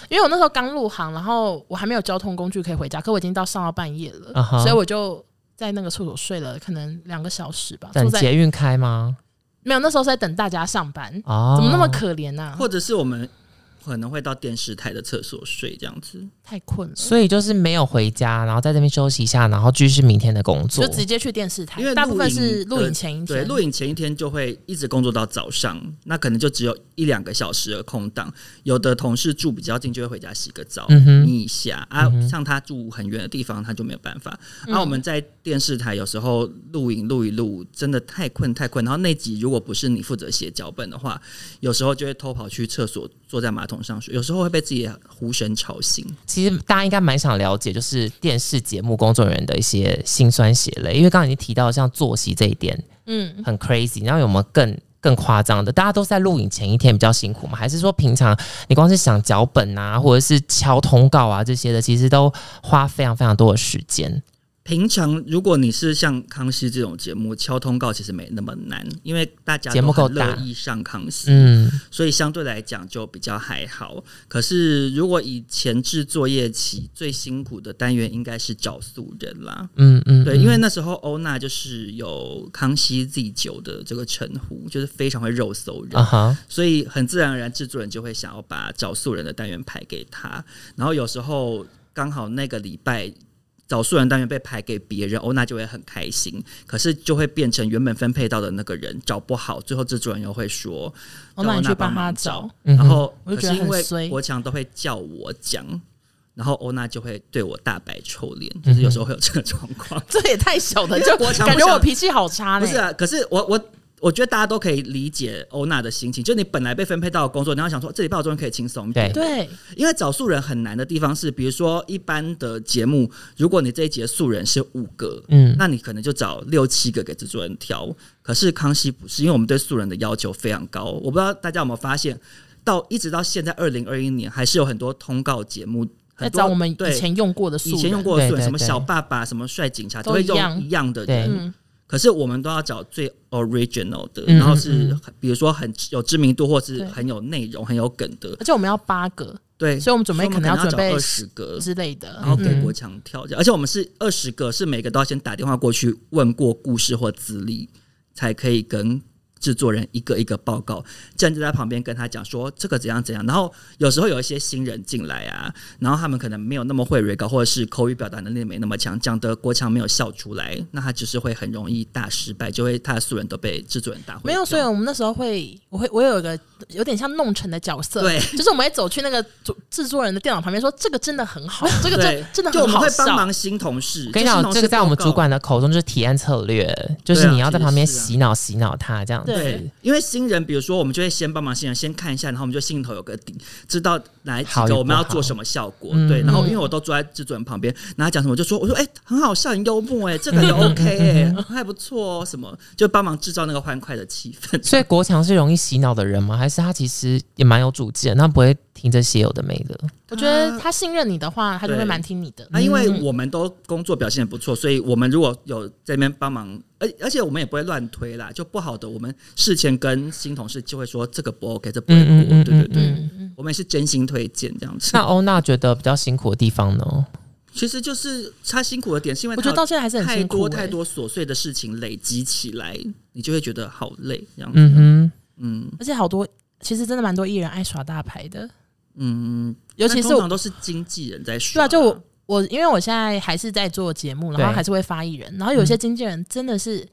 [SPEAKER 3] 因为我那时候刚入行，然后我还没有交通工具可以回家，可我已经到上到半夜了
[SPEAKER 1] 啊
[SPEAKER 2] 嗯
[SPEAKER 1] 哈
[SPEAKER 3] 所以我就在那个厕所睡了可能两个小时吧，
[SPEAKER 1] 等
[SPEAKER 3] 坐在
[SPEAKER 1] 捷运开吗？
[SPEAKER 3] 没有那时候是在等大家上班，
[SPEAKER 1] 哦，
[SPEAKER 3] 怎么那么可怜啊呐、
[SPEAKER 2] 或者是我们可能会到电视台的厕所睡这样子。
[SPEAKER 3] 太困了，
[SPEAKER 1] 所以就是没有回家，然后在这边休息一下，然后继续明天的工作
[SPEAKER 3] 就。直接去电视台，
[SPEAKER 2] 因为
[SPEAKER 3] 大部分是
[SPEAKER 2] 录
[SPEAKER 3] 录
[SPEAKER 2] 影
[SPEAKER 3] 影前一
[SPEAKER 2] 对，
[SPEAKER 3] 天，
[SPEAKER 2] 录影前一天就会一直工作到早上，那可能就只有一两个小时的空档。有的同事住比较近，就会回家洗个澡，
[SPEAKER 1] 嗯哼嗯
[SPEAKER 2] 眯一下啊。像他住很远的地方，他就没有办法。啊，我们在电视台有时候录影录一录，真的太困太困。然后那集如果不是你负责写脚本的话，有时候就会偷跑去厕所，坐在马桶上睡，有时候会被自己的呼声吵醒。
[SPEAKER 1] 其实大家应该蛮想了解，就是电视节目工作人员的一些辛酸血泪，因为刚刚已经提到像作息这一点，
[SPEAKER 3] 嗯，
[SPEAKER 1] 很 crazy，然后有没有更更夸张的？大家都是在录影前一天比较辛苦吗？还是说平常你光是想脚本啊，或者是敲通告啊这些的，其实都花非常非常多的时间？
[SPEAKER 2] 平常如果你是像《康熙》这种节目，敲通告其实没那么难，因为大家
[SPEAKER 1] 节目
[SPEAKER 2] 都很
[SPEAKER 1] 够大
[SPEAKER 2] 乐意上《康熙》
[SPEAKER 1] 嗯，
[SPEAKER 2] 所以相对来讲就比较还好。可是如果以前置作业期最辛苦的单元，应该是找素人啦。
[SPEAKER 1] 嗯嗯，
[SPEAKER 2] 对，
[SPEAKER 1] 嗯
[SPEAKER 2] 因为那时候欧娜就是有康熙 Z 九的这个称呼，就是非常会肉搜人。
[SPEAKER 1] 啊哈，
[SPEAKER 2] 所以很自然而然，制作人就会想要把找素人的单元排给他。然后有时候刚好那个礼拜找素人单元被排给别人，欧哦娜就会很开心。可是就会变成原本分配到的那个人找不好，最后制作人又会说
[SPEAKER 3] 哦，那你去
[SPEAKER 2] 叫
[SPEAKER 3] 帮他
[SPEAKER 2] 忙
[SPEAKER 3] 找，。 [LAUGHS]
[SPEAKER 1] 嗯哼
[SPEAKER 2] 然后
[SPEAKER 3] 我就
[SPEAKER 2] 可
[SPEAKER 3] 觉
[SPEAKER 2] 是
[SPEAKER 3] 得
[SPEAKER 2] 因
[SPEAKER 3] 很
[SPEAKER 2] 为
[SPEAKER 3] 衰
[SPEAKER 2] 国强都会叫我讲。然后欧娜就会对我大摆臭
[SPEAKER 3] 嗯
[SPEAKER 2] 脸，就是有时候会有这个状况。
[SPEAKER 3] 这也太小了，
[SPEAKER 2] 因为
[SPEAKER 3] 就
[SPEAKER 2] 我常
[SPEAKER 3] 感觉
[SPEAKER 2] 不想
[SPEAKER 3] 我脾气好差
[SPEAKER 2] 不
[SPEAKER 3] 呢、
[SPEAKER 2] 是啊，可是我我我觉得大家都可以理解欧娜的心情，就你本来被分配到的工作，然后想说这礼拜我终于可以轻松一点
[SPEAKER 1] 对，
[SPEAKER 3] 对，
[SPEAKER 2] 因为找素人很难的地方是，比如说一般的节目，如果你这一节素人是五个，
[SPEAKER 1] 嗯
[SPEAKER 2] 那你可能就找六七个给制作人挑。可是康熙不是，因为我们对素人的要求非常高。我不知道大家有没有发现，到一直到现在二零二一年，还是有很多通告节目，
[SPEAKER 3] 在
[SPEAKER 2] 很多
[SPEAKER 3] 找我们
[SPEAKER 2] 对
[SPEAKER 3] 以前用过的素
[SPEAKER 2] 以
[SPEAKER 3] 人，
[SPEAKER 2] 前用过的素
[SPEAKER 1] 对
[SPEAKER 2] 人，
[SPEAKER 1] 对
[SPEAKER 2] 什么
[SPEAKER 1] 对
[SPEAKER 2] 小爸爸、什么帅警察，
[SPEAKER 3] 都
[SPEAKER 2] 都会
[SPEAKER 3] 一样
[SPEAKER 2] 用一样的
[SPEAKER 1] 对
[SPEAKER 2] 人。
[SPEAKER 3] 嗯，
[SPEAKER 2] 可是我们都要找最 original 的，
[SPEAKER 1] 嗯
[SPEAKER 2] 然后
[SPEAKER 1] 嗯
[SPEAKER 2] 是
[SPEAKER 1] 嗯
[SPEAKER 2] 很比如说很有知名度，或是
[SPEAKER 3] 对
[SPEAKER 2] 很有内容、很有梗的。
[SPEAKER 3] 而且我们要八个
[SPEAKER 2] 对，
[SPEAKER 3] 所以我们准备
[SPEAKER 2] 嗯所
[SPEAKER 3] 可能要准备
[SPEAKER 2] 二十个，
[SPEAKER 3] 之类的，
[SPEAKER 2] 然后给
[SPEAKER 1] 嗯
[SPEAKER 2] 国强跳这样而且我们是二十个，是每个都要先打电话过去问过故事或资历，才可以跟制作人一个一个报告，站在他旁边跟他讲说这个怎样怎样。然后有时候有一些新人进来啊，然后他们可能没有那么会 r e 或者是口语表达能力没那么强，讲的国强没有笑出来，那他就是会很容易大失败，就会他的素人都被制作人打回
[SPEAKER 3] 没有，
[SPEAKER 2] 票
[SPEAKER 3] 所以我们那时候会，我会我有一个有点像弄成的角色，
[SPEAKER 2] 对
[SPEAKER 3] 就是我们会走去那个主制作人的电脑旁边说这个真的很好，这个
[SPEAKER 2] 对
[SPEAKER 3] 真真的
[SPEAKER 2] 就我
[SPEAKER 3] 很
[SPEAKER 2] 们
[SPEAKER 3] 好
[SPEAKER 2] 会帮
[SPEAKER 3] 笑。
[SPEAKER 2] 忙新同事，
[SPEAKER 1] 跟你
[SPEAKER 2] 就新
[SPEAKER 1] 讲，
[SPEAKER 2] 同
[SPEAKER 1] 这
[SPEAKER 2] 事
[SPEAKER 1] 个在我们
[SPEAKER 2] 报告啊
[SPEAKER 1] 主管的口中就是体验策略，就是
[SPEAKER 2] 对啊
[SPEAKER 1] 你要在旁边
[SPEAKER 2] 其实是啊
[SPEAKER 1] 洗脑洗脑他这样子。
[SPEAKER 3] 对
[SPEAKER 2] 因为新人，比如说我们就会先帮忙新人先看一下，然后我们就心里头有个底，知道哪几
[SPEAKER 1] 好与
[SPEAKER 2] 个
[SPEAKER 1] 不
[SPEAKER 2] 我们要
[SPEAKER 1] 好
[SPEAKER 2] 做什么效果。
[SPEAKER 1] 嗯
[SPEAKER 2] 对，然后
[SPEAKER 3] 嗯
[SPEAKER 2] 因为我都坐在制作人旁边，然后他讲什么我就说，我说哎、很好笑，很幽默哎、这个也 OK 哎、还不错哦，什么就帮忙制造那个欢快的气氛。
[SPEAKER 1] 所以国强是容易洗脑的人吗？还是他其实也蛮有主见，他不会听这些有的没的？
[SPEAKER 3] 我觉得他信任你的话，他就会
[SPEAKER 2] 啊对
[SPEAKER 3] 蛮听你的。
[SPEAKER 2] 那啊因为我们都工作表现得不错，所以我们如果有在那边帮忙，而而且我们也不会乱推啦，就不好的我们事前跟新同事就会说这个不 OK，这不会过，
[SPEAKER 1] 嗯嗯嗯
[SPEAKER 2] 对对
[SPEAKER 1] 嗯
[SPEAKER 2] 对，
[SPEAKER 3] 嗯嗯，
[SPEAKER 2] 我们也是真心推荐这样子
[SPEAKER 1] 那。欧娜觉得比较辛苦的地方呢？
[SPEAKER 2] 其实就是他辛苦的点，是因为
[SPEAKER 3] 我觉得
[SPEAKER 2] 他
[SPEAKER 3] 到现在还是
[SPEAKER 2] 有
[SPEAKER 3] 很
[SPEAKER 2] 太
[SPEAKER 3] 辛苦
[SPEAKER 2] 多
[SPEAKER 3] 欸、
[SPEAKER 2] 太多琐碎的事情累积起来，你就会觉得好累这样子。
[SPEAKER 1] 嗯
[SPEAKER 2] 嗯
[SPEAKER 3] 而且好多其实真的蛮多艺人爱耍大牌的，
[SPEAKER 2] 嗯，
[SPEAKER 3] 尤其
[SPEAKER 2] 但
[SPEAKER 3] 是
[SPEAKER 2] 通
[SPEAKER 3] 我
[SPEAKER 2] 常都是经纪人在说
[SPEAKER 3] 对
[SPEAKER 2] 啦、
[SPEAKER 3] 啊，就我我因为我现在还是在做节目，然后
[SPEAKER 1] 对嗯
[SPEAKER 3] 还是会发艺人，然后有些经纪人真的是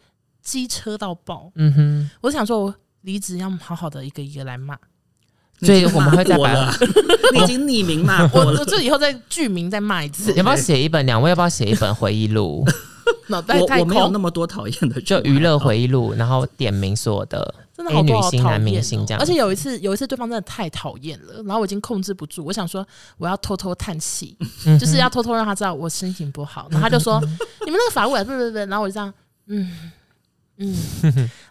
[SPEAKER 3] 机车到爆，
[SPEAKER 1] 哼，嗯哼。
[SPEAKER 3] 我想说我离职要好好的一个一个来骂，
[SPEAKER 2] 你
[SPEAKER 1] 所以
[SPEAKER 2] 已经
[SPEAKER 1] 我们会在
[SPEAKER 2] 骂过
[SPEAKER 1] 百
[SPEAKER 2] 了， [LAUGHS] 你已经匿名骂
[SPEAKER 3] 我
[SPEAKER 2] 过
[SPEAKER 3] 我
[SPEAKER 2] 了。
[SPEAKER 3] 就以后再剧名再骂一次，
[SPEAKER 1] 要不要写一本？两位要不要写一本回忆
[SPEAKER 3] [LAUGHS]
[SPEAKER 1] 录？
[SPEAKER 3] 脑袋
[SPEAKER 2] 我
[SPEAKER 3] 太
[SPEAKER 2] 我没有那
[SPEAKER 3] 空，
[SPEAKER 2] 么多讨厌的人，
[SPEAKER 1] 就娱乐回忆录，然后点名所有的
[SPEAKER 3] 真的好
[SPEAKER 1] A
[SPEAKER 3] 多
[SPEAKER 1] 女
[SPEAKER 3] 好
[SPEAKER 1] 星、
[SPEAKER 3] 讨
[SPEAKER 1] 男
[SPEAKER 3] 厌
[SPEAKER 1] 明
[SPEAKER 3] 哦、
[SPEAKER 1] 星这样
[SPEAKER 3] 而且有一次，有一次对方真的太讨厌了，然后我已经控制不住，我想说我要偷偷叹气，
[SPEAKER 1] 嗯哼
[SPEAKER 3] 就是要偷偷让他知道我心情不好，然后他就说你们那个法务啊，不不不，然后我就这样，嗯。嗯，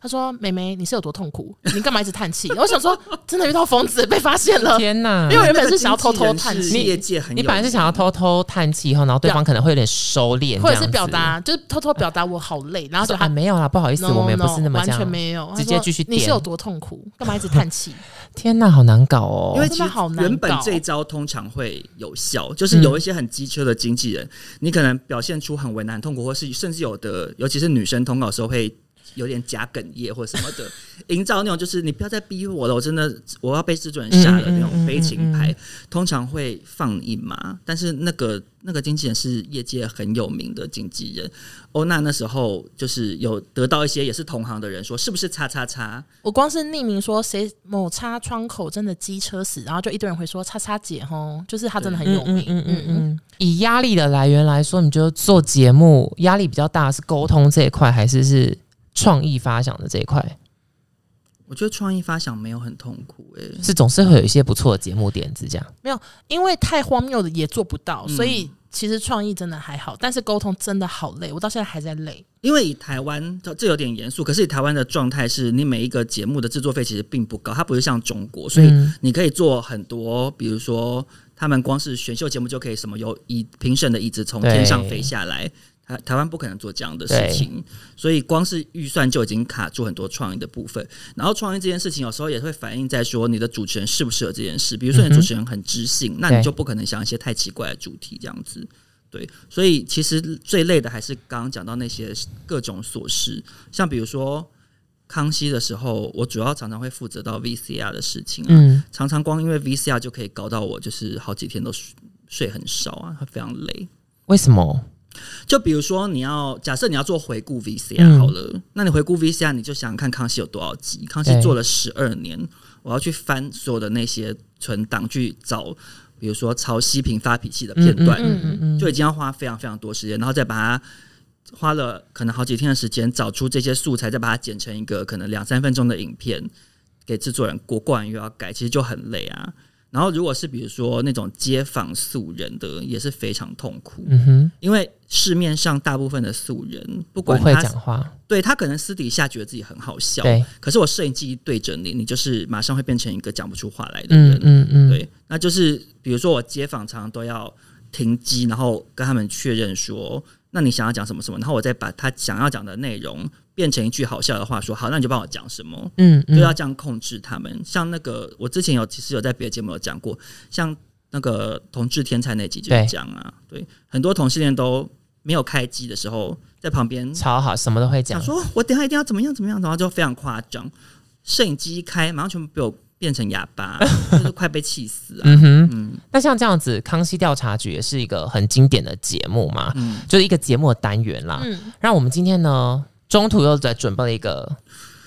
[SPEAKER 3] 他说：“妹妹，你是有多痛苦？你干嘛一直叹气？”我想说，真的遇到疯子被发现了，
[SPEAKER 1] [LAUGHS] 天哪
[SPEAKER 3] 因！为我原
[SPEAKER 2] 那
[SPEAKER 3] 本
[SPEAKER 2] 个
[SPEAKER 3] 是想要
[SPEAKER 2] 经
[SPEAKER 3] 偷
[SPEAKER 2] 纪
[SPEAKER 3] 偷
[SPEAKER 2] 人
[SPEAKER 3] 叹
[SPEAKER 2] 是
[SPEAKER 3] 气，
[SPEAKER 2] 业界很
[SPEAKER 1] 你
[SPEAKER 2] 有
[SPEAKER 1] 本来是想要偷偷叹气后，然后对方可能会有点收敛，
[SPEAKER 3] 或
[SPEAKER 1] 这
[SPEAKER 3] 者
[SPEAKER 1] 样
[SPEAKER 3] 是
[SPEAKER 1] 子
[SPEAKER 3] 表达，就是偷偷表达我好累，然后
[SPEAKER 1] 他
[SPEAKER 3] 就
[SPEAKER 1] 说
[SPEAKER 3] 他
[SPEAKER 1] 啊没有啦，不好意思，我们也不是那么
[SPEAKER 3] 完
[SPEAKER 1] 这
[SPEAKER 3] 全
[SPEAKER 1] 样。
[SPEAKER 3] 没有，他
[SPEAKER 1] 直接
[SPEAKER 3] 说
[SPEAKER 1] 继续
[SPEAKER 3] 你是
[SPEAKER 1] 点
[SPEAKER 3] 有多痛苦？干嘛一直叹气？
[SPEAKER 1] 天哪，好难搞哦！
[SPEAKER 2] 因为其
[SPEAKER 3] 真
[SPEAKER 2] 实
[SPEAKER 3] 的好难
[SPEAKER 2] 原本
[SPEAKER 3] 搞
[SPEAKER 2] 这一招通常会有效，
[SPEAKER 1] 嗯
[SPEAKER 2] 就是有一些很机车的经纪人，你可能表现出很为难、痛苦，或是甚至有的，尤其是女生通稿的时候会有点假哽咽或什么
[SPEAKER 1] [LAUGHS]
[SPEAKER 2] 的，营造那种就是你不要再逼我了，我真的我要被制作人杀了
[SPEAKER 1] 嗯嗯嗯
[SPEAKER 2] 那种悲
[SPEAKER 1] 嗯
[SPEAKER 2] 情牌，通常会放一马。但是那个那个经纪人是业界很有名的经纪人，欧娜那时候就是有得到一些也是同行的人说，是不是叉叉叉？
[SPEAKER 3] 我光是匿名说谁某叉窗口真的机车死，然后就一堆人会说叉叉姐吼，就是她真的很有名。嗯嗯
[SPEAKER 1] 嗯，以压力的来源来说，你觉得做节目压力比较大是沟通这一块，还是是创意发想的这一块？
[SPEAKER 2] 我觉得创意发想没有很痛苦诶、欸
[SPEAKER 1] 是总是会有一些不错的节目点子这样。
[SPEAKER 3] 因为太荒谬的也做不到，
[SPEAKER 2] 嗯
[SPEAKER 3] 所以其实创意真的还好，但是沟通真的好累，我到现在还在累。
[SPEAKER 2] 因为以台湾，这这有点严肃，可是以台湾的状态是，你每一个节目的制作费其实并不高，它不是像中国，所以
[SPEAKER 1] 嗯
[SPEAKER 2] 你可以做很多，比如说他们光是选秀节目就可以什么有椅评审的椅子从
[SPEAKER 1] 对
[SPEAKER 2] 天上飞下来，台台湾不可能做这样的事情，所以光是预算就已经卡住很多创意的部分。然后创意这件事情有时候也会反映在说你的主持人适不适合这件事，比如说你
[SPEAKER 1] 嗯哼
[SPEAKER 2] 主持人很知性，那
[SPEAKER 1] 对
[SPEAKER 2] 你就不可能想一些太奇怪的主题这样子。对，所以其实最累的还是刚刚讲到那些各种琐事，像比如说康熙的时候，我主要常常会负责到 VCR 的事情啊，
[SPEAKER 1] 嗯，
[SPEAKER 2] 常常光因为 VCR 就可以搞到我就是好几天都睡睡很少啊，非常累。
[SPEAKER 1] 为什么？
[SPEAKER 2] 就比如说你要假设你要做回顾 VCR
[SPEAKER 1] 嗯
[SPEAKER 2] 好了，那你回顾 VCR 你就想想看康熙有多少集，康熙
[SPEAKER 1] 对
[SPEAKER 2] 做了十二年，我要去翻所有的那些存档去找，比如说曹希平发脾气的片段，
[SPEAKER 3] 嗯嗯
[SPEAKER 2] 就已经要花非常非常多时间，然后再把它花了可能好几天的时间找出这些素材，再把它剪成一个可能两三分钟的影片给制作人过，过完又要改，其实就很累啊。然后如果是比如说那种街访素人的，也是非常痛苦，
[SPEAKER 1] 嗯哼，
[SPEAKER 2] 因为市面上大部分的素人，
[SPEAKER 1] 不
[SPEAKER 2] 不管
[SPEAKER 1] 会
[SPEAKER 2] 他
[SPEAKER 1] 讲话，
[SPEAKER 2] 对他可能私底下觉得自己很好笑，
[SPEAKER 1] 对，
[SPEAKER 2] 可是我摄影机一对着你，你就是马上会变成一个讲不出话来的人
[SPEAKER 1] 嗯。嗯嗯，，
[SPEAKER 2] 对，那就是比如说我街访常常都要停机，然后跟他们确认说，那你想要讲什么什么，然后我再把他想要讲的内容变成一句好笑的话说好，那你就帮我讲什么，
[SPEAKER 1] 嗯
[SPEAKER 2] 就要
[SPEAKER 1] 嗯，
[SPEAKER 2] 这样控制他们。像那个我之前有其实有在别的节目有讲过，像那个同志天才那集就是
[SPEAKER 1] 对
[SPEAKER 2] 讲啊，对，很多同性恋都没有开机的时候，在旁边
[SPEAKER 1] 超好，什么都会讲
[SPEAKER 2] 想，说我等一下一定要怎么样怎么样，然后就非常夸张，摄影机一开，马上全部被我变成哑
[SPEAKER 1] [LAUGHS]
[SPEAKER 2] 巴，就是快被气死啊！
[SPEAKER 1] 嗯哼。
[SPEAKER 2] 嗯
[SPEAKER 1] 那像这样子，康熙调查局也是一个很经典的节目嘛，
[SPEAKER 2] 嗯，
[SPEAKER 1] 啊就是一个节目的单元啦。
[SPEAKER 3] 嗯，
[SPEAKER 1] 让我们今天呢，中途又在准备了一个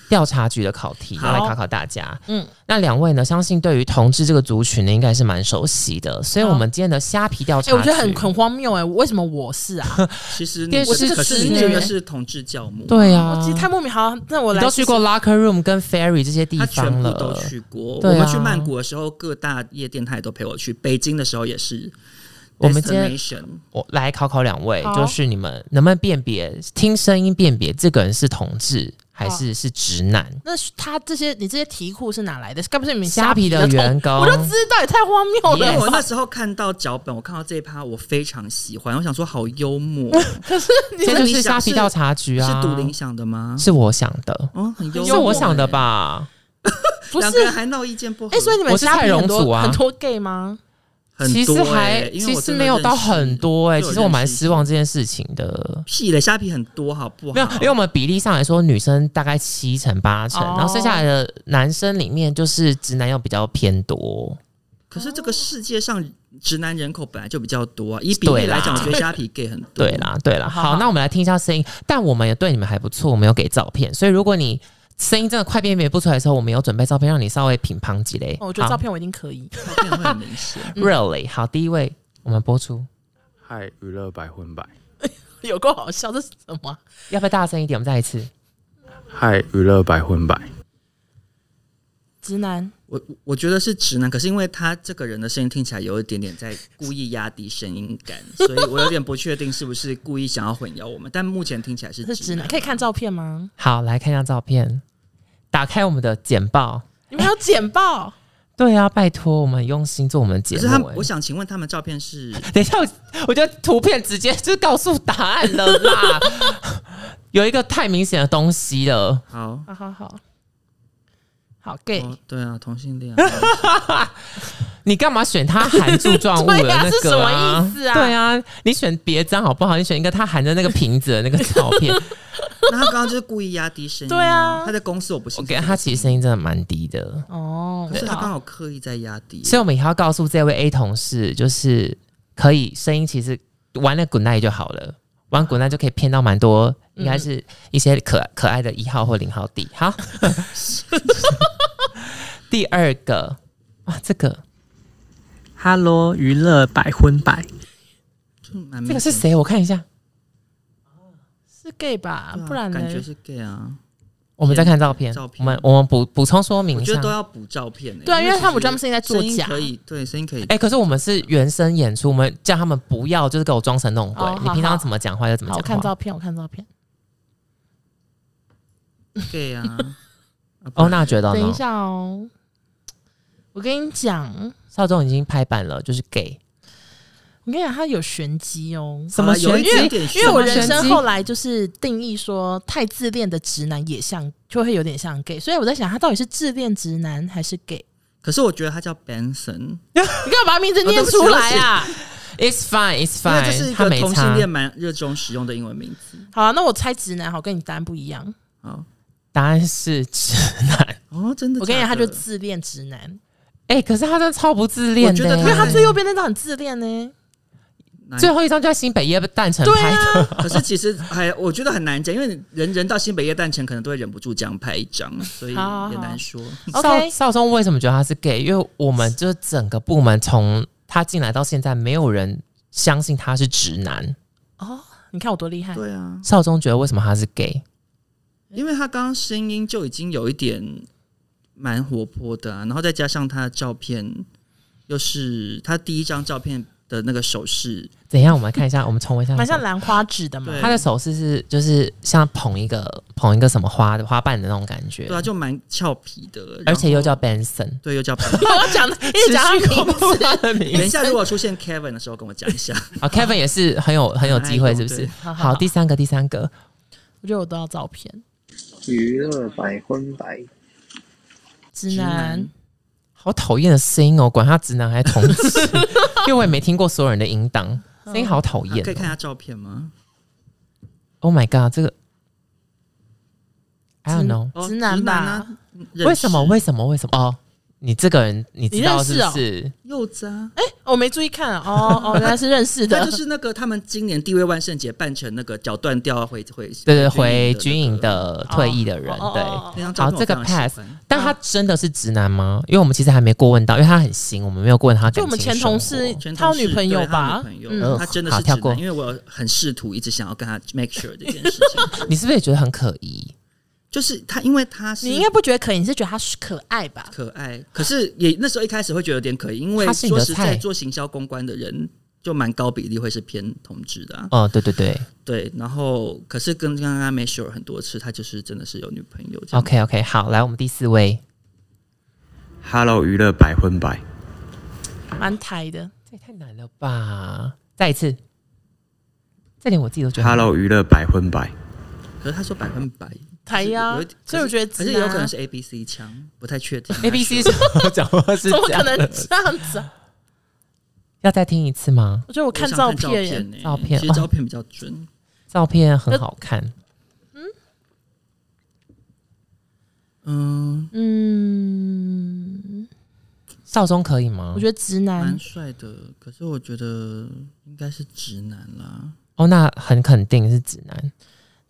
[SPEAKER 1] 调查局的考题，
[SPEAKER 2] 好
[SPEAKER 1] 来考考大家。
[SPEAKER 3] 嗯
[SPEAKER 1] 嗯，那两位呢，相信对于同志这个族群呢，应该是蛮熟悉的，所以我们今天的虾皮调查
[SPEAKER 3] 哎、
[SPEAKER 1] 局，
[SPEAKER 3] 我觉得很很荒谬哎、为什么我是啊？
[SPEAKER 2] 其实你
[SPEAKER 1] 电视
[SPEAKER 2] 可是
[SPEAKER 1] 剧
[SPEAKER 2] 可是
[SPEAKER 3] 直
[SPEAKER 2] 你
[SPEAKER 3] 女
[SPEAKER 2] 这个是同志教母，
[SPEAKER 1] 对啊，
[SPEAKER 3] 我其实太莫名，好，那我
[SPEAKER 1] 你
[SPEAKER 3] 来
[SPEAKER 1] 都去过 locker room 跟 ferry 这些地
[SPEAKER 2] 他全
[SPEAKER 1] 方
[SPEAKER 2] 部
[SPEAKER 1] 了，
[SPEAKER 2] 都去过。
[SPEAKER 1] 对啊
[SPEAKER 2] 我们去曼谷的时候，各大夜店他也都陪我去，北京的时候也是。
[SPEAKER 1] 我们今天
[SPEAKER 2] Destination
[SPEAKER 1] 我来考考两位，
[SPEAKER 3] 好
[SPEAKER 1] 就是你们能不能辨别听声音辨别这个人是同志还是是直男？
[SPEAKER 3] 那他这些你这些题库是哪来的？该不是你们
[SPEAKER 1] 虾皮
[SPEAKER 3] 的
[SPEAKER 1] 的
[SPEAKER 3] 同
[SPEAKER 1] 员工
[SPEAKER 3] 我就知道，也太
[SPEAKER 1] 哦
[SPEAKER 3] 荒谬
[SPEAKER 2] 因为
[SPEAKER 3] 了。
[SPEAKER 2] 我那时候看到脚本，我看到这一趴，我非常喜欢，我想说好
[SPEAKER 1] [LAUGHS]
[SPEAKER 2] 幽默，
[SPEAKER 3] 可是你
[SPEAKER 1] 这就
[SPEAKER 2] 们
[SPEAKER 1] 是虾皮调查局啊，
[SPEAKER 2] 是杜林想的吗？
[SPEAKER 1] 是我想的，
[SPEAKER 2] 哦，很幽默，
[SPEAKER 1] 是我想的？吧？
[SPEAKER 3] 不
[SPEAKER 2] 两
[SPEAKER 3] 是
[SPEAKER 2] 个人还闹意见不合，
[SPEAKER 3] 哎、所以你们
[SPEAKER 1] 我是
[SPEAKER 3] 虾皮
[SPEAKER 1] 蔡
[SPEAKER 3] 很
[SPEAKER 1] 荣祖
[SPEAKER 3] 多、
[SPEAKER 1] 啊
[SPEAKER 3] 很多 gay 吗？
[SPEAKER 2] 很
[SPEAKER 1] 其实
[SPEAKER 2] 多
[SPEAKER 1] 还
[SPEAKER 2] 欸因为
[SPEAKER 1] 其
[SPEAKER 2] 我
[SPEAKER 1] 实
[SPEAKER 2] 真的
[SPEAKER 1] 没有到很多哎、
[SPEAKER 2] 认识
[SPEAKER 1] 其实我蛮
[SPEAKER 2] 认识一些
[SPEAKER 1] 失望这件事情的。
[SPEAKER 2] 屁嘞，虾皮很多好不好？
[SPEAKER 1] 没有，因为我们比例上来说，女生大概七成八成，
[SPEAKER 3] 哦
[SPEAKER 1] 然后剩下来的男生里面，就是直男要比较偏多。
[SPEAKER 2] 可是这
[SPEAKER 3] 哦
[SPEAKER 2] 个世界上直男人口本来就比较多啊，以比例
[SPEAKER 1] 对啦
[SPEAKER 2] 来讲，我觉得虾皮 gay 很多。
[SPEAKER 1] 对，啦，对啦。
[SPEAKER 3] 好
[SPEAKER 1] 嗯好，
[SPEAKER 3] 好
[SPEAKER 1] 那我们来听一下声音，但我们也对你们还不错，我们有给照片，所以如果你声音真的快辨别不出来的时候，我们有准备照片让你稍微品尝几嘞。
[SPEAKER 3] 哦我觉得照片我一定可以。 [LAUGHS]
[SPEAKER 2] 照片会很明显。
[SPEAKER 1] 好 really 好，第一位我们播出，
[SPEAKER 5] 嗨，娱乐百分百。
[SPEAKER 3] 有够好笑，这是什么啊？
[SPEAKER 1] 要不要大声一点？我们再一次。
[SPEAKER 5] 嗨，娱乐百分百。
[SPEAKER 3] 直男
[SPEAKER 2] 我我觉得是直男，可是因为他这个人的声音听起来有一点点在故意压低声音感，所以我有点不确定是不是故意想要混淆我们。但目前听起来是
[SPEAKER 3] 是直男，可以看照片吗？
[SPEAKER 1] 好，来看一下照片，打开我们的简报。
[SPEAKER 3] 你们还有简报？
[SPEAKER 1] 对啊，拜托，我们很用心做我们的节
[SPEAKER 2] 可
[SPEAKER 1] 目、
[SPEAKER 2] 是他，
[SPEAKER 1] 欸
[SPEAKER 2] 我想请问他们照片是
[SPEAKER 1] 等一下，我我觉得图片直接就告诉答案了啦， [LAUGHS] 有一个太明显的东西了。
[SPEAKER 2] 好
[SPEAKER 3] 好好好，好
[SPEAKER 1] 哎
[SPEAKER 3] gay，、
[SPEAKER 2] 哦，对啊，同性恋啊，
[SPEAKER 1] 你干嘛选他含柱状物的
[SPEAKER 3] [LAUGHS] 对啊
[SPEAKER 1] 那个、
[SPEAKER 3] 是什么意思啊
[SPEAKER 1] 对啊，你选别张好不好？你选一个他含着那个瓶子的那个照
[SPEAKER 3] [LAUGHS]
[SPEAKER 1] 片。
[SPEAKER 2] 那他刚刚就是故意压低声音、
[SPEAKER 3] 对啊
[SPEAKER 2] 他在公司我不
[SPEAKER 1] 我
[SPEAKER 2] 信这
[SPEAKER 1] 给
[SPEAKER 2] 个声音。
[SPEAKER 1] 他其实声音真的蛮低的，
[SPEAKER 3] 哦，
[SPEAKER 2] 可是他刚
[SPEAKER 3] 好
[SPEAKER 2] 好刻意在压低，
[SPEAKER 1] 所以我们以后要告诉这位 A 同事，就是可以声音其实玩了滚奈就好了，玩滚奈就可以骗到蛮多，应该是一些可可爱的一号或零号弟。
[SPEAKER 3] [LAUGHS]
[SPEAKER 1] 好，第二个哇，这个
[SPEAKER 6] Hello，娱乐百分百，
[SPEAKER 2] 就蛮
[SPEAKER 1] 这个是
[SPEAKER 2] 明显啊
[SPEAKER 1] 谁？我看一下，
[SPEAKER 3] 是 gay 吧？
[SPEAKER 2] 的啊
[SPEAKER 3] 不然呢
[SPEAKER 2] 感？觉是 gay 啊。
[SPEAKER 1] 我们再看照片，
[SPEAKER 2] 照片
[SPEAKER 1] 我们我们补补充说明
[SPEAKER 2] 我
[SPEAKER 1] 一
[SPEAKER 2] 觉
[SPEAKER 1] 下
[SPEAKER 2] 得都。要补照片、欸，
[SPEAKER 3] 对啊，因为他们
[SPEAKER 2] 其实
[SPEAKER 3] 专门是在作
[SPEAKER 2] 声音
[SPEAKER 3] 假，
[SPEAKER 2] 可以对声音可以。
[SPEAKER 1] 哎、可是我们是原声演出，我们叫他们不要，就是给我装神弄鬼。
[SPEAKER 3] 哦好
[SPEAKER 1] 你平常
[SPEAKER 3] 好
[SPEAKER 1] 怎么讲话就怎么
[SPEAKER 3] 好，
[SPEAKER 1] 讲
[SPEAKER 3] 我
[SPEAKER 1] 话。
[SPEAKER 3] 看照片，我看照片。
[SPEAKER 2] gay
[SPEAKER 3] [LAUGHS]
[SPEAKER 2] 啊。啊
[SPEAKER 1] 哦，
[SPEAKER 2] 不然
[SPEAKER 1] 那觉得
[SPEAKER 3] 等
[SPEAKER 1] 呢
[SPEAKER 3] 一？下哦，我跟你讲，
[SPEAKER 1] 邵仲已经拍板了，就是 gay。
[SPEAKER 3] 我跟你讲，他有玄机哦。
[SPEAKER 1] 什么
[SPEAKER 2] 好啦有
[SPEAKER 1] 玄
[SPEAKER 2] 一
[SPEAKER 1] 机
[SPEAKER 2] 点点
[SPEAKER 3] 因为我
[SPEAKER 1] 什么
[SPEAKER 3] 人
[SPEAKER 1] 玄
[SPEAKER 3] 生
[SPEAKER 1] 机
[SPEAKER 3] 后来就是定义说，太自恋的直男也像，就会有点像 gay，所以我在想，他到底是自恋直男还是 gay？
[SPEAKER 2] 可是我觉得他叫 Benson，
[SPEAKER 3] 你干嘛把名字
[SPEAKER 2] 哦
[SPEAKER 3] 念
[SPEAKER 2] 对不起
[SPEAKER 3] 出来啊？
[SPEAKER 1] It's fine, it's
[SPEAKER 2] 因为这是
[SPEAKER 1] fine。
[SPEAKER 2] 一
[SPEAKER 1] 他
[SPEAKER 2] 个
[SPEAKER 1] 没
[SPEAKER 2] 同性
[SPEAKER 1] 差。
[SPEAKER 2] 恋蛮热衷使用的英文名字。
[SPEAKER 3] 好啊，那我猜直男好，跟你答案不一样。
[SPEAKER 2] 好，
[SPEAKER 1] 答案是直男。
[SPEAKER 2] 哦，真的假的，
[SPEAKER 3] 我跟你讲，他就自恋直男，
[SPEAKER 1] 哎、可是他真的超不自恋的、欸
[SPEAKER 2] 我觉得
[SPEAKER 3] 因为他
[SPEAKER 2] 哎
[SPEAKER 3] 最右边那张很自恋呢。
[SPEAKER 2] 哪一
[SPEAKER 1] 最后一张就在新北夜诞城
[SPEAKER 3] 对
[SPEAKER 1] 拍的。
[SPEAKER 3] 啊，
[SPEAKER 2] 可是其实还我觉得很难讲，因为你人人到新北夜诞城可能都会忍不住这样拍一张，所以也
[SPEAKER 3] 好好好
[SPEAKER 2] 难说。
[SPEAKER 1] 邵
[SPEAKER 3] OK
[SPEAKER 1] 邵宗为什么觉得他是 gay？因为我们就是整个部门从他进来到现在，没有人相信他是直男。
[SPEAKER 3] 哦，你看我多厉害，
[SPEAKER 2] 对啊，
[SPEAKER 1] 邵宗觉得为什么他是 gay？
[SPEAKER 2] 因为他刚刚声音就已经有一点蛮活泼的、啊，然后再加上他的照片，又是他第一张照片的那个手势，
[SPEAKER 1] 等一下，我们来看一下，我们重温一下他
[SPEAKER 3] 蛮
[SPEAKER 1] 的手。
[SPEAKER 3] 像兰花指的嘛。
[SPEAKER 2] 对
[SPEAKER 1] 他的手势是就是像捧一个捧一个什么花的花瓣的那种感觉，
[SPEAKER 2] 对啊，就蛮俏皮的，
[SPEAKER 1] 而且又叫
[SPEAKER 2] 然后
[SPEAKER 1] Benson。
[SPEAKER 2] 对又
[SPEAKER 1] [LAUGHS]
[SPEAKER 2] 叫。
[SPEAKER 3] [LAUGHS] 我讲一直讲他名字，
[SPEAKER 2] 等一下，如果出现 Kevin 的时候，跟我
[SPEAKER 1] [LAUGHS]
[SPEAKER 2] 讲一下。
[SPEAKER 1] 啊，Kevin 也是很有很有机会，是不是
[SPEAKER 2] 对？
[SPEAKER 3] 好好
[SPEAKER 1] 好，第三个，第三个，
[SPEAKER 3] 我觉得我都要照片，
[SPEAKER 7] 娱乐百分百，
[SPEAKER 3] 直
[SPEAKER 2] 直
[SPEAKER 3] 男
[SPEAKER 2] 男。
[SPEAKER 1] 好讨厌的声音哦，管他直男还是同志，因为我也没听过所有人的淫荡，声音好讨厌、
[SPEAKER 2] 可以看
[SPEAKER 1] 哦。
[SPEAKER 2] 他照片吗？
[SPEAKER 1] Oh my god，这个 I don't know，
[SPEAKER 2] 哦
[SPEAKER 3] 直男吧
[SPEAKER 2] 啊，认识
[SPEAKER 1] 为什么？为什么？为什么？哦，你这个人你知道是不
[SPEAKER 3] 你
[SPEAKER 1] 是？
[SPEAKER 2] 柚子啊，
[SPEAKER 3] 我没注意看啊哦哦，原来是认
[SPEAKER 2] [LAUGHS]
[SPEAKER 3] 识
[SPEAKER 2] 他
[SPEAKER 3] 的
[SPEAKER 2] 就，是那个他们今年地位万圣节扮成那个脚断掉啊回回
[SPEAKER 1] 对对，
[SPEAKER 2] 回
[SPEAKER 1] 回军营
[SPEAKER 2] 的
[SPEAKER 1] 的退役的人，
[SPEAKER 3] 哦哦
[SPEAKER 1] 对。
[SPEAKER 3] 哦哦
[SPEAKER 2] 那
[SPEAKER 3] 哦
[SPEAKER 2] 张照
[SPEAKER 1] 好
[SPEAKER 2] 片，
[SPEAKER 1] 这个
[SPEAKER 2] 我非常
[SPEAKER 1] pass
[SPEAKER 2] 喜欢
[SPEAKER 1] 但他
[SPEAKER 3] 嗯
[SPEAKER 1] 真的是直男吗？因为我们其实还没过问到，因为他很新，我们没有过问他感情
[SPEAKER 3] 就我们前同事
[SPEAKER 1] 生活
[SPEAKER 2] 全
[SPEAKER 3] 他有
[SPEAKER 2] 同事
[SPEAKER 3] 女朋友
[SPEAKER 2] 对他有
[SPEAKER 3] 吧
[SPEAKER 2] 女朋
[SPEAKER 3] 嗯
[SPEAKER 2] 友，他真的
[SPEAKER 1] 好
[SPEAKER 2] 是直
[SPEAKER 1] 跳过
[SPEAKER 2] 男，因为我很试图一直想要跟他 make sure 这件事情， [LAUGHS]
[SPEAKER 1] 你是不是也觉得很可疑？
[SPEAKER 2] 就是他，因为他是
[SPEAKER 3] 你应该不觉得可以，你是觉得他是可爱吧？
[SPEAKER 2] 可爱，可是也那时候一开始会觉得有点可疑，因为
[SPEAKER 1] 他是你的
[SPEAKER 2] 说实在，
[SPEAKER 1] 菜
[SPEAKER 2] 做行销公关的人就蛮高比例会是偏同志的、啊，
[SPEAKER 1] 哦，对对对
[SPEAKER 2] 对。然后可是跟刚刚 make sure 很多次，他就是真的是有女朋友这样。
[SPEAKER 1] ，OK OK，好，来我们第四位，
[SPEAKER 5] Hello，娱乐百分百。
[SPEAKER 3] 蛮台的，
[SPEAKER 1] 这也太难了吧？再一次，这连我自己都觉得
[SPEAKER 5] Hello，娱乐百分百。
[SPEAKER 2] 可是他说百分百
[SPEAKER 3] 台哎呀
[SPEAKER 2] 有一，
[SPEAKER 3] 所以我觉得
[SPEAKER 2] 可
[SPEAKER 3] 直
[SPEAKER 2] 是
[SPEAKER 3] 男
[SPEAKER 2] 有可能是 A B C 枪，不太确定。啊
[SPEAKER 1] A B [LAUGHS] C 讲话是
[SPEAKER 3] [LAUGHS] 怎么可能
[SPEAKER 1] 这样
[SPEAKER 3] 这样子啊？
[SPEAKER 1] 要再听一次吗？
[SPEAKER 3] 我觉得我看
[SPEAKER 2] 看
[SPEAKER 3] 照
[SPEAKER 2] 片
[SPEAKER 3] 片耶，
[SPEAKER 2] 欸
[SPEAKER 1] 照片哦
[SPEAKER 2] 其实照片比较准。
[SPEAKER 1] 照片很好看，
[SPEAKER 2] 嗯，
[SPEAKER 3] 嗯，
[SPEAKER 1] 少中可以吗？
[SPEAKER 3] 我觉得直男
[SPEAKER 2] 蛮帅的，可是我觉得应该是直男啦。
[SPEAKER 1] 哦，那很肯定是直男。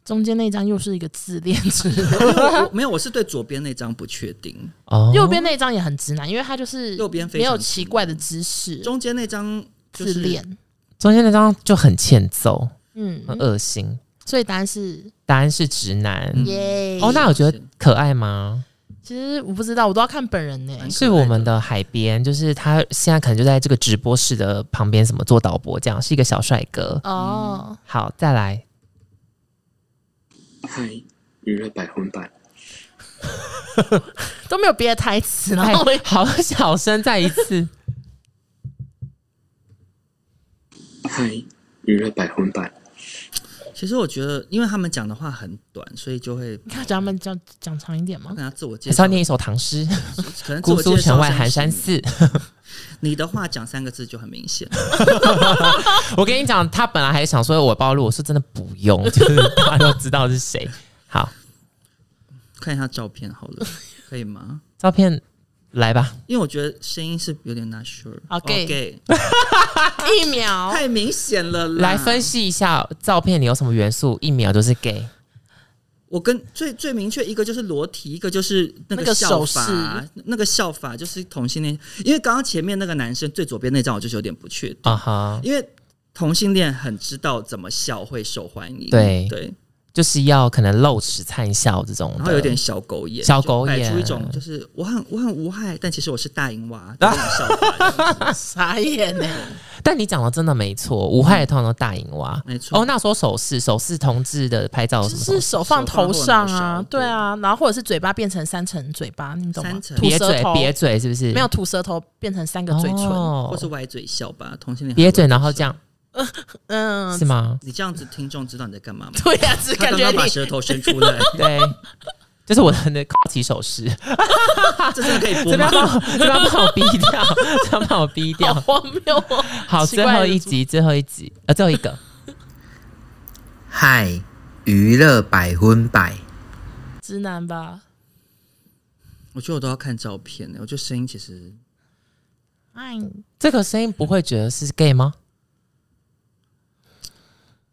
[SPEAKER 3] 中间那张又是一个自恋直男，
[SPEAKER 2] 因为我没有，我是对左边那张不确定，
[SPEAKER 1] 哦，
[SPEAKER 3] 右边那张也很直男，因为他就是
[SPEAKER 2] 右边非
[SPEAKER 3] 没有
[SPEAKER 2] 常直
[SPEAKER 3] 奇
[SPEAKER 2] 男
[SPEAKER 3] 怪的姿势，
[SPEAKER 2] 中间那张就
[SPEAKER 3] 自
[SPEAKER 2] 是
[SPEAKER 3] 恋。
[SPEAKER 1] 中间那张就很欠揍，
[SPEAKER 3] 嗯，
[SPEAKER 1] 很恶心。
[SPEAKER 3] 所以答案是
[SPEAKER 1] 答案是直男。
[SPEAKER 2] 嗯
[SPEAKER 3] 耶。
[SPEAKER 1] 哦，那我觉得可爱吗？
[SPEAKER 3] 其实我不知道，我都要看本人呢。
[SPEAKER 2] 蛮可
[SPEAKER 1] 是
[SPEAKER 2] 爱
[SPEAKER 1] 我们的海边，就是他现在可能就在这个直播室的旁边，什么做导播这样，是一个小帅哥。
[SPEAKER 3] 哦，
[SPEAKER 1] 好，再来，
[SPEAKER 7] 嗨，娱乐百分百。
[SPEAKER 3] 都没有别的台词，然
[SPEAKER 1] 哎
[SPEAKER 3] 后我也，
[SPEAKER 1] 好小声，再一
[SPEAKER 2] [LAUGHS]
[SPEAKER 1] 次。
[SPEAKER 7] 嗨，娱乐百分百。
[SPEAKER 2] 其实我觉得，因为他们讲的话很短，所以就会
[SPEAKER 3] 你看咱们讲讲长一点
[SPEAKER 2] 我
[SPEAKER 3] 嘛
[SPEAKER 1] [LAUGHS]
[SPEAKER 2] 可。能要自我介
[SPEAKER 1] 还是
[SPEAKER 2] 绍
[SPEAKER 1] 要，念一首唐诗，
[SPEAKER 2] 可
[SPEAKER 1] 《
[SPEAKER 2] 能自
[SPEAKER 1] 姑
[SPEAKER 2] 我
[SPEAKER 1] 苏
[SPEAKER 2] 介
[SPEAKER 1] 城
[SPEAKER 2] 绍
[SPEAKER 1] 外寒山
[SPEAKER 2] 三十
[SPEAKER 1] 寺》。
[SPEAKER 2] 秒。你的话讲三个字就很明显，
[SPEAKER 1] 我跟你讲，他本来还想说我暴露，我说真的不
[SPEAKER 2] [LAUGHS]
[SPEAKER 1] 用，就是大家都知道是谁。好，
[SPEAKER 2] 看一下照片好了，可以吗？
[SPEAKER 1] 照片来吧。
[SPEAKER 2] 因为我觉得声音是有点 not sure。
[SPEAKER 3] 好，gay 哦
[SPEAKER 2] OK，
[SPEAKER 3] 一秒，
[SPEAKER 2] 太明显了啦。
[SPEAKER 1] 来分析一下照片里有什么元素，一秒就是 gay。
[SPEAKER 2] 我跟最最明确一个就是裸体，一个就是那
[SPEAKER 3] 那个
[SPEAKER 2] 个效
[SPEAKER 3] 手势
[SPEAKER 2] 法，那个效法就是同性恋。因为刚刚前面那个男生最左边那张，我就是有点不确定，
[SPEAKER 1] 啊哈，
[SPEAKER 2] 因为同性恋很知道怎么笑会受欢迎，
[SPEAKER 1] 对
[SPEAKER 2] 对，
[SPEAKER 1] 就是要可能露齿灿笑这种的，
[SPEAKER 2] 然后有点小狗眼，
[SPEAKER 1] 小狗
[SPEAKER 2] 就摆出
[SPEAKER 1] 眼
[SPEAKER 2] 一
[SPEAKER 1] 啊
[SPEAKER 2] 种就是我很我很无害，但其实我是大淫娃的那种笑法，这
[SPEAKER 1] [LAUGHS]
[SPEAKER 2] 样子
[SPEAKER 3] 傻眼呢。
[SPEAKER 2] 欸
[SPEAKER 1] 但你讲的真的没错，无害的通常都大淫娃。
[SPEAKER 2] 没错。
[SPEAKER 1] 哦，那说手势，手势同志的拍照有
[SPEAKER 3] 嗯
[SPEAKER 1] 什
[SPEAKER 3] 就
[SPEAKER 1] 么
[SPEAKER 3] 是
[SPEAKER 1] 手势？
[SPEAKER 3] 手放头上
[SPEAKER 2] 手放后
[SPEAKER 3] 啊
[SPEAKER 2] 脑勺，
[SPEAKER 3] 对啊，然后或者是嘴巴变成三层嘴巴，你懂吗
[SPEAKER 2] 三？层
[SPEAKER 3] 吐
[SPEAKER 1] 瘪
[SPEAKER 3] 舌
[SPEAKER 1] 嘴，
[SPEAKER 3] 头，
[SPEAKER 1] 瘪嘴是不是？
[SPEAKER 3] 没有吐舌头，变成三个嘴唇，
[SPEAKER 2] 或
[SPEAKER 1] 哦
[SPEAKER 2] 是歪嘴笑吧，同性恋很
[SPEAKER 1] 瘪嘴，
[SPEAKER 2] 歪
[SPEAKER 1] 然后
[SPEAKER 2] 笑
[SPEAKER 1] 这。样
[SPEAKER 3] 嗯
[SPEAKER 1] 是，吗？
[SPEAKER 2] 你这样子，听众知道你在
[SPEAKER 1] [LAUGHS]
[SPEAKER 2] 干嘛吗？
[SPEAKER 3] 对呀，只
[SPEAKER 2] [LAUGHS] 他
[SPEAKER 3] 感
[SPEAKER 2] 刚
[SPEAKER 3] 觉
[SPEAKER 2] 刚
[SPEAKER 3] 你
[SPEAKER 2] 把舌头伸出来，
[SPEAKER 1] 对， [LAUGHS] 就是我的那高级手
[SPEAKER 3] [LAUGHS]
[SPEAKER 1] 势，
[SPEAKER 2] 这是可以播
[SPEAKER 1] 这边
[SPEAKER 2] 吗
[SPEAKER 1] 要？帮我，这边要帮我逼
[SPEAKER 3] [LAUGHS]
[SPEAKER 1] 掉，这边要帮我逼
[SPEAKER 3] 好
[SPEAKER 1] 掉。
[SPEAKER 3] 荒谬
[SPEAKER 2] [LAUGHS]
[SPEAKER 3] 哦。
[SPEAKER 1] 好，
[SPEAKER 3] 奇
[SPEAKER 1] 最
[SPEAKER 3] 怪
[SPEAKER 1] 后
[SPEAKER 3] 的
[SPEAKER 1] 一
[SPEAKER 3] 组
[SPEAKER 1] 集，最后一集，呃，最后一个，
[SPEAKER 8] 嗨，娱乐百分百，
[SPEAKER 3] 直男吧？
[SPEAKER 2] 我觉得我都要看照片、欸，我觉得声音其实
[SPEAKER 3] 哎，
[SPEAKER 1] 这个声音不会觉得是 gay 吗？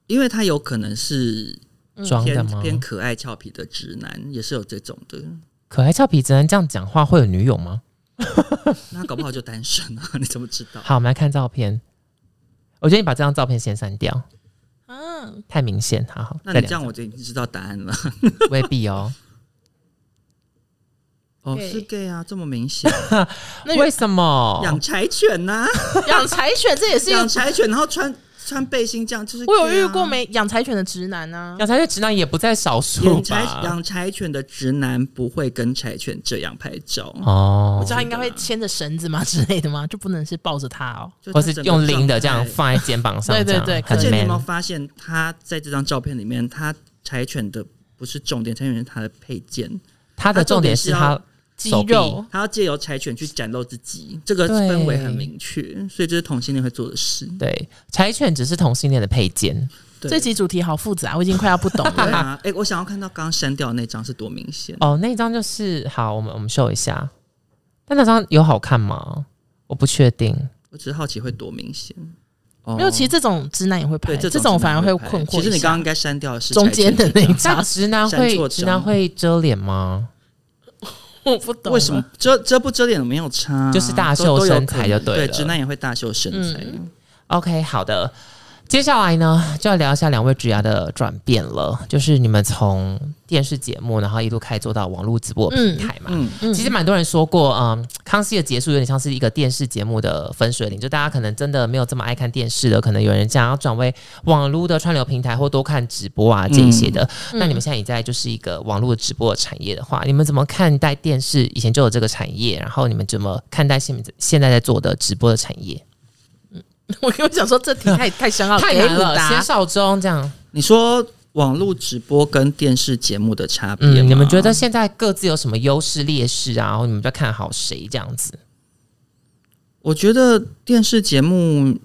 [SPEAKER 2] 因为他有可能是
[SPEAKER 3] 嗯
[SPEAKER 1] 装的
[SPEAKER 2] 偏
[SPEAKER 1] 吗？
[SPEAKER 2] 偏可爱俏皮的直男，也是有这种的。
[SPEAKER 1] 可爱俏皮直男这样讲话会有女友吗？
[SPEAKER 2] 那他搞不好就单身啊， [LAUGHS] 你怎么知道？
[SPEAKER 1] 好，我们来看照片。我觉得你把这张照片先删掉，
[SPEAKER 3] 嗯，
[SPEAKER 1] 太明显。好好，
[SPEAKER 2] 那
[SPEAKER 1] 再
[SPEAKER 2] 你这
[SPEAKER 1] 聊
[SPEAKER 2] 样我就已经知道答案了。
[SPEAKER 1] 未必
[SPEAKER 2] [LAUGHS]
[SPEAKER 1] 哦。
[SPEAKER 2] 哦，
[SPEAKER 3] Gay
[SPEAKER 2] 是 gay 啊，这么明显，
[SPEAKER 3] 那
[SPEAKER 1] 为什么？
[SPEAKER 2] 养柴犬呐、 [LAUGHS]
[SPEAKER 3] 养柴犬这也是一
[SPEAKER 2] 养
[SPEAKER 3] 个，
[SPEAKER 2] 柴啊犬，然后穿穿背心这样，就是、
[SPEAKER 3] 我有遇过？没养柴犬的直男啊，
[SPEAKER 1] 养柴犬直男也不在少数
[SPEAKER 2] 养柴
[SPEAKER 1] 吧？
[SPEAKER 2] 养柴犬的直男不会跟柴犬这样拍照，
[SPEAKER 1] 哦
[SPEAKER 3] 我知，道他应该会牵着绳子嘛之类的吗？就不能是抱着他哦。
[SPEAKER 2] 就
[SPEAKER 1] 或
[SPEAKER 2] 他
[SPEAKER 1] 是
[SPEAKER 2] 整个
[SPEAKER 1] 用拎的这样
[SPEAKER 2] 状态
[SPEAKER 1] 放在肩膀上，
[SPEAKER 3] 对对
[SPEAKER 1] 这样
[SPEAKER 3] 对
[SPEAKER 2] 而
[SPEAKER 1] 很
[SPEAKER 2] 且你有没有
[SPEAKER 1] man。
[SPEAKER 2] 发现，他在这张照片里面，他柴犬的不是重点，柴犬是他的配件，
[SPEAKER 1] 他的
[SPEAKER 2] 他重
[SPEAKER 1] 重点
[SPEAKER 2] 点
[SPEAKER 1] 是
[SPEAKER 2] 是
[SPEAKER 1] 他
[SPEAKER 2] 要
[SPEAKER 3] 肌
[SPEAKER 1] 手臂
[SPEAKER 3] 肉
[SPEAKER 2] 他要借由柴犬去展露自己，这个
[SPEAKER 1] 对
[SPEAKER 2] 氛围很明确，所以这是同性恋会做的事。
[SPEAKER 1] 对柴犬只是同性恋的配件，
[SPEAKER 2] 对
[SPEAKER 3] 这集主题好复杂，我已经快要不懂
[SPEAKER 2] [LAUGHS] 对
[SPEAKER 3] 了。
[SPEAKER 2] 啊，哎、我想要看到刚刚删掉的那张是多明显。
[SPEAKER 1] 哦，那张就是好，我们我们秀一下，但那张有好看吗？我不确定。
[SPEAKER 2] 我只是好奇会多明显。
[SPEAKER 4] 哦
[SPEAKER 3] 没有，其实这种直男也会拍，
[SPEAKER 2] 对，
[SPEAKER 3] 哎这
[SPEAKER 2] 种直
[SPEAKER 3] 种
[SPEAKER 2] 男
[SPEAKER 3] 反而会
[SPEAKER 2] 拍
[SPEAKER 3] 困惑一下。
[SPEAKER 2] 其实你刚刚应该删掉的是
[SPEAKER 3] 中间的那一
[SPEAKER 2] 柴
[SPEAKER 3] 张
[SPEAKER 1] 那直男
[SPEAKER 2] 闪
[SPEAKER 1] 会
[SPEAKER 2] 错
[SPEAKER 1] 直男
[SPEAKER 2] 章
[SPEAKER 1] 会遮脸吗？
[SPEAKER 3] [LAUGHS] 我不懂啊
[SPEAKER 2] 为什么？遮遮不遮脸没有差啊，
[SPEAKER 1] 就是大
[SPEAKER 2] 都
[SPEAKER 1] 秀
[SPEAKER 2] 都有
[SPEAKER 1] 身
[SPEAKER 2] 可
[SPEAKER 1] 材就
[SPEAKER 2] 能
[SPEAKER 1] 对
[SPEAKER 2] 对
[SPEAKER 1] 了
[SPEAKER 2] 直男也会大秀身材。
[SPEAKER 1] OK，好的。接下来呢，就要聊一下两位职涯的转变了，就是你们从电视节目，然后一路开始做到网络直播平台嘛。
[SPEAKER 2] 嗯，
[SPEAKER 3] 嗯
[SPEAKER 1] 其实蛮多人说过，嗯，康熙的结束有点像是一个电视节目的分水岭，就大家可能真的没有这么爱看电视的，可能有人想要转为网络的串流平台或多看直播啊这一些
[SPEAKER 2] 嗯
[SPEAKER 1] 的。那你们现在也在就是一个网络直播的产业的话，你们怎么看待电视以前就有这个产业，然后你们怎么看待现现在在做的直播的产业？
[SPEAKER 3] 我跟我想说这题
[SPEAKER 2] [LAUGHS]
[SPEAKER 3] 太太深奥，
[SPEAKER 1] 太
[SPEAKER 3] 哦给
[SPEAKER 1] 难
[SPEAKER 3] 你
[SPEAKER 1] 了，
[SPEAKER 3] 答
[SPEAKER 1] 鲜少中这样。
[SPEAKER 2] 你说网络直播跟电视节目的差别吗、
[SPEAKER 1] 嗯，你们觉得现在各自有什么优势劣势啊？然后你们在看好谁这样子？
[SPEAKER 2] 我觉得电视节目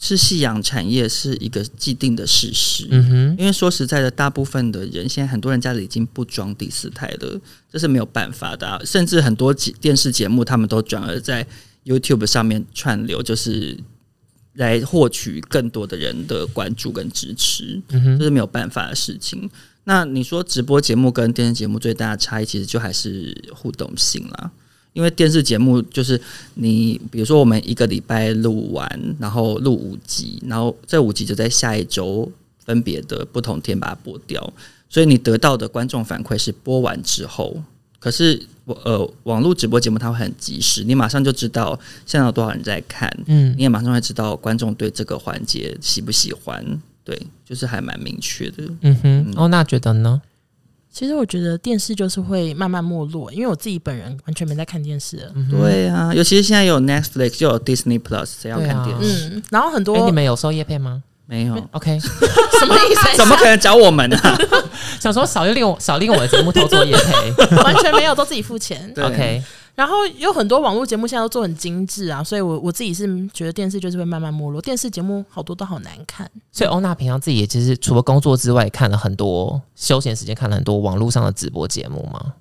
[SPEAKER 2] 是夕阳产业是一个既定的事实。
[SPEAKER 1] 嗯哼，
[SPEAKER 2] 因为说实在的，大部分的人现在很多人家里已经不装第四台了，这是没有办法的啊、甚至很多节电视节目他们都转而在 YouTube 上面串流，就是来获取更多的人的关注跟支持，
[SPEAKER 1] 嗯
[SPEAKER 2] 这是没有办法的事情。那你说直播节目跟电视节目最大的差异，其实就还是互动性啦。因为电视节目就是你，比如说我们一个礼拜录完，然后录五集，然后这五集就在下一周分别的不同天把它播掉，所以你得到的观众反馈是播完之后，可是我呃网络直播节目它会很及时，你马上就知道现在有多少人在看，
[SPEAKER 1] 嗯
[SPEAKER 2] 你也马上会知道观众对这个环节喜不喜欢，对，就是还蛮明确的。
[SPEAKER 1] 嗯哼，哦，那觉得呢？
[SPEAKER 3] 其实我觉得电视就是会慢慢没落，因为我自己本人完全没在看电视
[SPEAKER 1] 嗯
[SPEAKER 3] 了。
[SPEAKER 2] 对啊，尤其是现在有 Netflix 又有 Disney Plus，谁要
[SPEAKER 1] 对
[SPEAKER 2] 看
[SPEAKER 1] 啊
[SPEAKER 2] 电视？
[SPEAKER 3] 嗯，然后很多、
[SPEAKER 1] 哎、你们有收叶配吗
[SPEAKER 2] 没有，
[SPEAKER 1] ？OK，
[SPEAKER 3] 什么意思？
[SPEAKER 2] 怎么可能找我
[SPEAKER 1] [LAUGHS]
[SPEAKER 2] 们呢、啊？
[SPEAKER 1] 想说少利用少利用我的节目偷做叶配
[SPEAKER 3] [LAUGHS] 完全没有，都自己付钱。
[SPEAKER 2] 对
[SPEAKER 1] ，OK，
[SPEAKER 3] 然后有很多网络节目现在都做很精致啊，所以我我自己是觉得电视就是会慢慢没落，电视节目好多都好难看。
[SPEAKER 1] 所以欧娜平常自己也其实除了工作之外，也看了很多休闲时间看了很多网络上的直播节目嘛，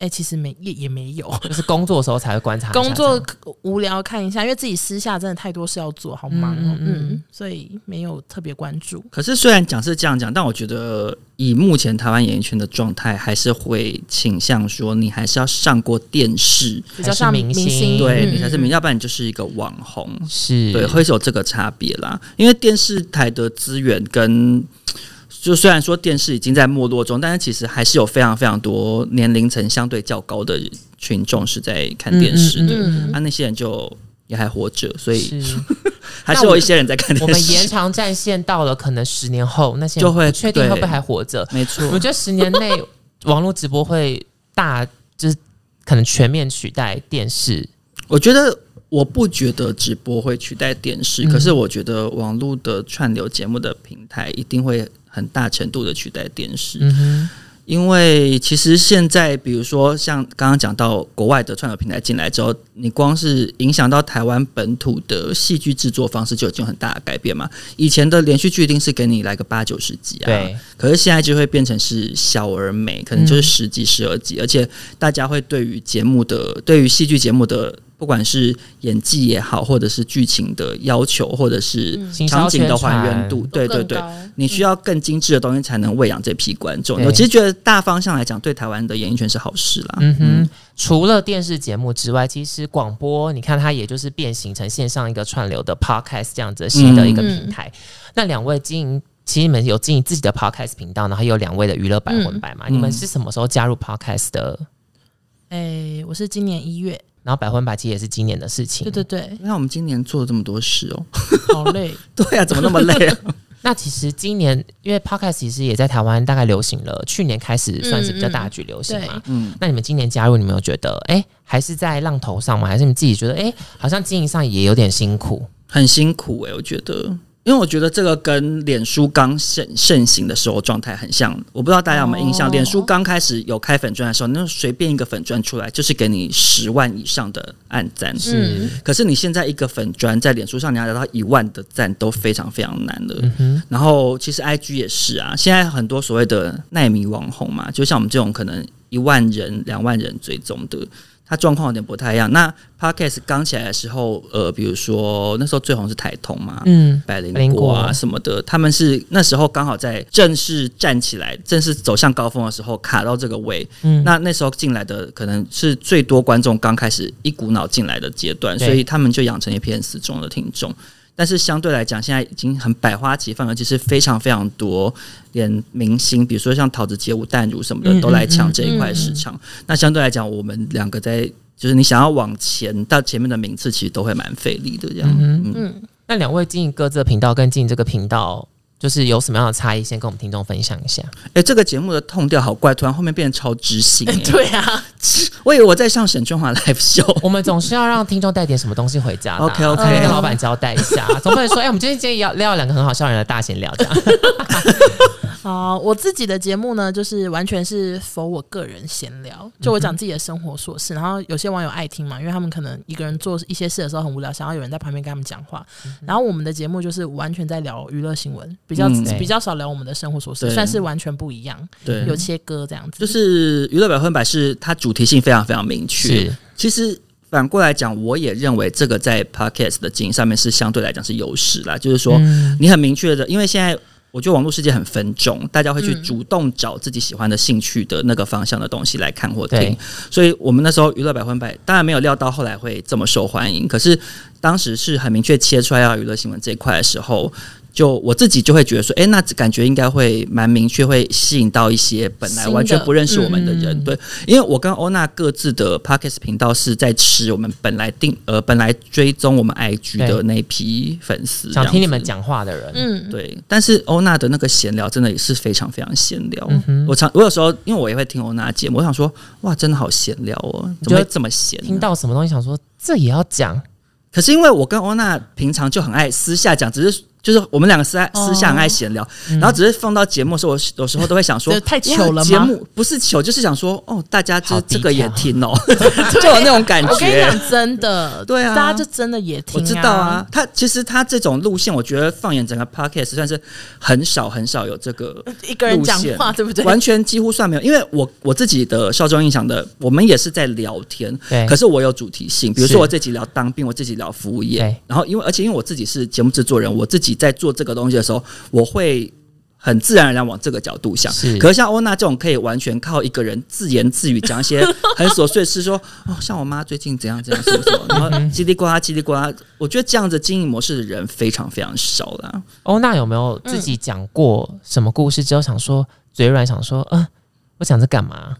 [SPEAKER 3] 哎、其实没也也没有，
[SPEAKER 1] 就是工作的时候才会观察一下这
[SPEAKER 3] 工
[SPEAKER 1] 样。
[SPEAKER 3] 作无聊看一下，因为自己私下真的太多事要做，好忙哦、
[SPEAKER 1] 嗯嗯嗯
[SPEAKER 3] 嗯所以没有特别关注。
[SPEAKER 2] 可是虽然讲是这样讲，但我觉得以目前台湾演艺圈的状态，还是会倾向说你还是要上过电视，
[SPEAKER 3] 比较像
[SPEAKER 1] 还是明星
[SPEAKER 3] 明星
[SPEAKER 2] 对
[SPEAKER 3] 嗯
[SPEAKER 2] 你才是名，
[SPEAKER 3] 嗯
[SPEAKER 2] 要不然你就是一个网红，
[SPEAKER 1] 是
[SPEAKER 2] 对，会是有这个差别啦。因为电视台的资源跟就虽然说电视已经在没落中，但是其实还是有非常非常多年龄层相对较高的群众是在看电视的，
[SPEAKER 3] 嗯嗯嗯
[SPEAKER 2] 啊，那些人就也还活着，所以
[SPEAKER 1] 是。
[SPEAKER 2] 还是有一些人在看
[SPEAKER 1] 我
[SPEAKER 2] 电
[SPEAKER 1] 们延
[SPEAKER 2] 视。
[SPEAKER 1] 长战线到了可能十年后，那些人
[SPEAKER 2] 就会
[SPEAKER 1] 不确定会不会
[SPEAKER 2] 对
[SPEAKER 1] 还活着。
[SPEAKER 2] 没错，
[SPEAKER 1] 我觉得十年内网络直播会大，就是可能全面取代电视。
[SPEAKER 2] 我觉得我不觉得直播会取代电视，
[SPEAKER 1] 嗯
[SPEAKER 2] 可是我觉得网络的串流节目的平台一定会很大程度的取代电视，
[SPEAKER 1] 嗯哼，
[SPEAKER 2] 因为其实现在比如说像刚刚讲到国外的串流平台进来之后，你光是影响到台湾本土的戏剧制作方式就已经有很大的改变嘛。以前的连续剧一定是给你来个八九十集啊，
[SPEAKER 1] 对，嗯
[SPEAKER 2] 可是现在就会变成是小而美，可能就是十集、十二集，而且大家会对于节目的、对于戏剧节目的，不管是演技也好，或者是剧情的要求，或者是
[SPEAKER 1] 行销
[SPEAKER 2] 场景的
[SPEAKER 1] 宣传
[SPEAKER 2] 还原度，对对
[SPEAKER 3] 嗯更
[SPEAKER 2] 对
[SPEAKER 3] 高，
[SPEAKER 2] 你需要更精致的东西才能喂养这批观众。
[SPEAKER 1] 对
[SPEAKER 2] 我其实觉得大方向来讲，对台湾的演艺圈是好事啦。
[SPEAKER 1] 嗯哼。除了电视节目之外，其实广播，你看它也就是变形成线上一个串流的 podcast 这样子新的一个平台。那两位经营，其实你们有经营自己的 podcast 频道，然后还有两位的娱乐百分百嘛？你们是什么时候加入 podcast 的？
[SPEAKER 3] 哎、我是今年一月，
[SPEAKER 1] 然后百分百其实也是今年的事情。
[SPEAKER 3] 对对对，
[SPEAKER 2] 那我们今年做了这么多事哦， [LAUGHS]
[SPEAKER 3] 好累。
[SPEAKER 2] 对啊，怎么那么累啊？
[SPEAKER 1] 那其实今年因为 podcast 其实也在台湾大概流行了，去年开始算是比较大举流行嘛。嗯，那你们今年加入，你们有觉得哎、诶还是在浪头上吗？还是你们自己觉得哎、诶好像经营上也有点辛苦？
[SPEAKER 2] 很辛苦欸诶、我觉得，因为我觉得这个跟脸书刚盛盛行的时候状态很像。我不知道大家有没有印象，
[SPEAKER 3] 哦
[SPEAKER 2] 脸、书刚开始有开粉砖的时候，那随便一个粉砖出来就是给你十万以上的按赞，
[SPEAKER 3] 嗯，
[SPEAKER 2] 可是你现在一个粉砖在脸书上，你要达到一万的赞都非常非常难了。然后其实 IG 也是啊，现在很多所谓的耐迷网红嘛，就像我们这种可能一万人、两万人追踪的，它状况有点不太一样。那 podcast 刚起来的时候，呃，比如说那时候最红是台通嘛，
[SPEAKER 1] 嗯，
[SPEAKER 2] 百灵
[SPEAKER 1] 百灵
[SPEAKER 2] 果
[SPEAKER 1] 果
[SPEAKER 2] 啊什么的，他们是那时候刚好在正式站起来、正式走向高峰的时候卡到这个位。
[SPEAKER 1] 嗯
[SPEAKER 2] 那那时候进来的可能是最多观众刚开始一股脑进来的阶段，
[SPEAKER 1] 对
[SPEAKER 2] 所以他们就养成一片死忠的听众。但是相对来讲，现在已经很百花齐放，尤其是非常非常多，连明星，比如说像桃子街舞、淡如什么
[SPEAKER 1] 嗯
[SPEAKER 2] 的，都来抢这
[SPEAKER 3] 嗯
[SPEAKER 2] 一块市场。那相对来讲，我们两个在就是你想要往前到前面的名次，其实都会蛮费力的这样。嗯
[SPEAKER 3] 嗯，
[SPEAKER 1] 那两位经营各自的频道跟经营这个频道，就是有什么样的差异？先跟我们听众分享一下。
[SPEAKER 2] 哎、这个节目的痛调好怪，突然后面变得超知性、欸。
[SPEAKER 3] 对啊，
[SPEAKER 2] 我以为我在上沈春华 live show。
[SPEAKER 1] 我们总是要让听众带点什么东西回家的啊、
[SPEAKER 2] OK，OK
[SPEAKER 1] 可以跟老板交代一下，总不能说，哎、我们今天今天要聊两个很好笑的人的大闲聊这样。
[SPEAKER 3] 好，我自己的节目呢，就是完全是否我个人闲
[SPEAKER 2] 嗯
[SPEAKER 3] 聊，就我讲自己的生活琐事。然后有些网友爱听嘛，因为他们可能一个人做一些事的时候很无聊，想要有人在旁边跟他们讲话。
[SPEAKER 2] 嗯
[SPEAKER 3] 然后我们的节目就是完全在聊娱乐新闻，比较、
[SPEAKER 2] 嗯
[SPEAKER 1] 对
[SPEAKER 3] 比较少聊我们的生活琐事，
[SPEAKER 2] 对
[SPEAKER 3] 算是完全不一样，
[SPEAKER 2] 对
[SPEAKER 3] [LAUGHS] 有，切割这样子。
[SPEAKER 2] 就是娱乐百分百是它主题性非常非常明确。
[SPEAKER 1] 是
[SPEAKER 2] 其实反过来讲，我也认为这个在 podcast 的经营上面是相对来讲是优势啦，就是说你很明确的，因为现在。我觉得网络世界很分众，大家会去
[SPEAKER 3] 嗯
[SPEAKER 2] 主动找自己喜欢的兴趣的那个方向的东西来看或听
[SPEAKER 1] 对，
[SPEAKER 2] 所以我们那时候娱乐百分百当然没有料到后来会这么受欢迎，可是当时是很明确切出来要娱乐新闻这一块的时候，就我自己就会觉得说，哎、那感觉应该会蛮明确，会吸引到一些本来
[SPEAKER 3] 新的
[SPEAKER 2] 完全不认识我们的人。
[SPEAKER 1] 嗯
[SPEAKER 2] 对，因为我跟欧娜各自的 podcast 频道是在吃我们本来定呃本来追踪我们 IG
[SPEAKER 1] 对
[SPEAKER 2] 的那一批粉丝，
[SPEAKER 1] 想听你们
[SPEAKER 2] 这样
[SPEAKER 1] 讲
[SPEAKER 2] 子。
[SPEAKER 1] 话的人，
[SPEAKER 3] 嗯，
[SPEAKER 2] 对，但是欧娜的那个闲聊真的也是非常非常闲聊。
[SPEAKER 1] 嗯
[SPEAKER 2] 我常我有时候因为我也会听欧娜的节目，我想说哇，真的好闲聊哦，怎么会这么闲呢、
[SPEAKER 1] 嗯听到什么东西想说这也要讲，
[SPEAKER 2] 可是因为我跟欧娜平常就很爱私下讲，只是就是我们两个私下、
[SPEAKER 3] 哦
[SPEAKER 2] 私下很爱闲聊，
[SPEAKER 1] 嗯
[SPEAKER 2] 然后只是放到节目的时候，我有时候都会
[SPEAKER 1] [LAUGHS]
[SPEAKER 2] 想说
[SPEAKER 3] 这，太糗了吗
[SPEAKER 2] 哇节目不是糗，就是想说，哦，大家
[SPEAKER 1] 好
[SPEAKER 2] 这
[SPEAKER 1] 低
[SPEAKER 2] 这个也
[SPEAKER 1] 调
[SPEAKER 2] 听哦， [LAUGHS] 就有那种感
[SPEAKER 3] 我跟你
[SPEAKER 2] 觉。
[SPEAKER 3] 讲，真的，
[SPEAKER 2] 对啊
[SPEAKER 3] 大家就真的也听、
[SPEAKER 2] 我知道啊，，他其实他这种路线，我觉得放眼整个 podcast 算是很少很少有这个
[SPEAKER 3] 一呃个人讲
[SPEAKER 2] 路线
[SPEAKER 3] 话，对不对？
[SPEAKER 2] 完全几乎算没有，因为我我自己的效忠印象的，我们也是在聊天，
[SPEAKER 1] 对
[SPEAKER 2] 可是我有主题性，比如
[SPEAKER 1] 是
[SPEAKER 2] 说我这集聊当兵，我这集聊服务
[SPEAKER 1] 对
[SPEAKER 2] 业，然后因为而且因为我自己是节目制作人，我自己在做这个东西的时候，我会。很自然而然往这个角度想
[SPEAKER 1] 是，
[SPEAKER 2] 可是像欧娜这种可以完全靠一个人自言自语讲一些很琐碎的事，说哦，像我妈最近怎样怎样什么什么，然后叽里呱啦叽里呱啦，我觉得这样子经营模式的人非常非常少啦。
[SPEAKER 1] 欧娜有没有自
[SPEAKER 3] 嗯
[SPEAKER 1] 己讲过什么故事之后想说嘴软，想说嗯、呃我讲这干嘛？
[SPEAKER 3] 啊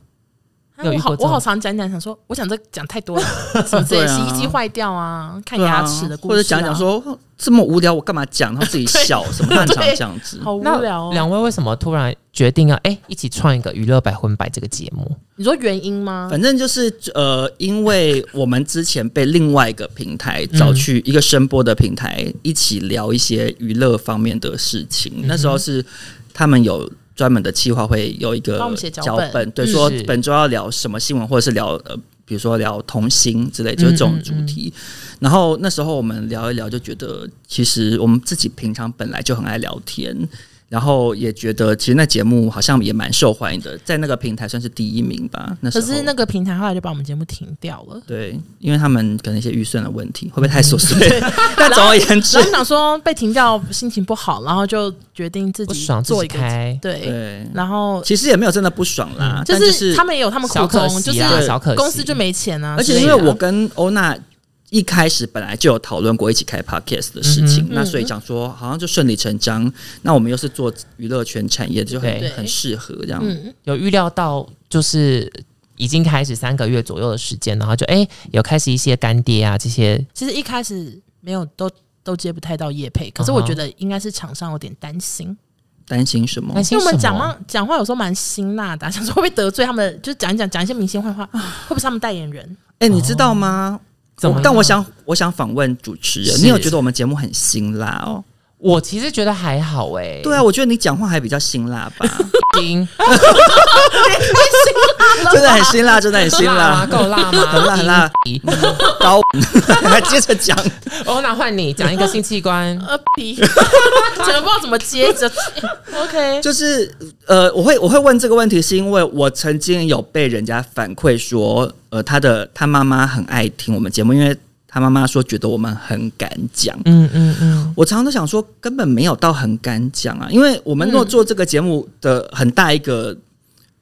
[SPEAKER 1] 有遇过
[SPEAKER 3] 我好
[SPEAKER 1] 这，种
[SPEAKER 3] 我好常讲讲，想说我想这讲太多了，什么之类，
[SPEAKER 2] 对啊
[SPEAKER 3] 洗衣机坏掉啊，看
[SPEAKER 2] 对
[SPEAKER 3] 牙
[SPEAKER 2] 啊
[SPEAKER 3] 齿的故事、
[SPEAKER 2] 或者讲讲，说哦这么无聊，我干嘛讲？然后
[SPEAKER 3] [LAUGHS]
[SPEAKER 2] 自己笑，什么很常这样子。
[SPEAKER 3] 好无
[SPEAKER 1] 那
[SPEAKER 3] 聊哦。
[SPEAKER 1] 两位为什么突然决定要哎、一起创一个娱乐百分百这个节目？
[SPEAKER 3] 你说原因吗？
[SPEAKER 2] 反正就是呃，因为我们之前被另外一个平台找去一个声波的平台一起聊一些娱乐方面的事情，
[SPEAKER 3] 嗯
[SPEAKER 2] 那时候是他们有。专门的计划会有一个
[SPEAKER 3] 帮我们写脚本
[SPEAKER 2] 对，
[SPEAKER 1] 嗯
[SPEAKER 2] 说
[SPEAKER 1] 是
[SPEAKER 2] 本周要聊什么新闻，或者是聊呃，比如说聊童星之
[SPEAKER 3] 嗯
[SPEAKER 2] 类，就是这种主题。然后那时候我们聊一聊，就觉得其实我们自己平常本来就很爱聊天，然后也觉得其实那节目好像也蛮受欢迎的，在那个平台算是第一名吧。那时
[SPEAKER 3] 可
[SPEAKER 2] 候
[SPEAKER 3] 是那个平台后来就把我们节目停掉
[SPEAKER 1] [LAUGHS]
[SPEAKER 3] 了。
[SPEAKER 2] 对，因为他们可能一些预算的问题，会不会太琐碎？ [LAUGHS] 但总而言之
[SPEAKER 3] 嗯然后，我想说被停掉心情不好，然后就决定自
[SPEAKER 1] 不
[SPEAKER 3] 己
[SPEAKER 1] 爽自
[SPEAKER 3] 做
[SPEAKER 1] 己
[SPEAKER 3] 一个
[SPEAKER 1] 开
[SPEAKER 3] 对，
[SPEAKER 2] 对，
[SPEAKER 3] 然后
[SPEAKER 2] 其实也没有真的不爽啦，
[SPEAKER 3] 嗯就
[SPEAKER 2] 但
[SPEAKER 3] 是、
[SPEAKER 2] 是
[SPEAKER 3] 他们也有他们苦
[SPEAKER 1] 小可
[SPEAKER 3] 衷，就
[SPEAKER 1] 惜
[SPEAKER 3] 是
[SPEAKER 1] 啊小可惜
[SPEAKER 3] 公司就没钱啊
[SPEAKER 2] 而
[SPEAKER 3] 之
[SPEAKER 2] 且
[SPEAKER 3] 类
[SPEAKER 2] 因
[SPEAKER 3] 的啊。
[SPEAKER 2] 为我跟欧娜一开始本来就有讨论过一起开
[SPEAKER 3] 嗯
[SPEAKER 2] podcast 的事情，那所以想说好像就顺理成章。那我们又是做娱乐圈产业，就
[SPEAKER 1] 对
[SPEAKER 2] 很很适合这样。
[SPEAKER 3] 嗯，
[SPEAKER 1] 有预料到就是已经开始三个月左右的时间，然后就哎、有开始一些干爹啊这些，
[SPEAKER 3] 其实一开始没有都都接不太到业配，可是
[SPEAKER 1] 嗯哼
[SPEAKER 3] 我觉得应该是厂商有点担心。
[SPEAKER 2] 担心什么
[SPEAKER 1] 担？
[SPEAKER 3] 因
[SPEAKER 1] 心
[SPEAKER 3] 为我
[SPEAKER 1] 什
[SPEAKER 3] 们
[SPEAKER 1] 么？
[SPEAKER 3] 讲啊话讲话有时候蛮辛辣的啊、想 [LAUGHS] 说会不会得罪他们，就是讲一讲讲一些明星坏
[SPEAKER 1] 啊
[SPEAKER 3] 话，会不会是他们代言人？
[SPEAKER 2] 哎、你知道吗？
[SPEAKER 1] 怎么
[SPEAKER 2] 我
[SPEAKER 1] 样
[SPEAKER 2] 但我想，我想访问主持人，
[SPEAKER 1] 是
[SPEAKER 2] 你有觉得我们节目很辛辣哦？
[SPEAKER 1] 我其实觉得还好哎、
[SPEAKER 2] 对啊，我觉得你讲话还比较辛辣吧，
[SPEAKER 3] [LAUGHS]
[SPEAKER 1] 听，
[SPEAKER 2] 真的很辛辣，真的很辛
[SPEAKER 1] 辣吗？
[SPEAKER 2] 辣，
[SPEAKER 1] 够辣吗？
[SPEAKER 2] [LAUGHS] 很辣很辣
[SPEAKER 1] 听。
[SPEAKER 2] 高， [LAUGHS] 还接着讲，
[SPEAKER 1] 哦，那换你讲一个性器
[SPEAKER 2] [LAUGHS]
[SPEAKER 1] 官。
[SPEAKER 3] 呃皮， [LAUGHS] 真的不知道怎么接着。OK，
[SPEAKER 2] 就是呃，我会我会问这个问题，是因为我曾经有被人家反馈说，呃，他的他妈妈很爱听我们节目，因为他妈妈说觉得我们很敢讲。
[SPEAKER 1] 嗯嗯嗯，
[SPEAKER 2] 我常常都想说，根本没有到很敢讲啊，因为我们若做这个节目的很大一个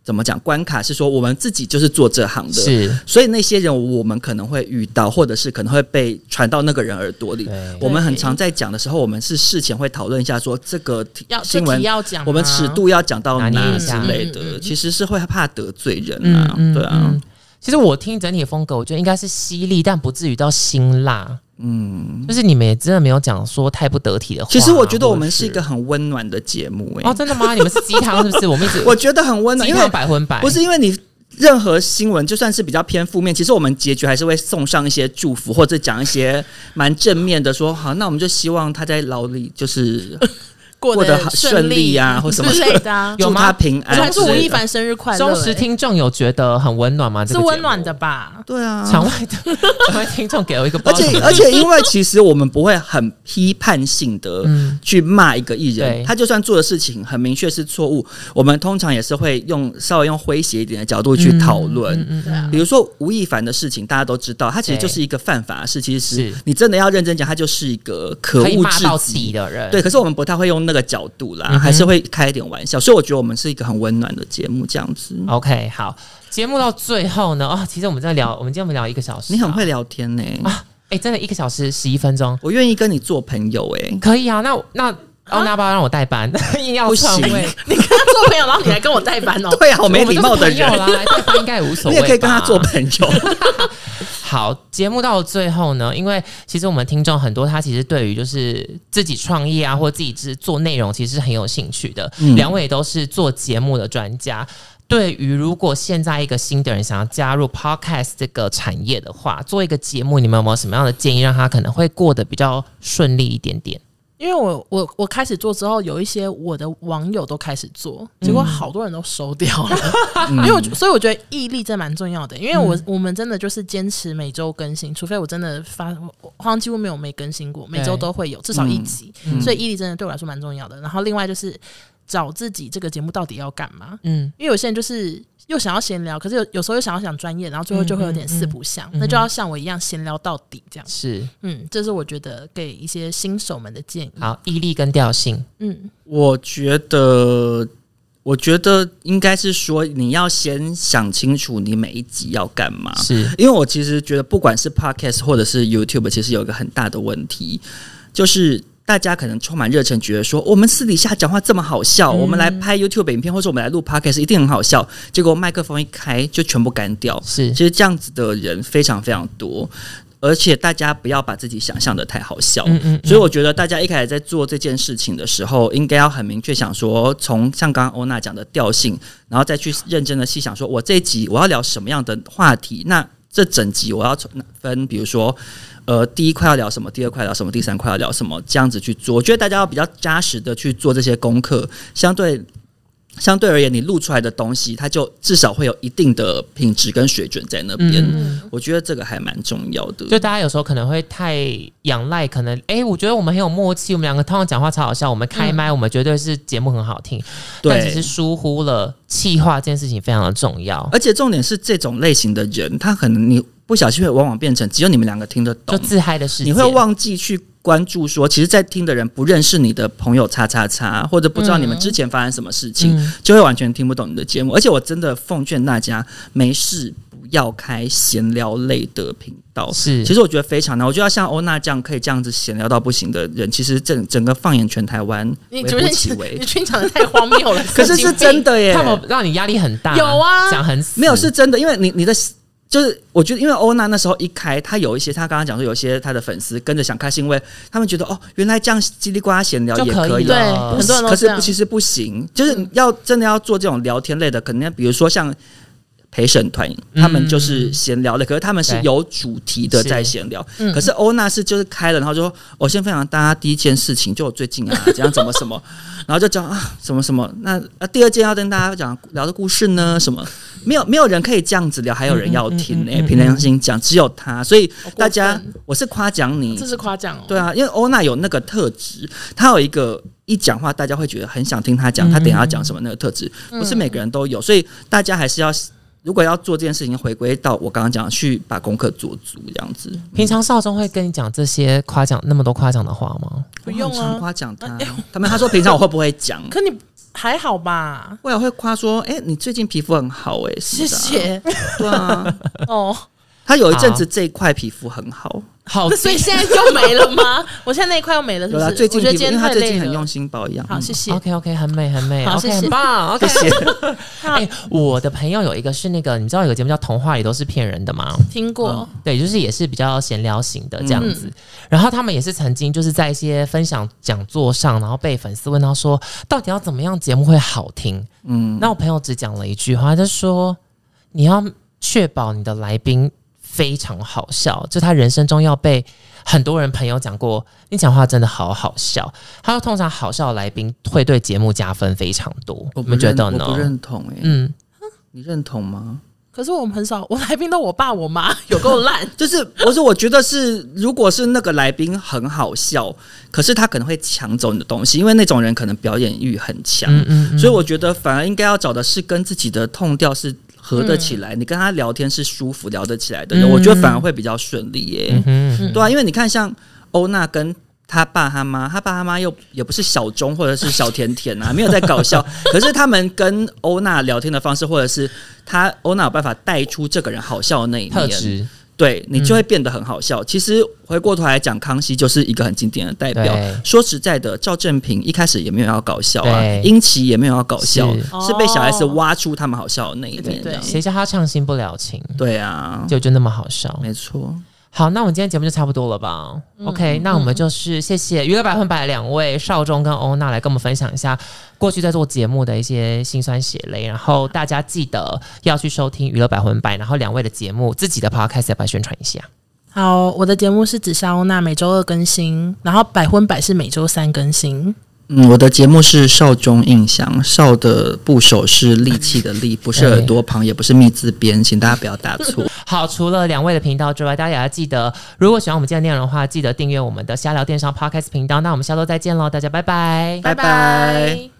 [SPEAKER 2] 怎么讲关卡是说，我们自己就是做这行的，
[SPEAKER 1] 是
[SPEAKER 2] 所以那些人我们可能会遇到，或者是可能会被传到那个人耳朵里
[SPEAKER 1] 对。
[SPEAKER 2] 我们很常在讲的时候，我们是事前会讨论一下说这个题
[SPEAKER 3] 要这
[SPEAKER 2] 新
[SPEAKER 3] 题
[SPEAKER 2] 闻。
[SPEAKER 3] 要讲吗，啊
[SPEAKER 2] 我们尺度要讲到
[SPEAKER 1] 拿捏
[SPEAKER 2] 哪
[SPEAKER 1] 一
[SPEAKER 2] 之
[SPEAKER 1] 下
[SPEAKER 2] 类
[SPEAKER 3] 嗯嗯
[SPEAKER 2] 的，
[SPEAKER 3] 嗯
[SPEAKER 2] 其实是会怕得罪人
[SPEAKER 1] 嗯
[SPEAKER 2] 啊，
[SPEAKER 1] 嗯，
[SPEAKER 2] 对啊
[SPEAKER 1] 嗯，。其实我听整体的风格，我觉得应该是犀利，但不至于到辛辣。
[SPEAKER 2] 嗯。
[SPEAKER 1] 就是你们也真的没有讲说太不得体的话。
[SPEAKER 2] 其实我觉得我
[SPEAKER 1] 或
[SPEAKER 2] 们
[SPEAKER 1] 者
[SPEAKER 2] 是一
[SPEAKER 3] 哦
[SPEAKER 2] 个很温暖的节目，
[SPEAKER 1] 哦，
[SPEAKER 2] 哎，
[SPEAKER 1] 真的吗？你们是鸡汤是
[SPEAKER 2] [LAUGHS]
[SPEAKER 1] 不是？我们一直
[SPEAKER 2] 我觉得很温暖，
[SPEAKER 1] 鸡
[SPEAKER 2] 因为
[SPEAKER 1] 汤百分百
[SPEAKER 2] 不是因为你任何新闻就算是比较偏负面，其实我们结局还是会送上一些祝福，或者讲一些蛮正面的说好，那我们就希望他在牢里就是
[SPEAKER 3] 过
[SPEAKER 2] 过得
[SPEAKER 3] 得
[SPEAKER 2] 很
[SPEAKER 3] 顺
[SPEAKER 2] 顺利啊或什么哎
[SPEAKER 3] 之类的 [LAUGHS] 啊。
[SPEAKER 1] 有
[SPEAKER 2] 祝
[SPEAKER 1] 吗
[SPEAKER 2] 他平安
[SPEAKER 3] 我还
[SPEAKER 2] 之
[SPEAKER 3] 祝吴
[SPEAKER 2] 类
[SPEAKER 3] 亦
[SPEAKER 2] 的。
[SPEAKER 3] 凡生日快乐，
[SPEAKER 1] 忠实
[SPEAKER 3] 欸
[SPEAKER 1] 听众有觉得很温暖吗？这
[SPEAKER 3] 是
[SPEAKER 1] 个节目
[SPEAKER 3] 温暖的。吧？ [LAUGHS]
[SPEAKER 2] 对啊，
[SPEAKER 1] [LAUGHS] 场外的场外听众给我一个不
[SPEAKER 2] 而
[SPEAKER 1] 知道怎么
[SPEAKER 2] 且
[SPEAKER 1] 回
[SPEAKER 2] 而
[SPEAKER 1] 事，
[SPEAKER 2] 且，因为其实我们不会很批判性的
[SPEAKER 1] 嗯
[SPEAKER 2] 去骂一个艺
[SPEAKER 1] 对
[SPEAKER 2] 人，他就算做的事情很明确是错误，我们通常也是会用稍微用诙谐一点的角度去讨论。
[SPEAKER 1] 嗯
[SPEAKER 3] 对啊
[SPEAKER 2] 比如说吴亦凡的事情，大家都知道，他其实就是一个犯法的事。其实
[SPEAKER 1] 是
[SPEAKER 2] 你真的要认真讲，他就是一个可
[SPEAKER 1] 可以
[SPEAKER 2] 恶
[SPEAKER 1] 骂
[SPEAKER 2] 至
[SPEAKER 1] 到
[SPEAKER 2] 极
[SPEAKER 1] 底。的人，
[SPEAKER 2] 对，可是我们不太会用那个角度啦，
[SPEAKER 1] 嗯哼
[SPEAKER 2] 还是会开一点玩笑，所以我觉得我们是一个很温暖的节目，这样子。
[SPEAKER 1] OK，好，节目到最后呢，啊、其实我们在聊，我们今天我们聊一个小时啊、
[SPEAKER 2] 你很会聊天呢、
[SPEAKER 1] 啊，哎、真的一个小时十一分钟，
[SPEAKER 2] 我愿意跟你做朋友哎、
[SPEAKER 1] 可以啊，那那哦，那要不要让我代班？ [LAUGHS] 硬要
[SPEAKER 2] 不
[SPEAKER 1] 篡
[SPEAKER 2] 行
[SPEAKER 1] 位，
[SPEAKER 3] 你跟他做朋友，然后你还跟我代班哦
[SPEAKER 2] [LAUGHS] ，对啊，好没礼貌的
[SPEAKER 1] 我们都是
[SPEAKER 2] 人
[SPEAKER 1] 朋友， [LAUGHS] 啦，代班应该也无所
[SPEAKER 2] [LAUGHS] 你
[SPEAKER 1] 谓，
[SPEAKER 2] 也可以跟他做。朋
[SPEAKER 1] [LAUGHS]
[SPEAKER 2] 友。
[SPEAKER 1] 好，节目到了最后呢，因为其实我们听众很多，他其实对于就是自己创业啊，或自己制做内容，其实是很有兴趣的。
[SPEAKER 2] 嗯
[SPEAKER 1] 两、位也都是做节目的专家。对于如果现在一个新的人想要加入 podcast 这个产业的话，做一个节目，你们有没有什么样的建议，让他可能会过得比较顺利一点点？
[SPEAKER 3] 因为我我我开始做之后，有一些我的网友都开始做，结果好多人都收掉了。因为我所以我觉得毅力真蛮重要的，因为我、我们真的就是坚持每周更新，除非我真的发，我我好像几乎没有没更新过，每周都会有至少一集，所以毅力真的对我来说蛮重要的。然后另外就是找自己这个节目到底要干嘛，
[SPEAKER 1] 嗯，
[SPEAKER 3] 因为有些人就是又想要闲聊，可是有有时候又想要讲专业，然后最后就会有点四不像，那就要像我一样闲聊到底这样。
[SPEAKER 1] 是
[SPEAKER 3] 嗯，这是我觉得给一些新手们的建议。
[SPEAKER 1] 好，毅力跟调性，
[SPEAKER 3] 嗯，
[SPEAKER 2] 我觉得，我觉得应该是说，你要先想清楚你每一集要干嘛。
[SPEAKER 1] 是
[SPEAKER 2] 因为我其实觉得，不管是 podcast 或者是 YouTube，其实有一个很大的问题，就是大家可能充满热忱，觉得说我们私底下讲话这么好笑，我们
[SPEAKER 1] 嗯
[SPEAKER 2] 来拍 YouTube 影片或者我们来录 podcast 一定很好笑，结果麦克风一开就全部干掉。
[SPEAKER 1] 是
[SPEAKER 2] 其，实这样子的人非常非常多，而且大家不要把自己想象的太好笑。
[SPEAKER 1] 嗯嗯，
[SPEAKER 2] 所以我觉得大家一开始在做这件事情的时候，应该要很明确想说，从像刚刚欧娜讲的调性，然后再去认真的细想说，我这一集我要聊什么样的话题？那这整集我要从分，比如说，呃，第一块要聊什么，第二块聊什么，第三块要聊什么，这样子去做。我觉得大家要比较扎实的去做这些功课，相对。相对而言，你录出来的东西，它就至少会有一定的品质跟水准在那边。
[SPEAKER 1] 嗯
[SPEAKER 2] 我觉得这个还蛮重要的。
[SPEAKER 1] 就大家有时候可能会太仰赖，可能哎、诶我觉得我们很有默契，我们两个通常讲话超好笑，我们开麦，我们绝对是节目很好听，
[SPEAKER 2] 嗯对
[SPEAKER 1] 但其实疏忽了气化这件事情非常的重要，
[SPEAKER 2] 而且重点是，这种类型的人，他可能你不小心会往往变成只有你们两个听得
[SPEAKER 1] 就
[SPEAKER 2] 懂，
[SPEAKER 1] 自嗨的事情，
[SPEAKER 2] 你会忘记去关注说，其实，在听的人不认识你的朋友叉叉叉，或者不知道你们之前发生什么事情，
[SPEAKER 1] 嗯
[SPEAKER 2] 就会完全听不懂你的节目。而且我真的奉劝大家，没事不要开闲聊类的频道。
[SPEAKER 1] 是
[SPEAKER 2] 其实我觉得非常难，我觉得像欧娜这样可以这样子闲聊到不行的人，其实整整个放眼全台湾微
[SPEAKER 3] 你觉
[SPEAKER 2] 乎
[SPEAKER 3] 得
[SPEAKER 2] 其
[SPEAKER 3] [LAUGHS] 你
[SPEAKER 2] 微
[SPEAKER 3] 你。去讲的太荒谬 [LAUGHS] 了，
[SPEAKER 2] 可是是真的耶，
[SPEAKER 1] 他们让你压力很大，
[SPEAKER 3] 有啊
[SPEAKER 1] 讲很死
[SPEAKER 2] 没有是真的，因为你你的就是我觉得，因为欧娜那时候一开，她有一些她刚刚讲说，有一些她的粉丝跟着想开，是因为他们觉得哦，原来这样叽里呱啦闲聊
[SPEAKER 1] 就
[SPEAKER 2] 也
[SPEAKER 1] 可
[SPEAKER 2] 以
[SPEAKER 1] 以
[SPEAKER 3] 对
[SPEAKER 1] 了
[SPEAKER 2] 啊。
[SPEAKER 1] 呃
[SPEAKER 3] 很多人都
[SPEAKER 2] 可
[SPEAKER 3] 这
[SPEAKER 2] 是
[SPEAKER 3] 样嗯
[SPEAKER 2] 不。其实不行，就是要真的要做这种聊天类的，可能比如说像陪审团，
[SPEAKER 3] 嗯
[SPEAKER 2] 他们就是闲聊的，可是他们是
[SPEAKER 1] 对
[SPEAKER 2] 有主题的
[SPEAKER 1] 是
[SPEAKER 2] 在闲聊
[SPEAKER 1] 嗯。
[SPEAKER 2] 可是欧娜是就是开了，然后就说：“我先分享大家第一件事情，就我最近
[SPEAKER 3] [LAUGHS]
[SPEAKER 2] 啊，怎样怎么什么，然后就讲啊什么什么。那啊第二件要跟大家讲聊的故事呢，什么没有没有人可以这样子聊，还有人要听
[SPEAKER 1] 嗯嗯嗯
[SPEAKER 2] 诶，
[SPEAKER 1] 嗯嗯
[SPEAKER 2] 凭良心讲，只有他。所以
[SPEAKER 3] 好哦过分
[SPEAKER 2] 大家，我是夸奖你，
[SPEAKER 3] 这是夸奖哦。
[SPEAKER 2] 对啊，因为欧娜有那个特质，她有一个一讲话大家会觉得很想听她
[SPEAKER 3] 嗯
[SPEAKER 2] 讲，她等一下要讲什么那个特质，不是每个人都有，所以大家还是要。如果要做这件事情，回归到我刚刚讲的，去把功课做足这样子。
[SPEAKER 1] 平常少中会跟你讲这些夸奖那么多夸奖的话吗？
[SPEAKER 3] 不用
[SPEAKER 2] 我很常
[SPEAKER 3] 啊，
[SPEAKER 2] 夸奖他，他们他说平常我会不会讲，
[SPEAKER 3] 可你还好吧？
[SPEAKER 2] 我也会夸说，哎、你最近皮肤很好、哎，
[SPEAKER 3] 谢
[SPEAKER 2] 谢。
[SPEAKER 3] 谢
[SPEAKER 2] 对啊，
[SPEAKER 3] 哦。
[SPEAKER 2] 他有一阵子这一块皮肤很好，
[SPEAKER 1] 好
[SPEAKER 3] 所以现在又没了吗？ [LAUGHS] 我现在那一块又没了，
[SPEAKER 2] 哦
[SPEAKER 3] 是
[SPEAKER 2] 有
[SPEAKER 3] 不
[SPEAKER 2] 啦，
[SPEAKER 3] 是？
[SPEAKER 2] 最近
[SPEAKER 3] 我觉
[SPEAKER 2] 皮肤，
[SPEAKER 3] 得今
[SPEAKER 2] 因为
[SPEAKER 3] 天
[SPEAKER 2] 他
[SPEAKER 3] 太
[SPEAKER 2] 最近
[SPEAKER 3] 累
[SPEAKER 2] 很
[SPEAKER 3] 了。
[SPEAKER 2] 用心嗯保养。
[SPEAKER 3] 好，谢
[SPEAKER 1] [LAUGHS]
[SPEAKER 3] 谢。
[SPEAKER 1] OK OK，很美很美
[SPEAKER 3] 好
[SPEAKER 1] ，OK
[SPEAKER 3] 谢谢
[SPEAKER 1] 很棒，OK [LAUGHS]
[SPEAKER 2] 谢。谢。
[SPEAKER 1] 哎，我的朋友有一个是那个，你知道有个节目叫《童话里都是骗人的》吗？
[SPEAKER 3] 听
[SPEAKER 2] 嗯
[SPEAKER 3] 过，
[SPEAKER 1] 对，就是也是比较闲聊型的这样子。然后他们也是曾经就是在一些分享讲座上，然后被粉丝问到说，到底要怎么样节目会好听？嗯，那我朋友只讲了一句话，他就说你要确保你的来宾非常好笑，就他人生中要被。很多人朋友讲过，你讲话真的好好笑。他说，通常好笑的来宾会对节目加分非常多，
[SPEAKER 2] 我
[SPEAKER 1] 你
[SPEAKER 2] 不
[SPEAKER 1] 们觉
[SPEAKER 2] 认，
[SPEAKER 1] 得
[SPEAKER 2] 嗯我不
[SPEAKER 1] 呢？
[SPEAKER 2] 认同、哎、
[SPEAKER 1] 嗯，
[SPEAKER 2] 你认同吗？
[SPEAKER 3] 可是我们很少，我来宾都我爸我妈， [LAUGHS] 有够烂。
[SPEAKER 2] 就是，我说我觉得是，如果是那个来宾很好笑，可是他可能会抢走你的东西，因为那种人可能表演欲很强，
[SPEAKER 1] 嗯嗯嗯
[SPEAKER 2] 所以我觉得反而应该要找的是跟自己的痛调是合得起来，你跟他聊天是舒服聊得起来的人，
[SPEAKER 1] 嗯
[SPEAKER 2] 我觉得反而会比较顺利耶、
[SPEAKER 1] 嗯嗯
[SPEAKER 2] 对啊，因为你看像欧娜跟。他爸他妈，他爸他妈又也不是小钟或者是小甜甜啊，没有在
[SPEAKER 1] [LAUGHS]
[SPEAKER 2] 搞笑。可是他们跟欧娜聊天的方式，或者是他欧娜有办法带出这个人好笑的那一面，
[SPEAKER 1] 特质
[SPEAKER 2] 对你就会变得很好笑。其实回过头来讲，康熙就是一个很经典的代表
[SPEAKER 1] 对。
[SPEAKER 2] 说实在的，赵正平一开始也没有要搞笑啊
[SPEAKER 1] 对，
[SPEAKER 2] 英奇也没有要搞笑，
[SPEAKER 1] 是
[SPEAKER 2] 是被小 S 挖出他们好笑的那一
[SPEAKER 3] 对
[SPEAKER 2] 面。这
[SPEAKER 3] 对
[SPEAKER 2] 样
[SPEAKER 1] 谁叫他唱心不了情？
[SPEAKER 2] 对啊，
[SPEAKER 1] 就就那么好笑。
[SPEAKER 2] 没错。嗯
[SPEAKER 1] 好，那我们今天节目就差不多了吧、o k 那我们就是谢谢娱乐百分百两位少中跟欧娜来跟我们分享一下过去在做节目的一些辛酸血泪，然后大家记得要去收听娱乐百分百，然后两位的节目自己的 podcast 要不要宣传一下？
[SPEAKER 3] 好，我的节目是紫砂欧娜，每周二更新，然后百分百是每周三更新。
[SPEAKER 2] 嗯，我的节目是少中印象，少的部首是利器的利，不是耳朵旁，也不是密字边，请大家不要打错。
[SPEAKER 1] 好，除了两位的频道之外，大家也要记得，如果喜欢我们今天的内容的话，记得订阅我们的瞎聊电商 podcast 频道。那我们下周再见喽，大家拜拜。
[SPEAKER 2] 拜拜。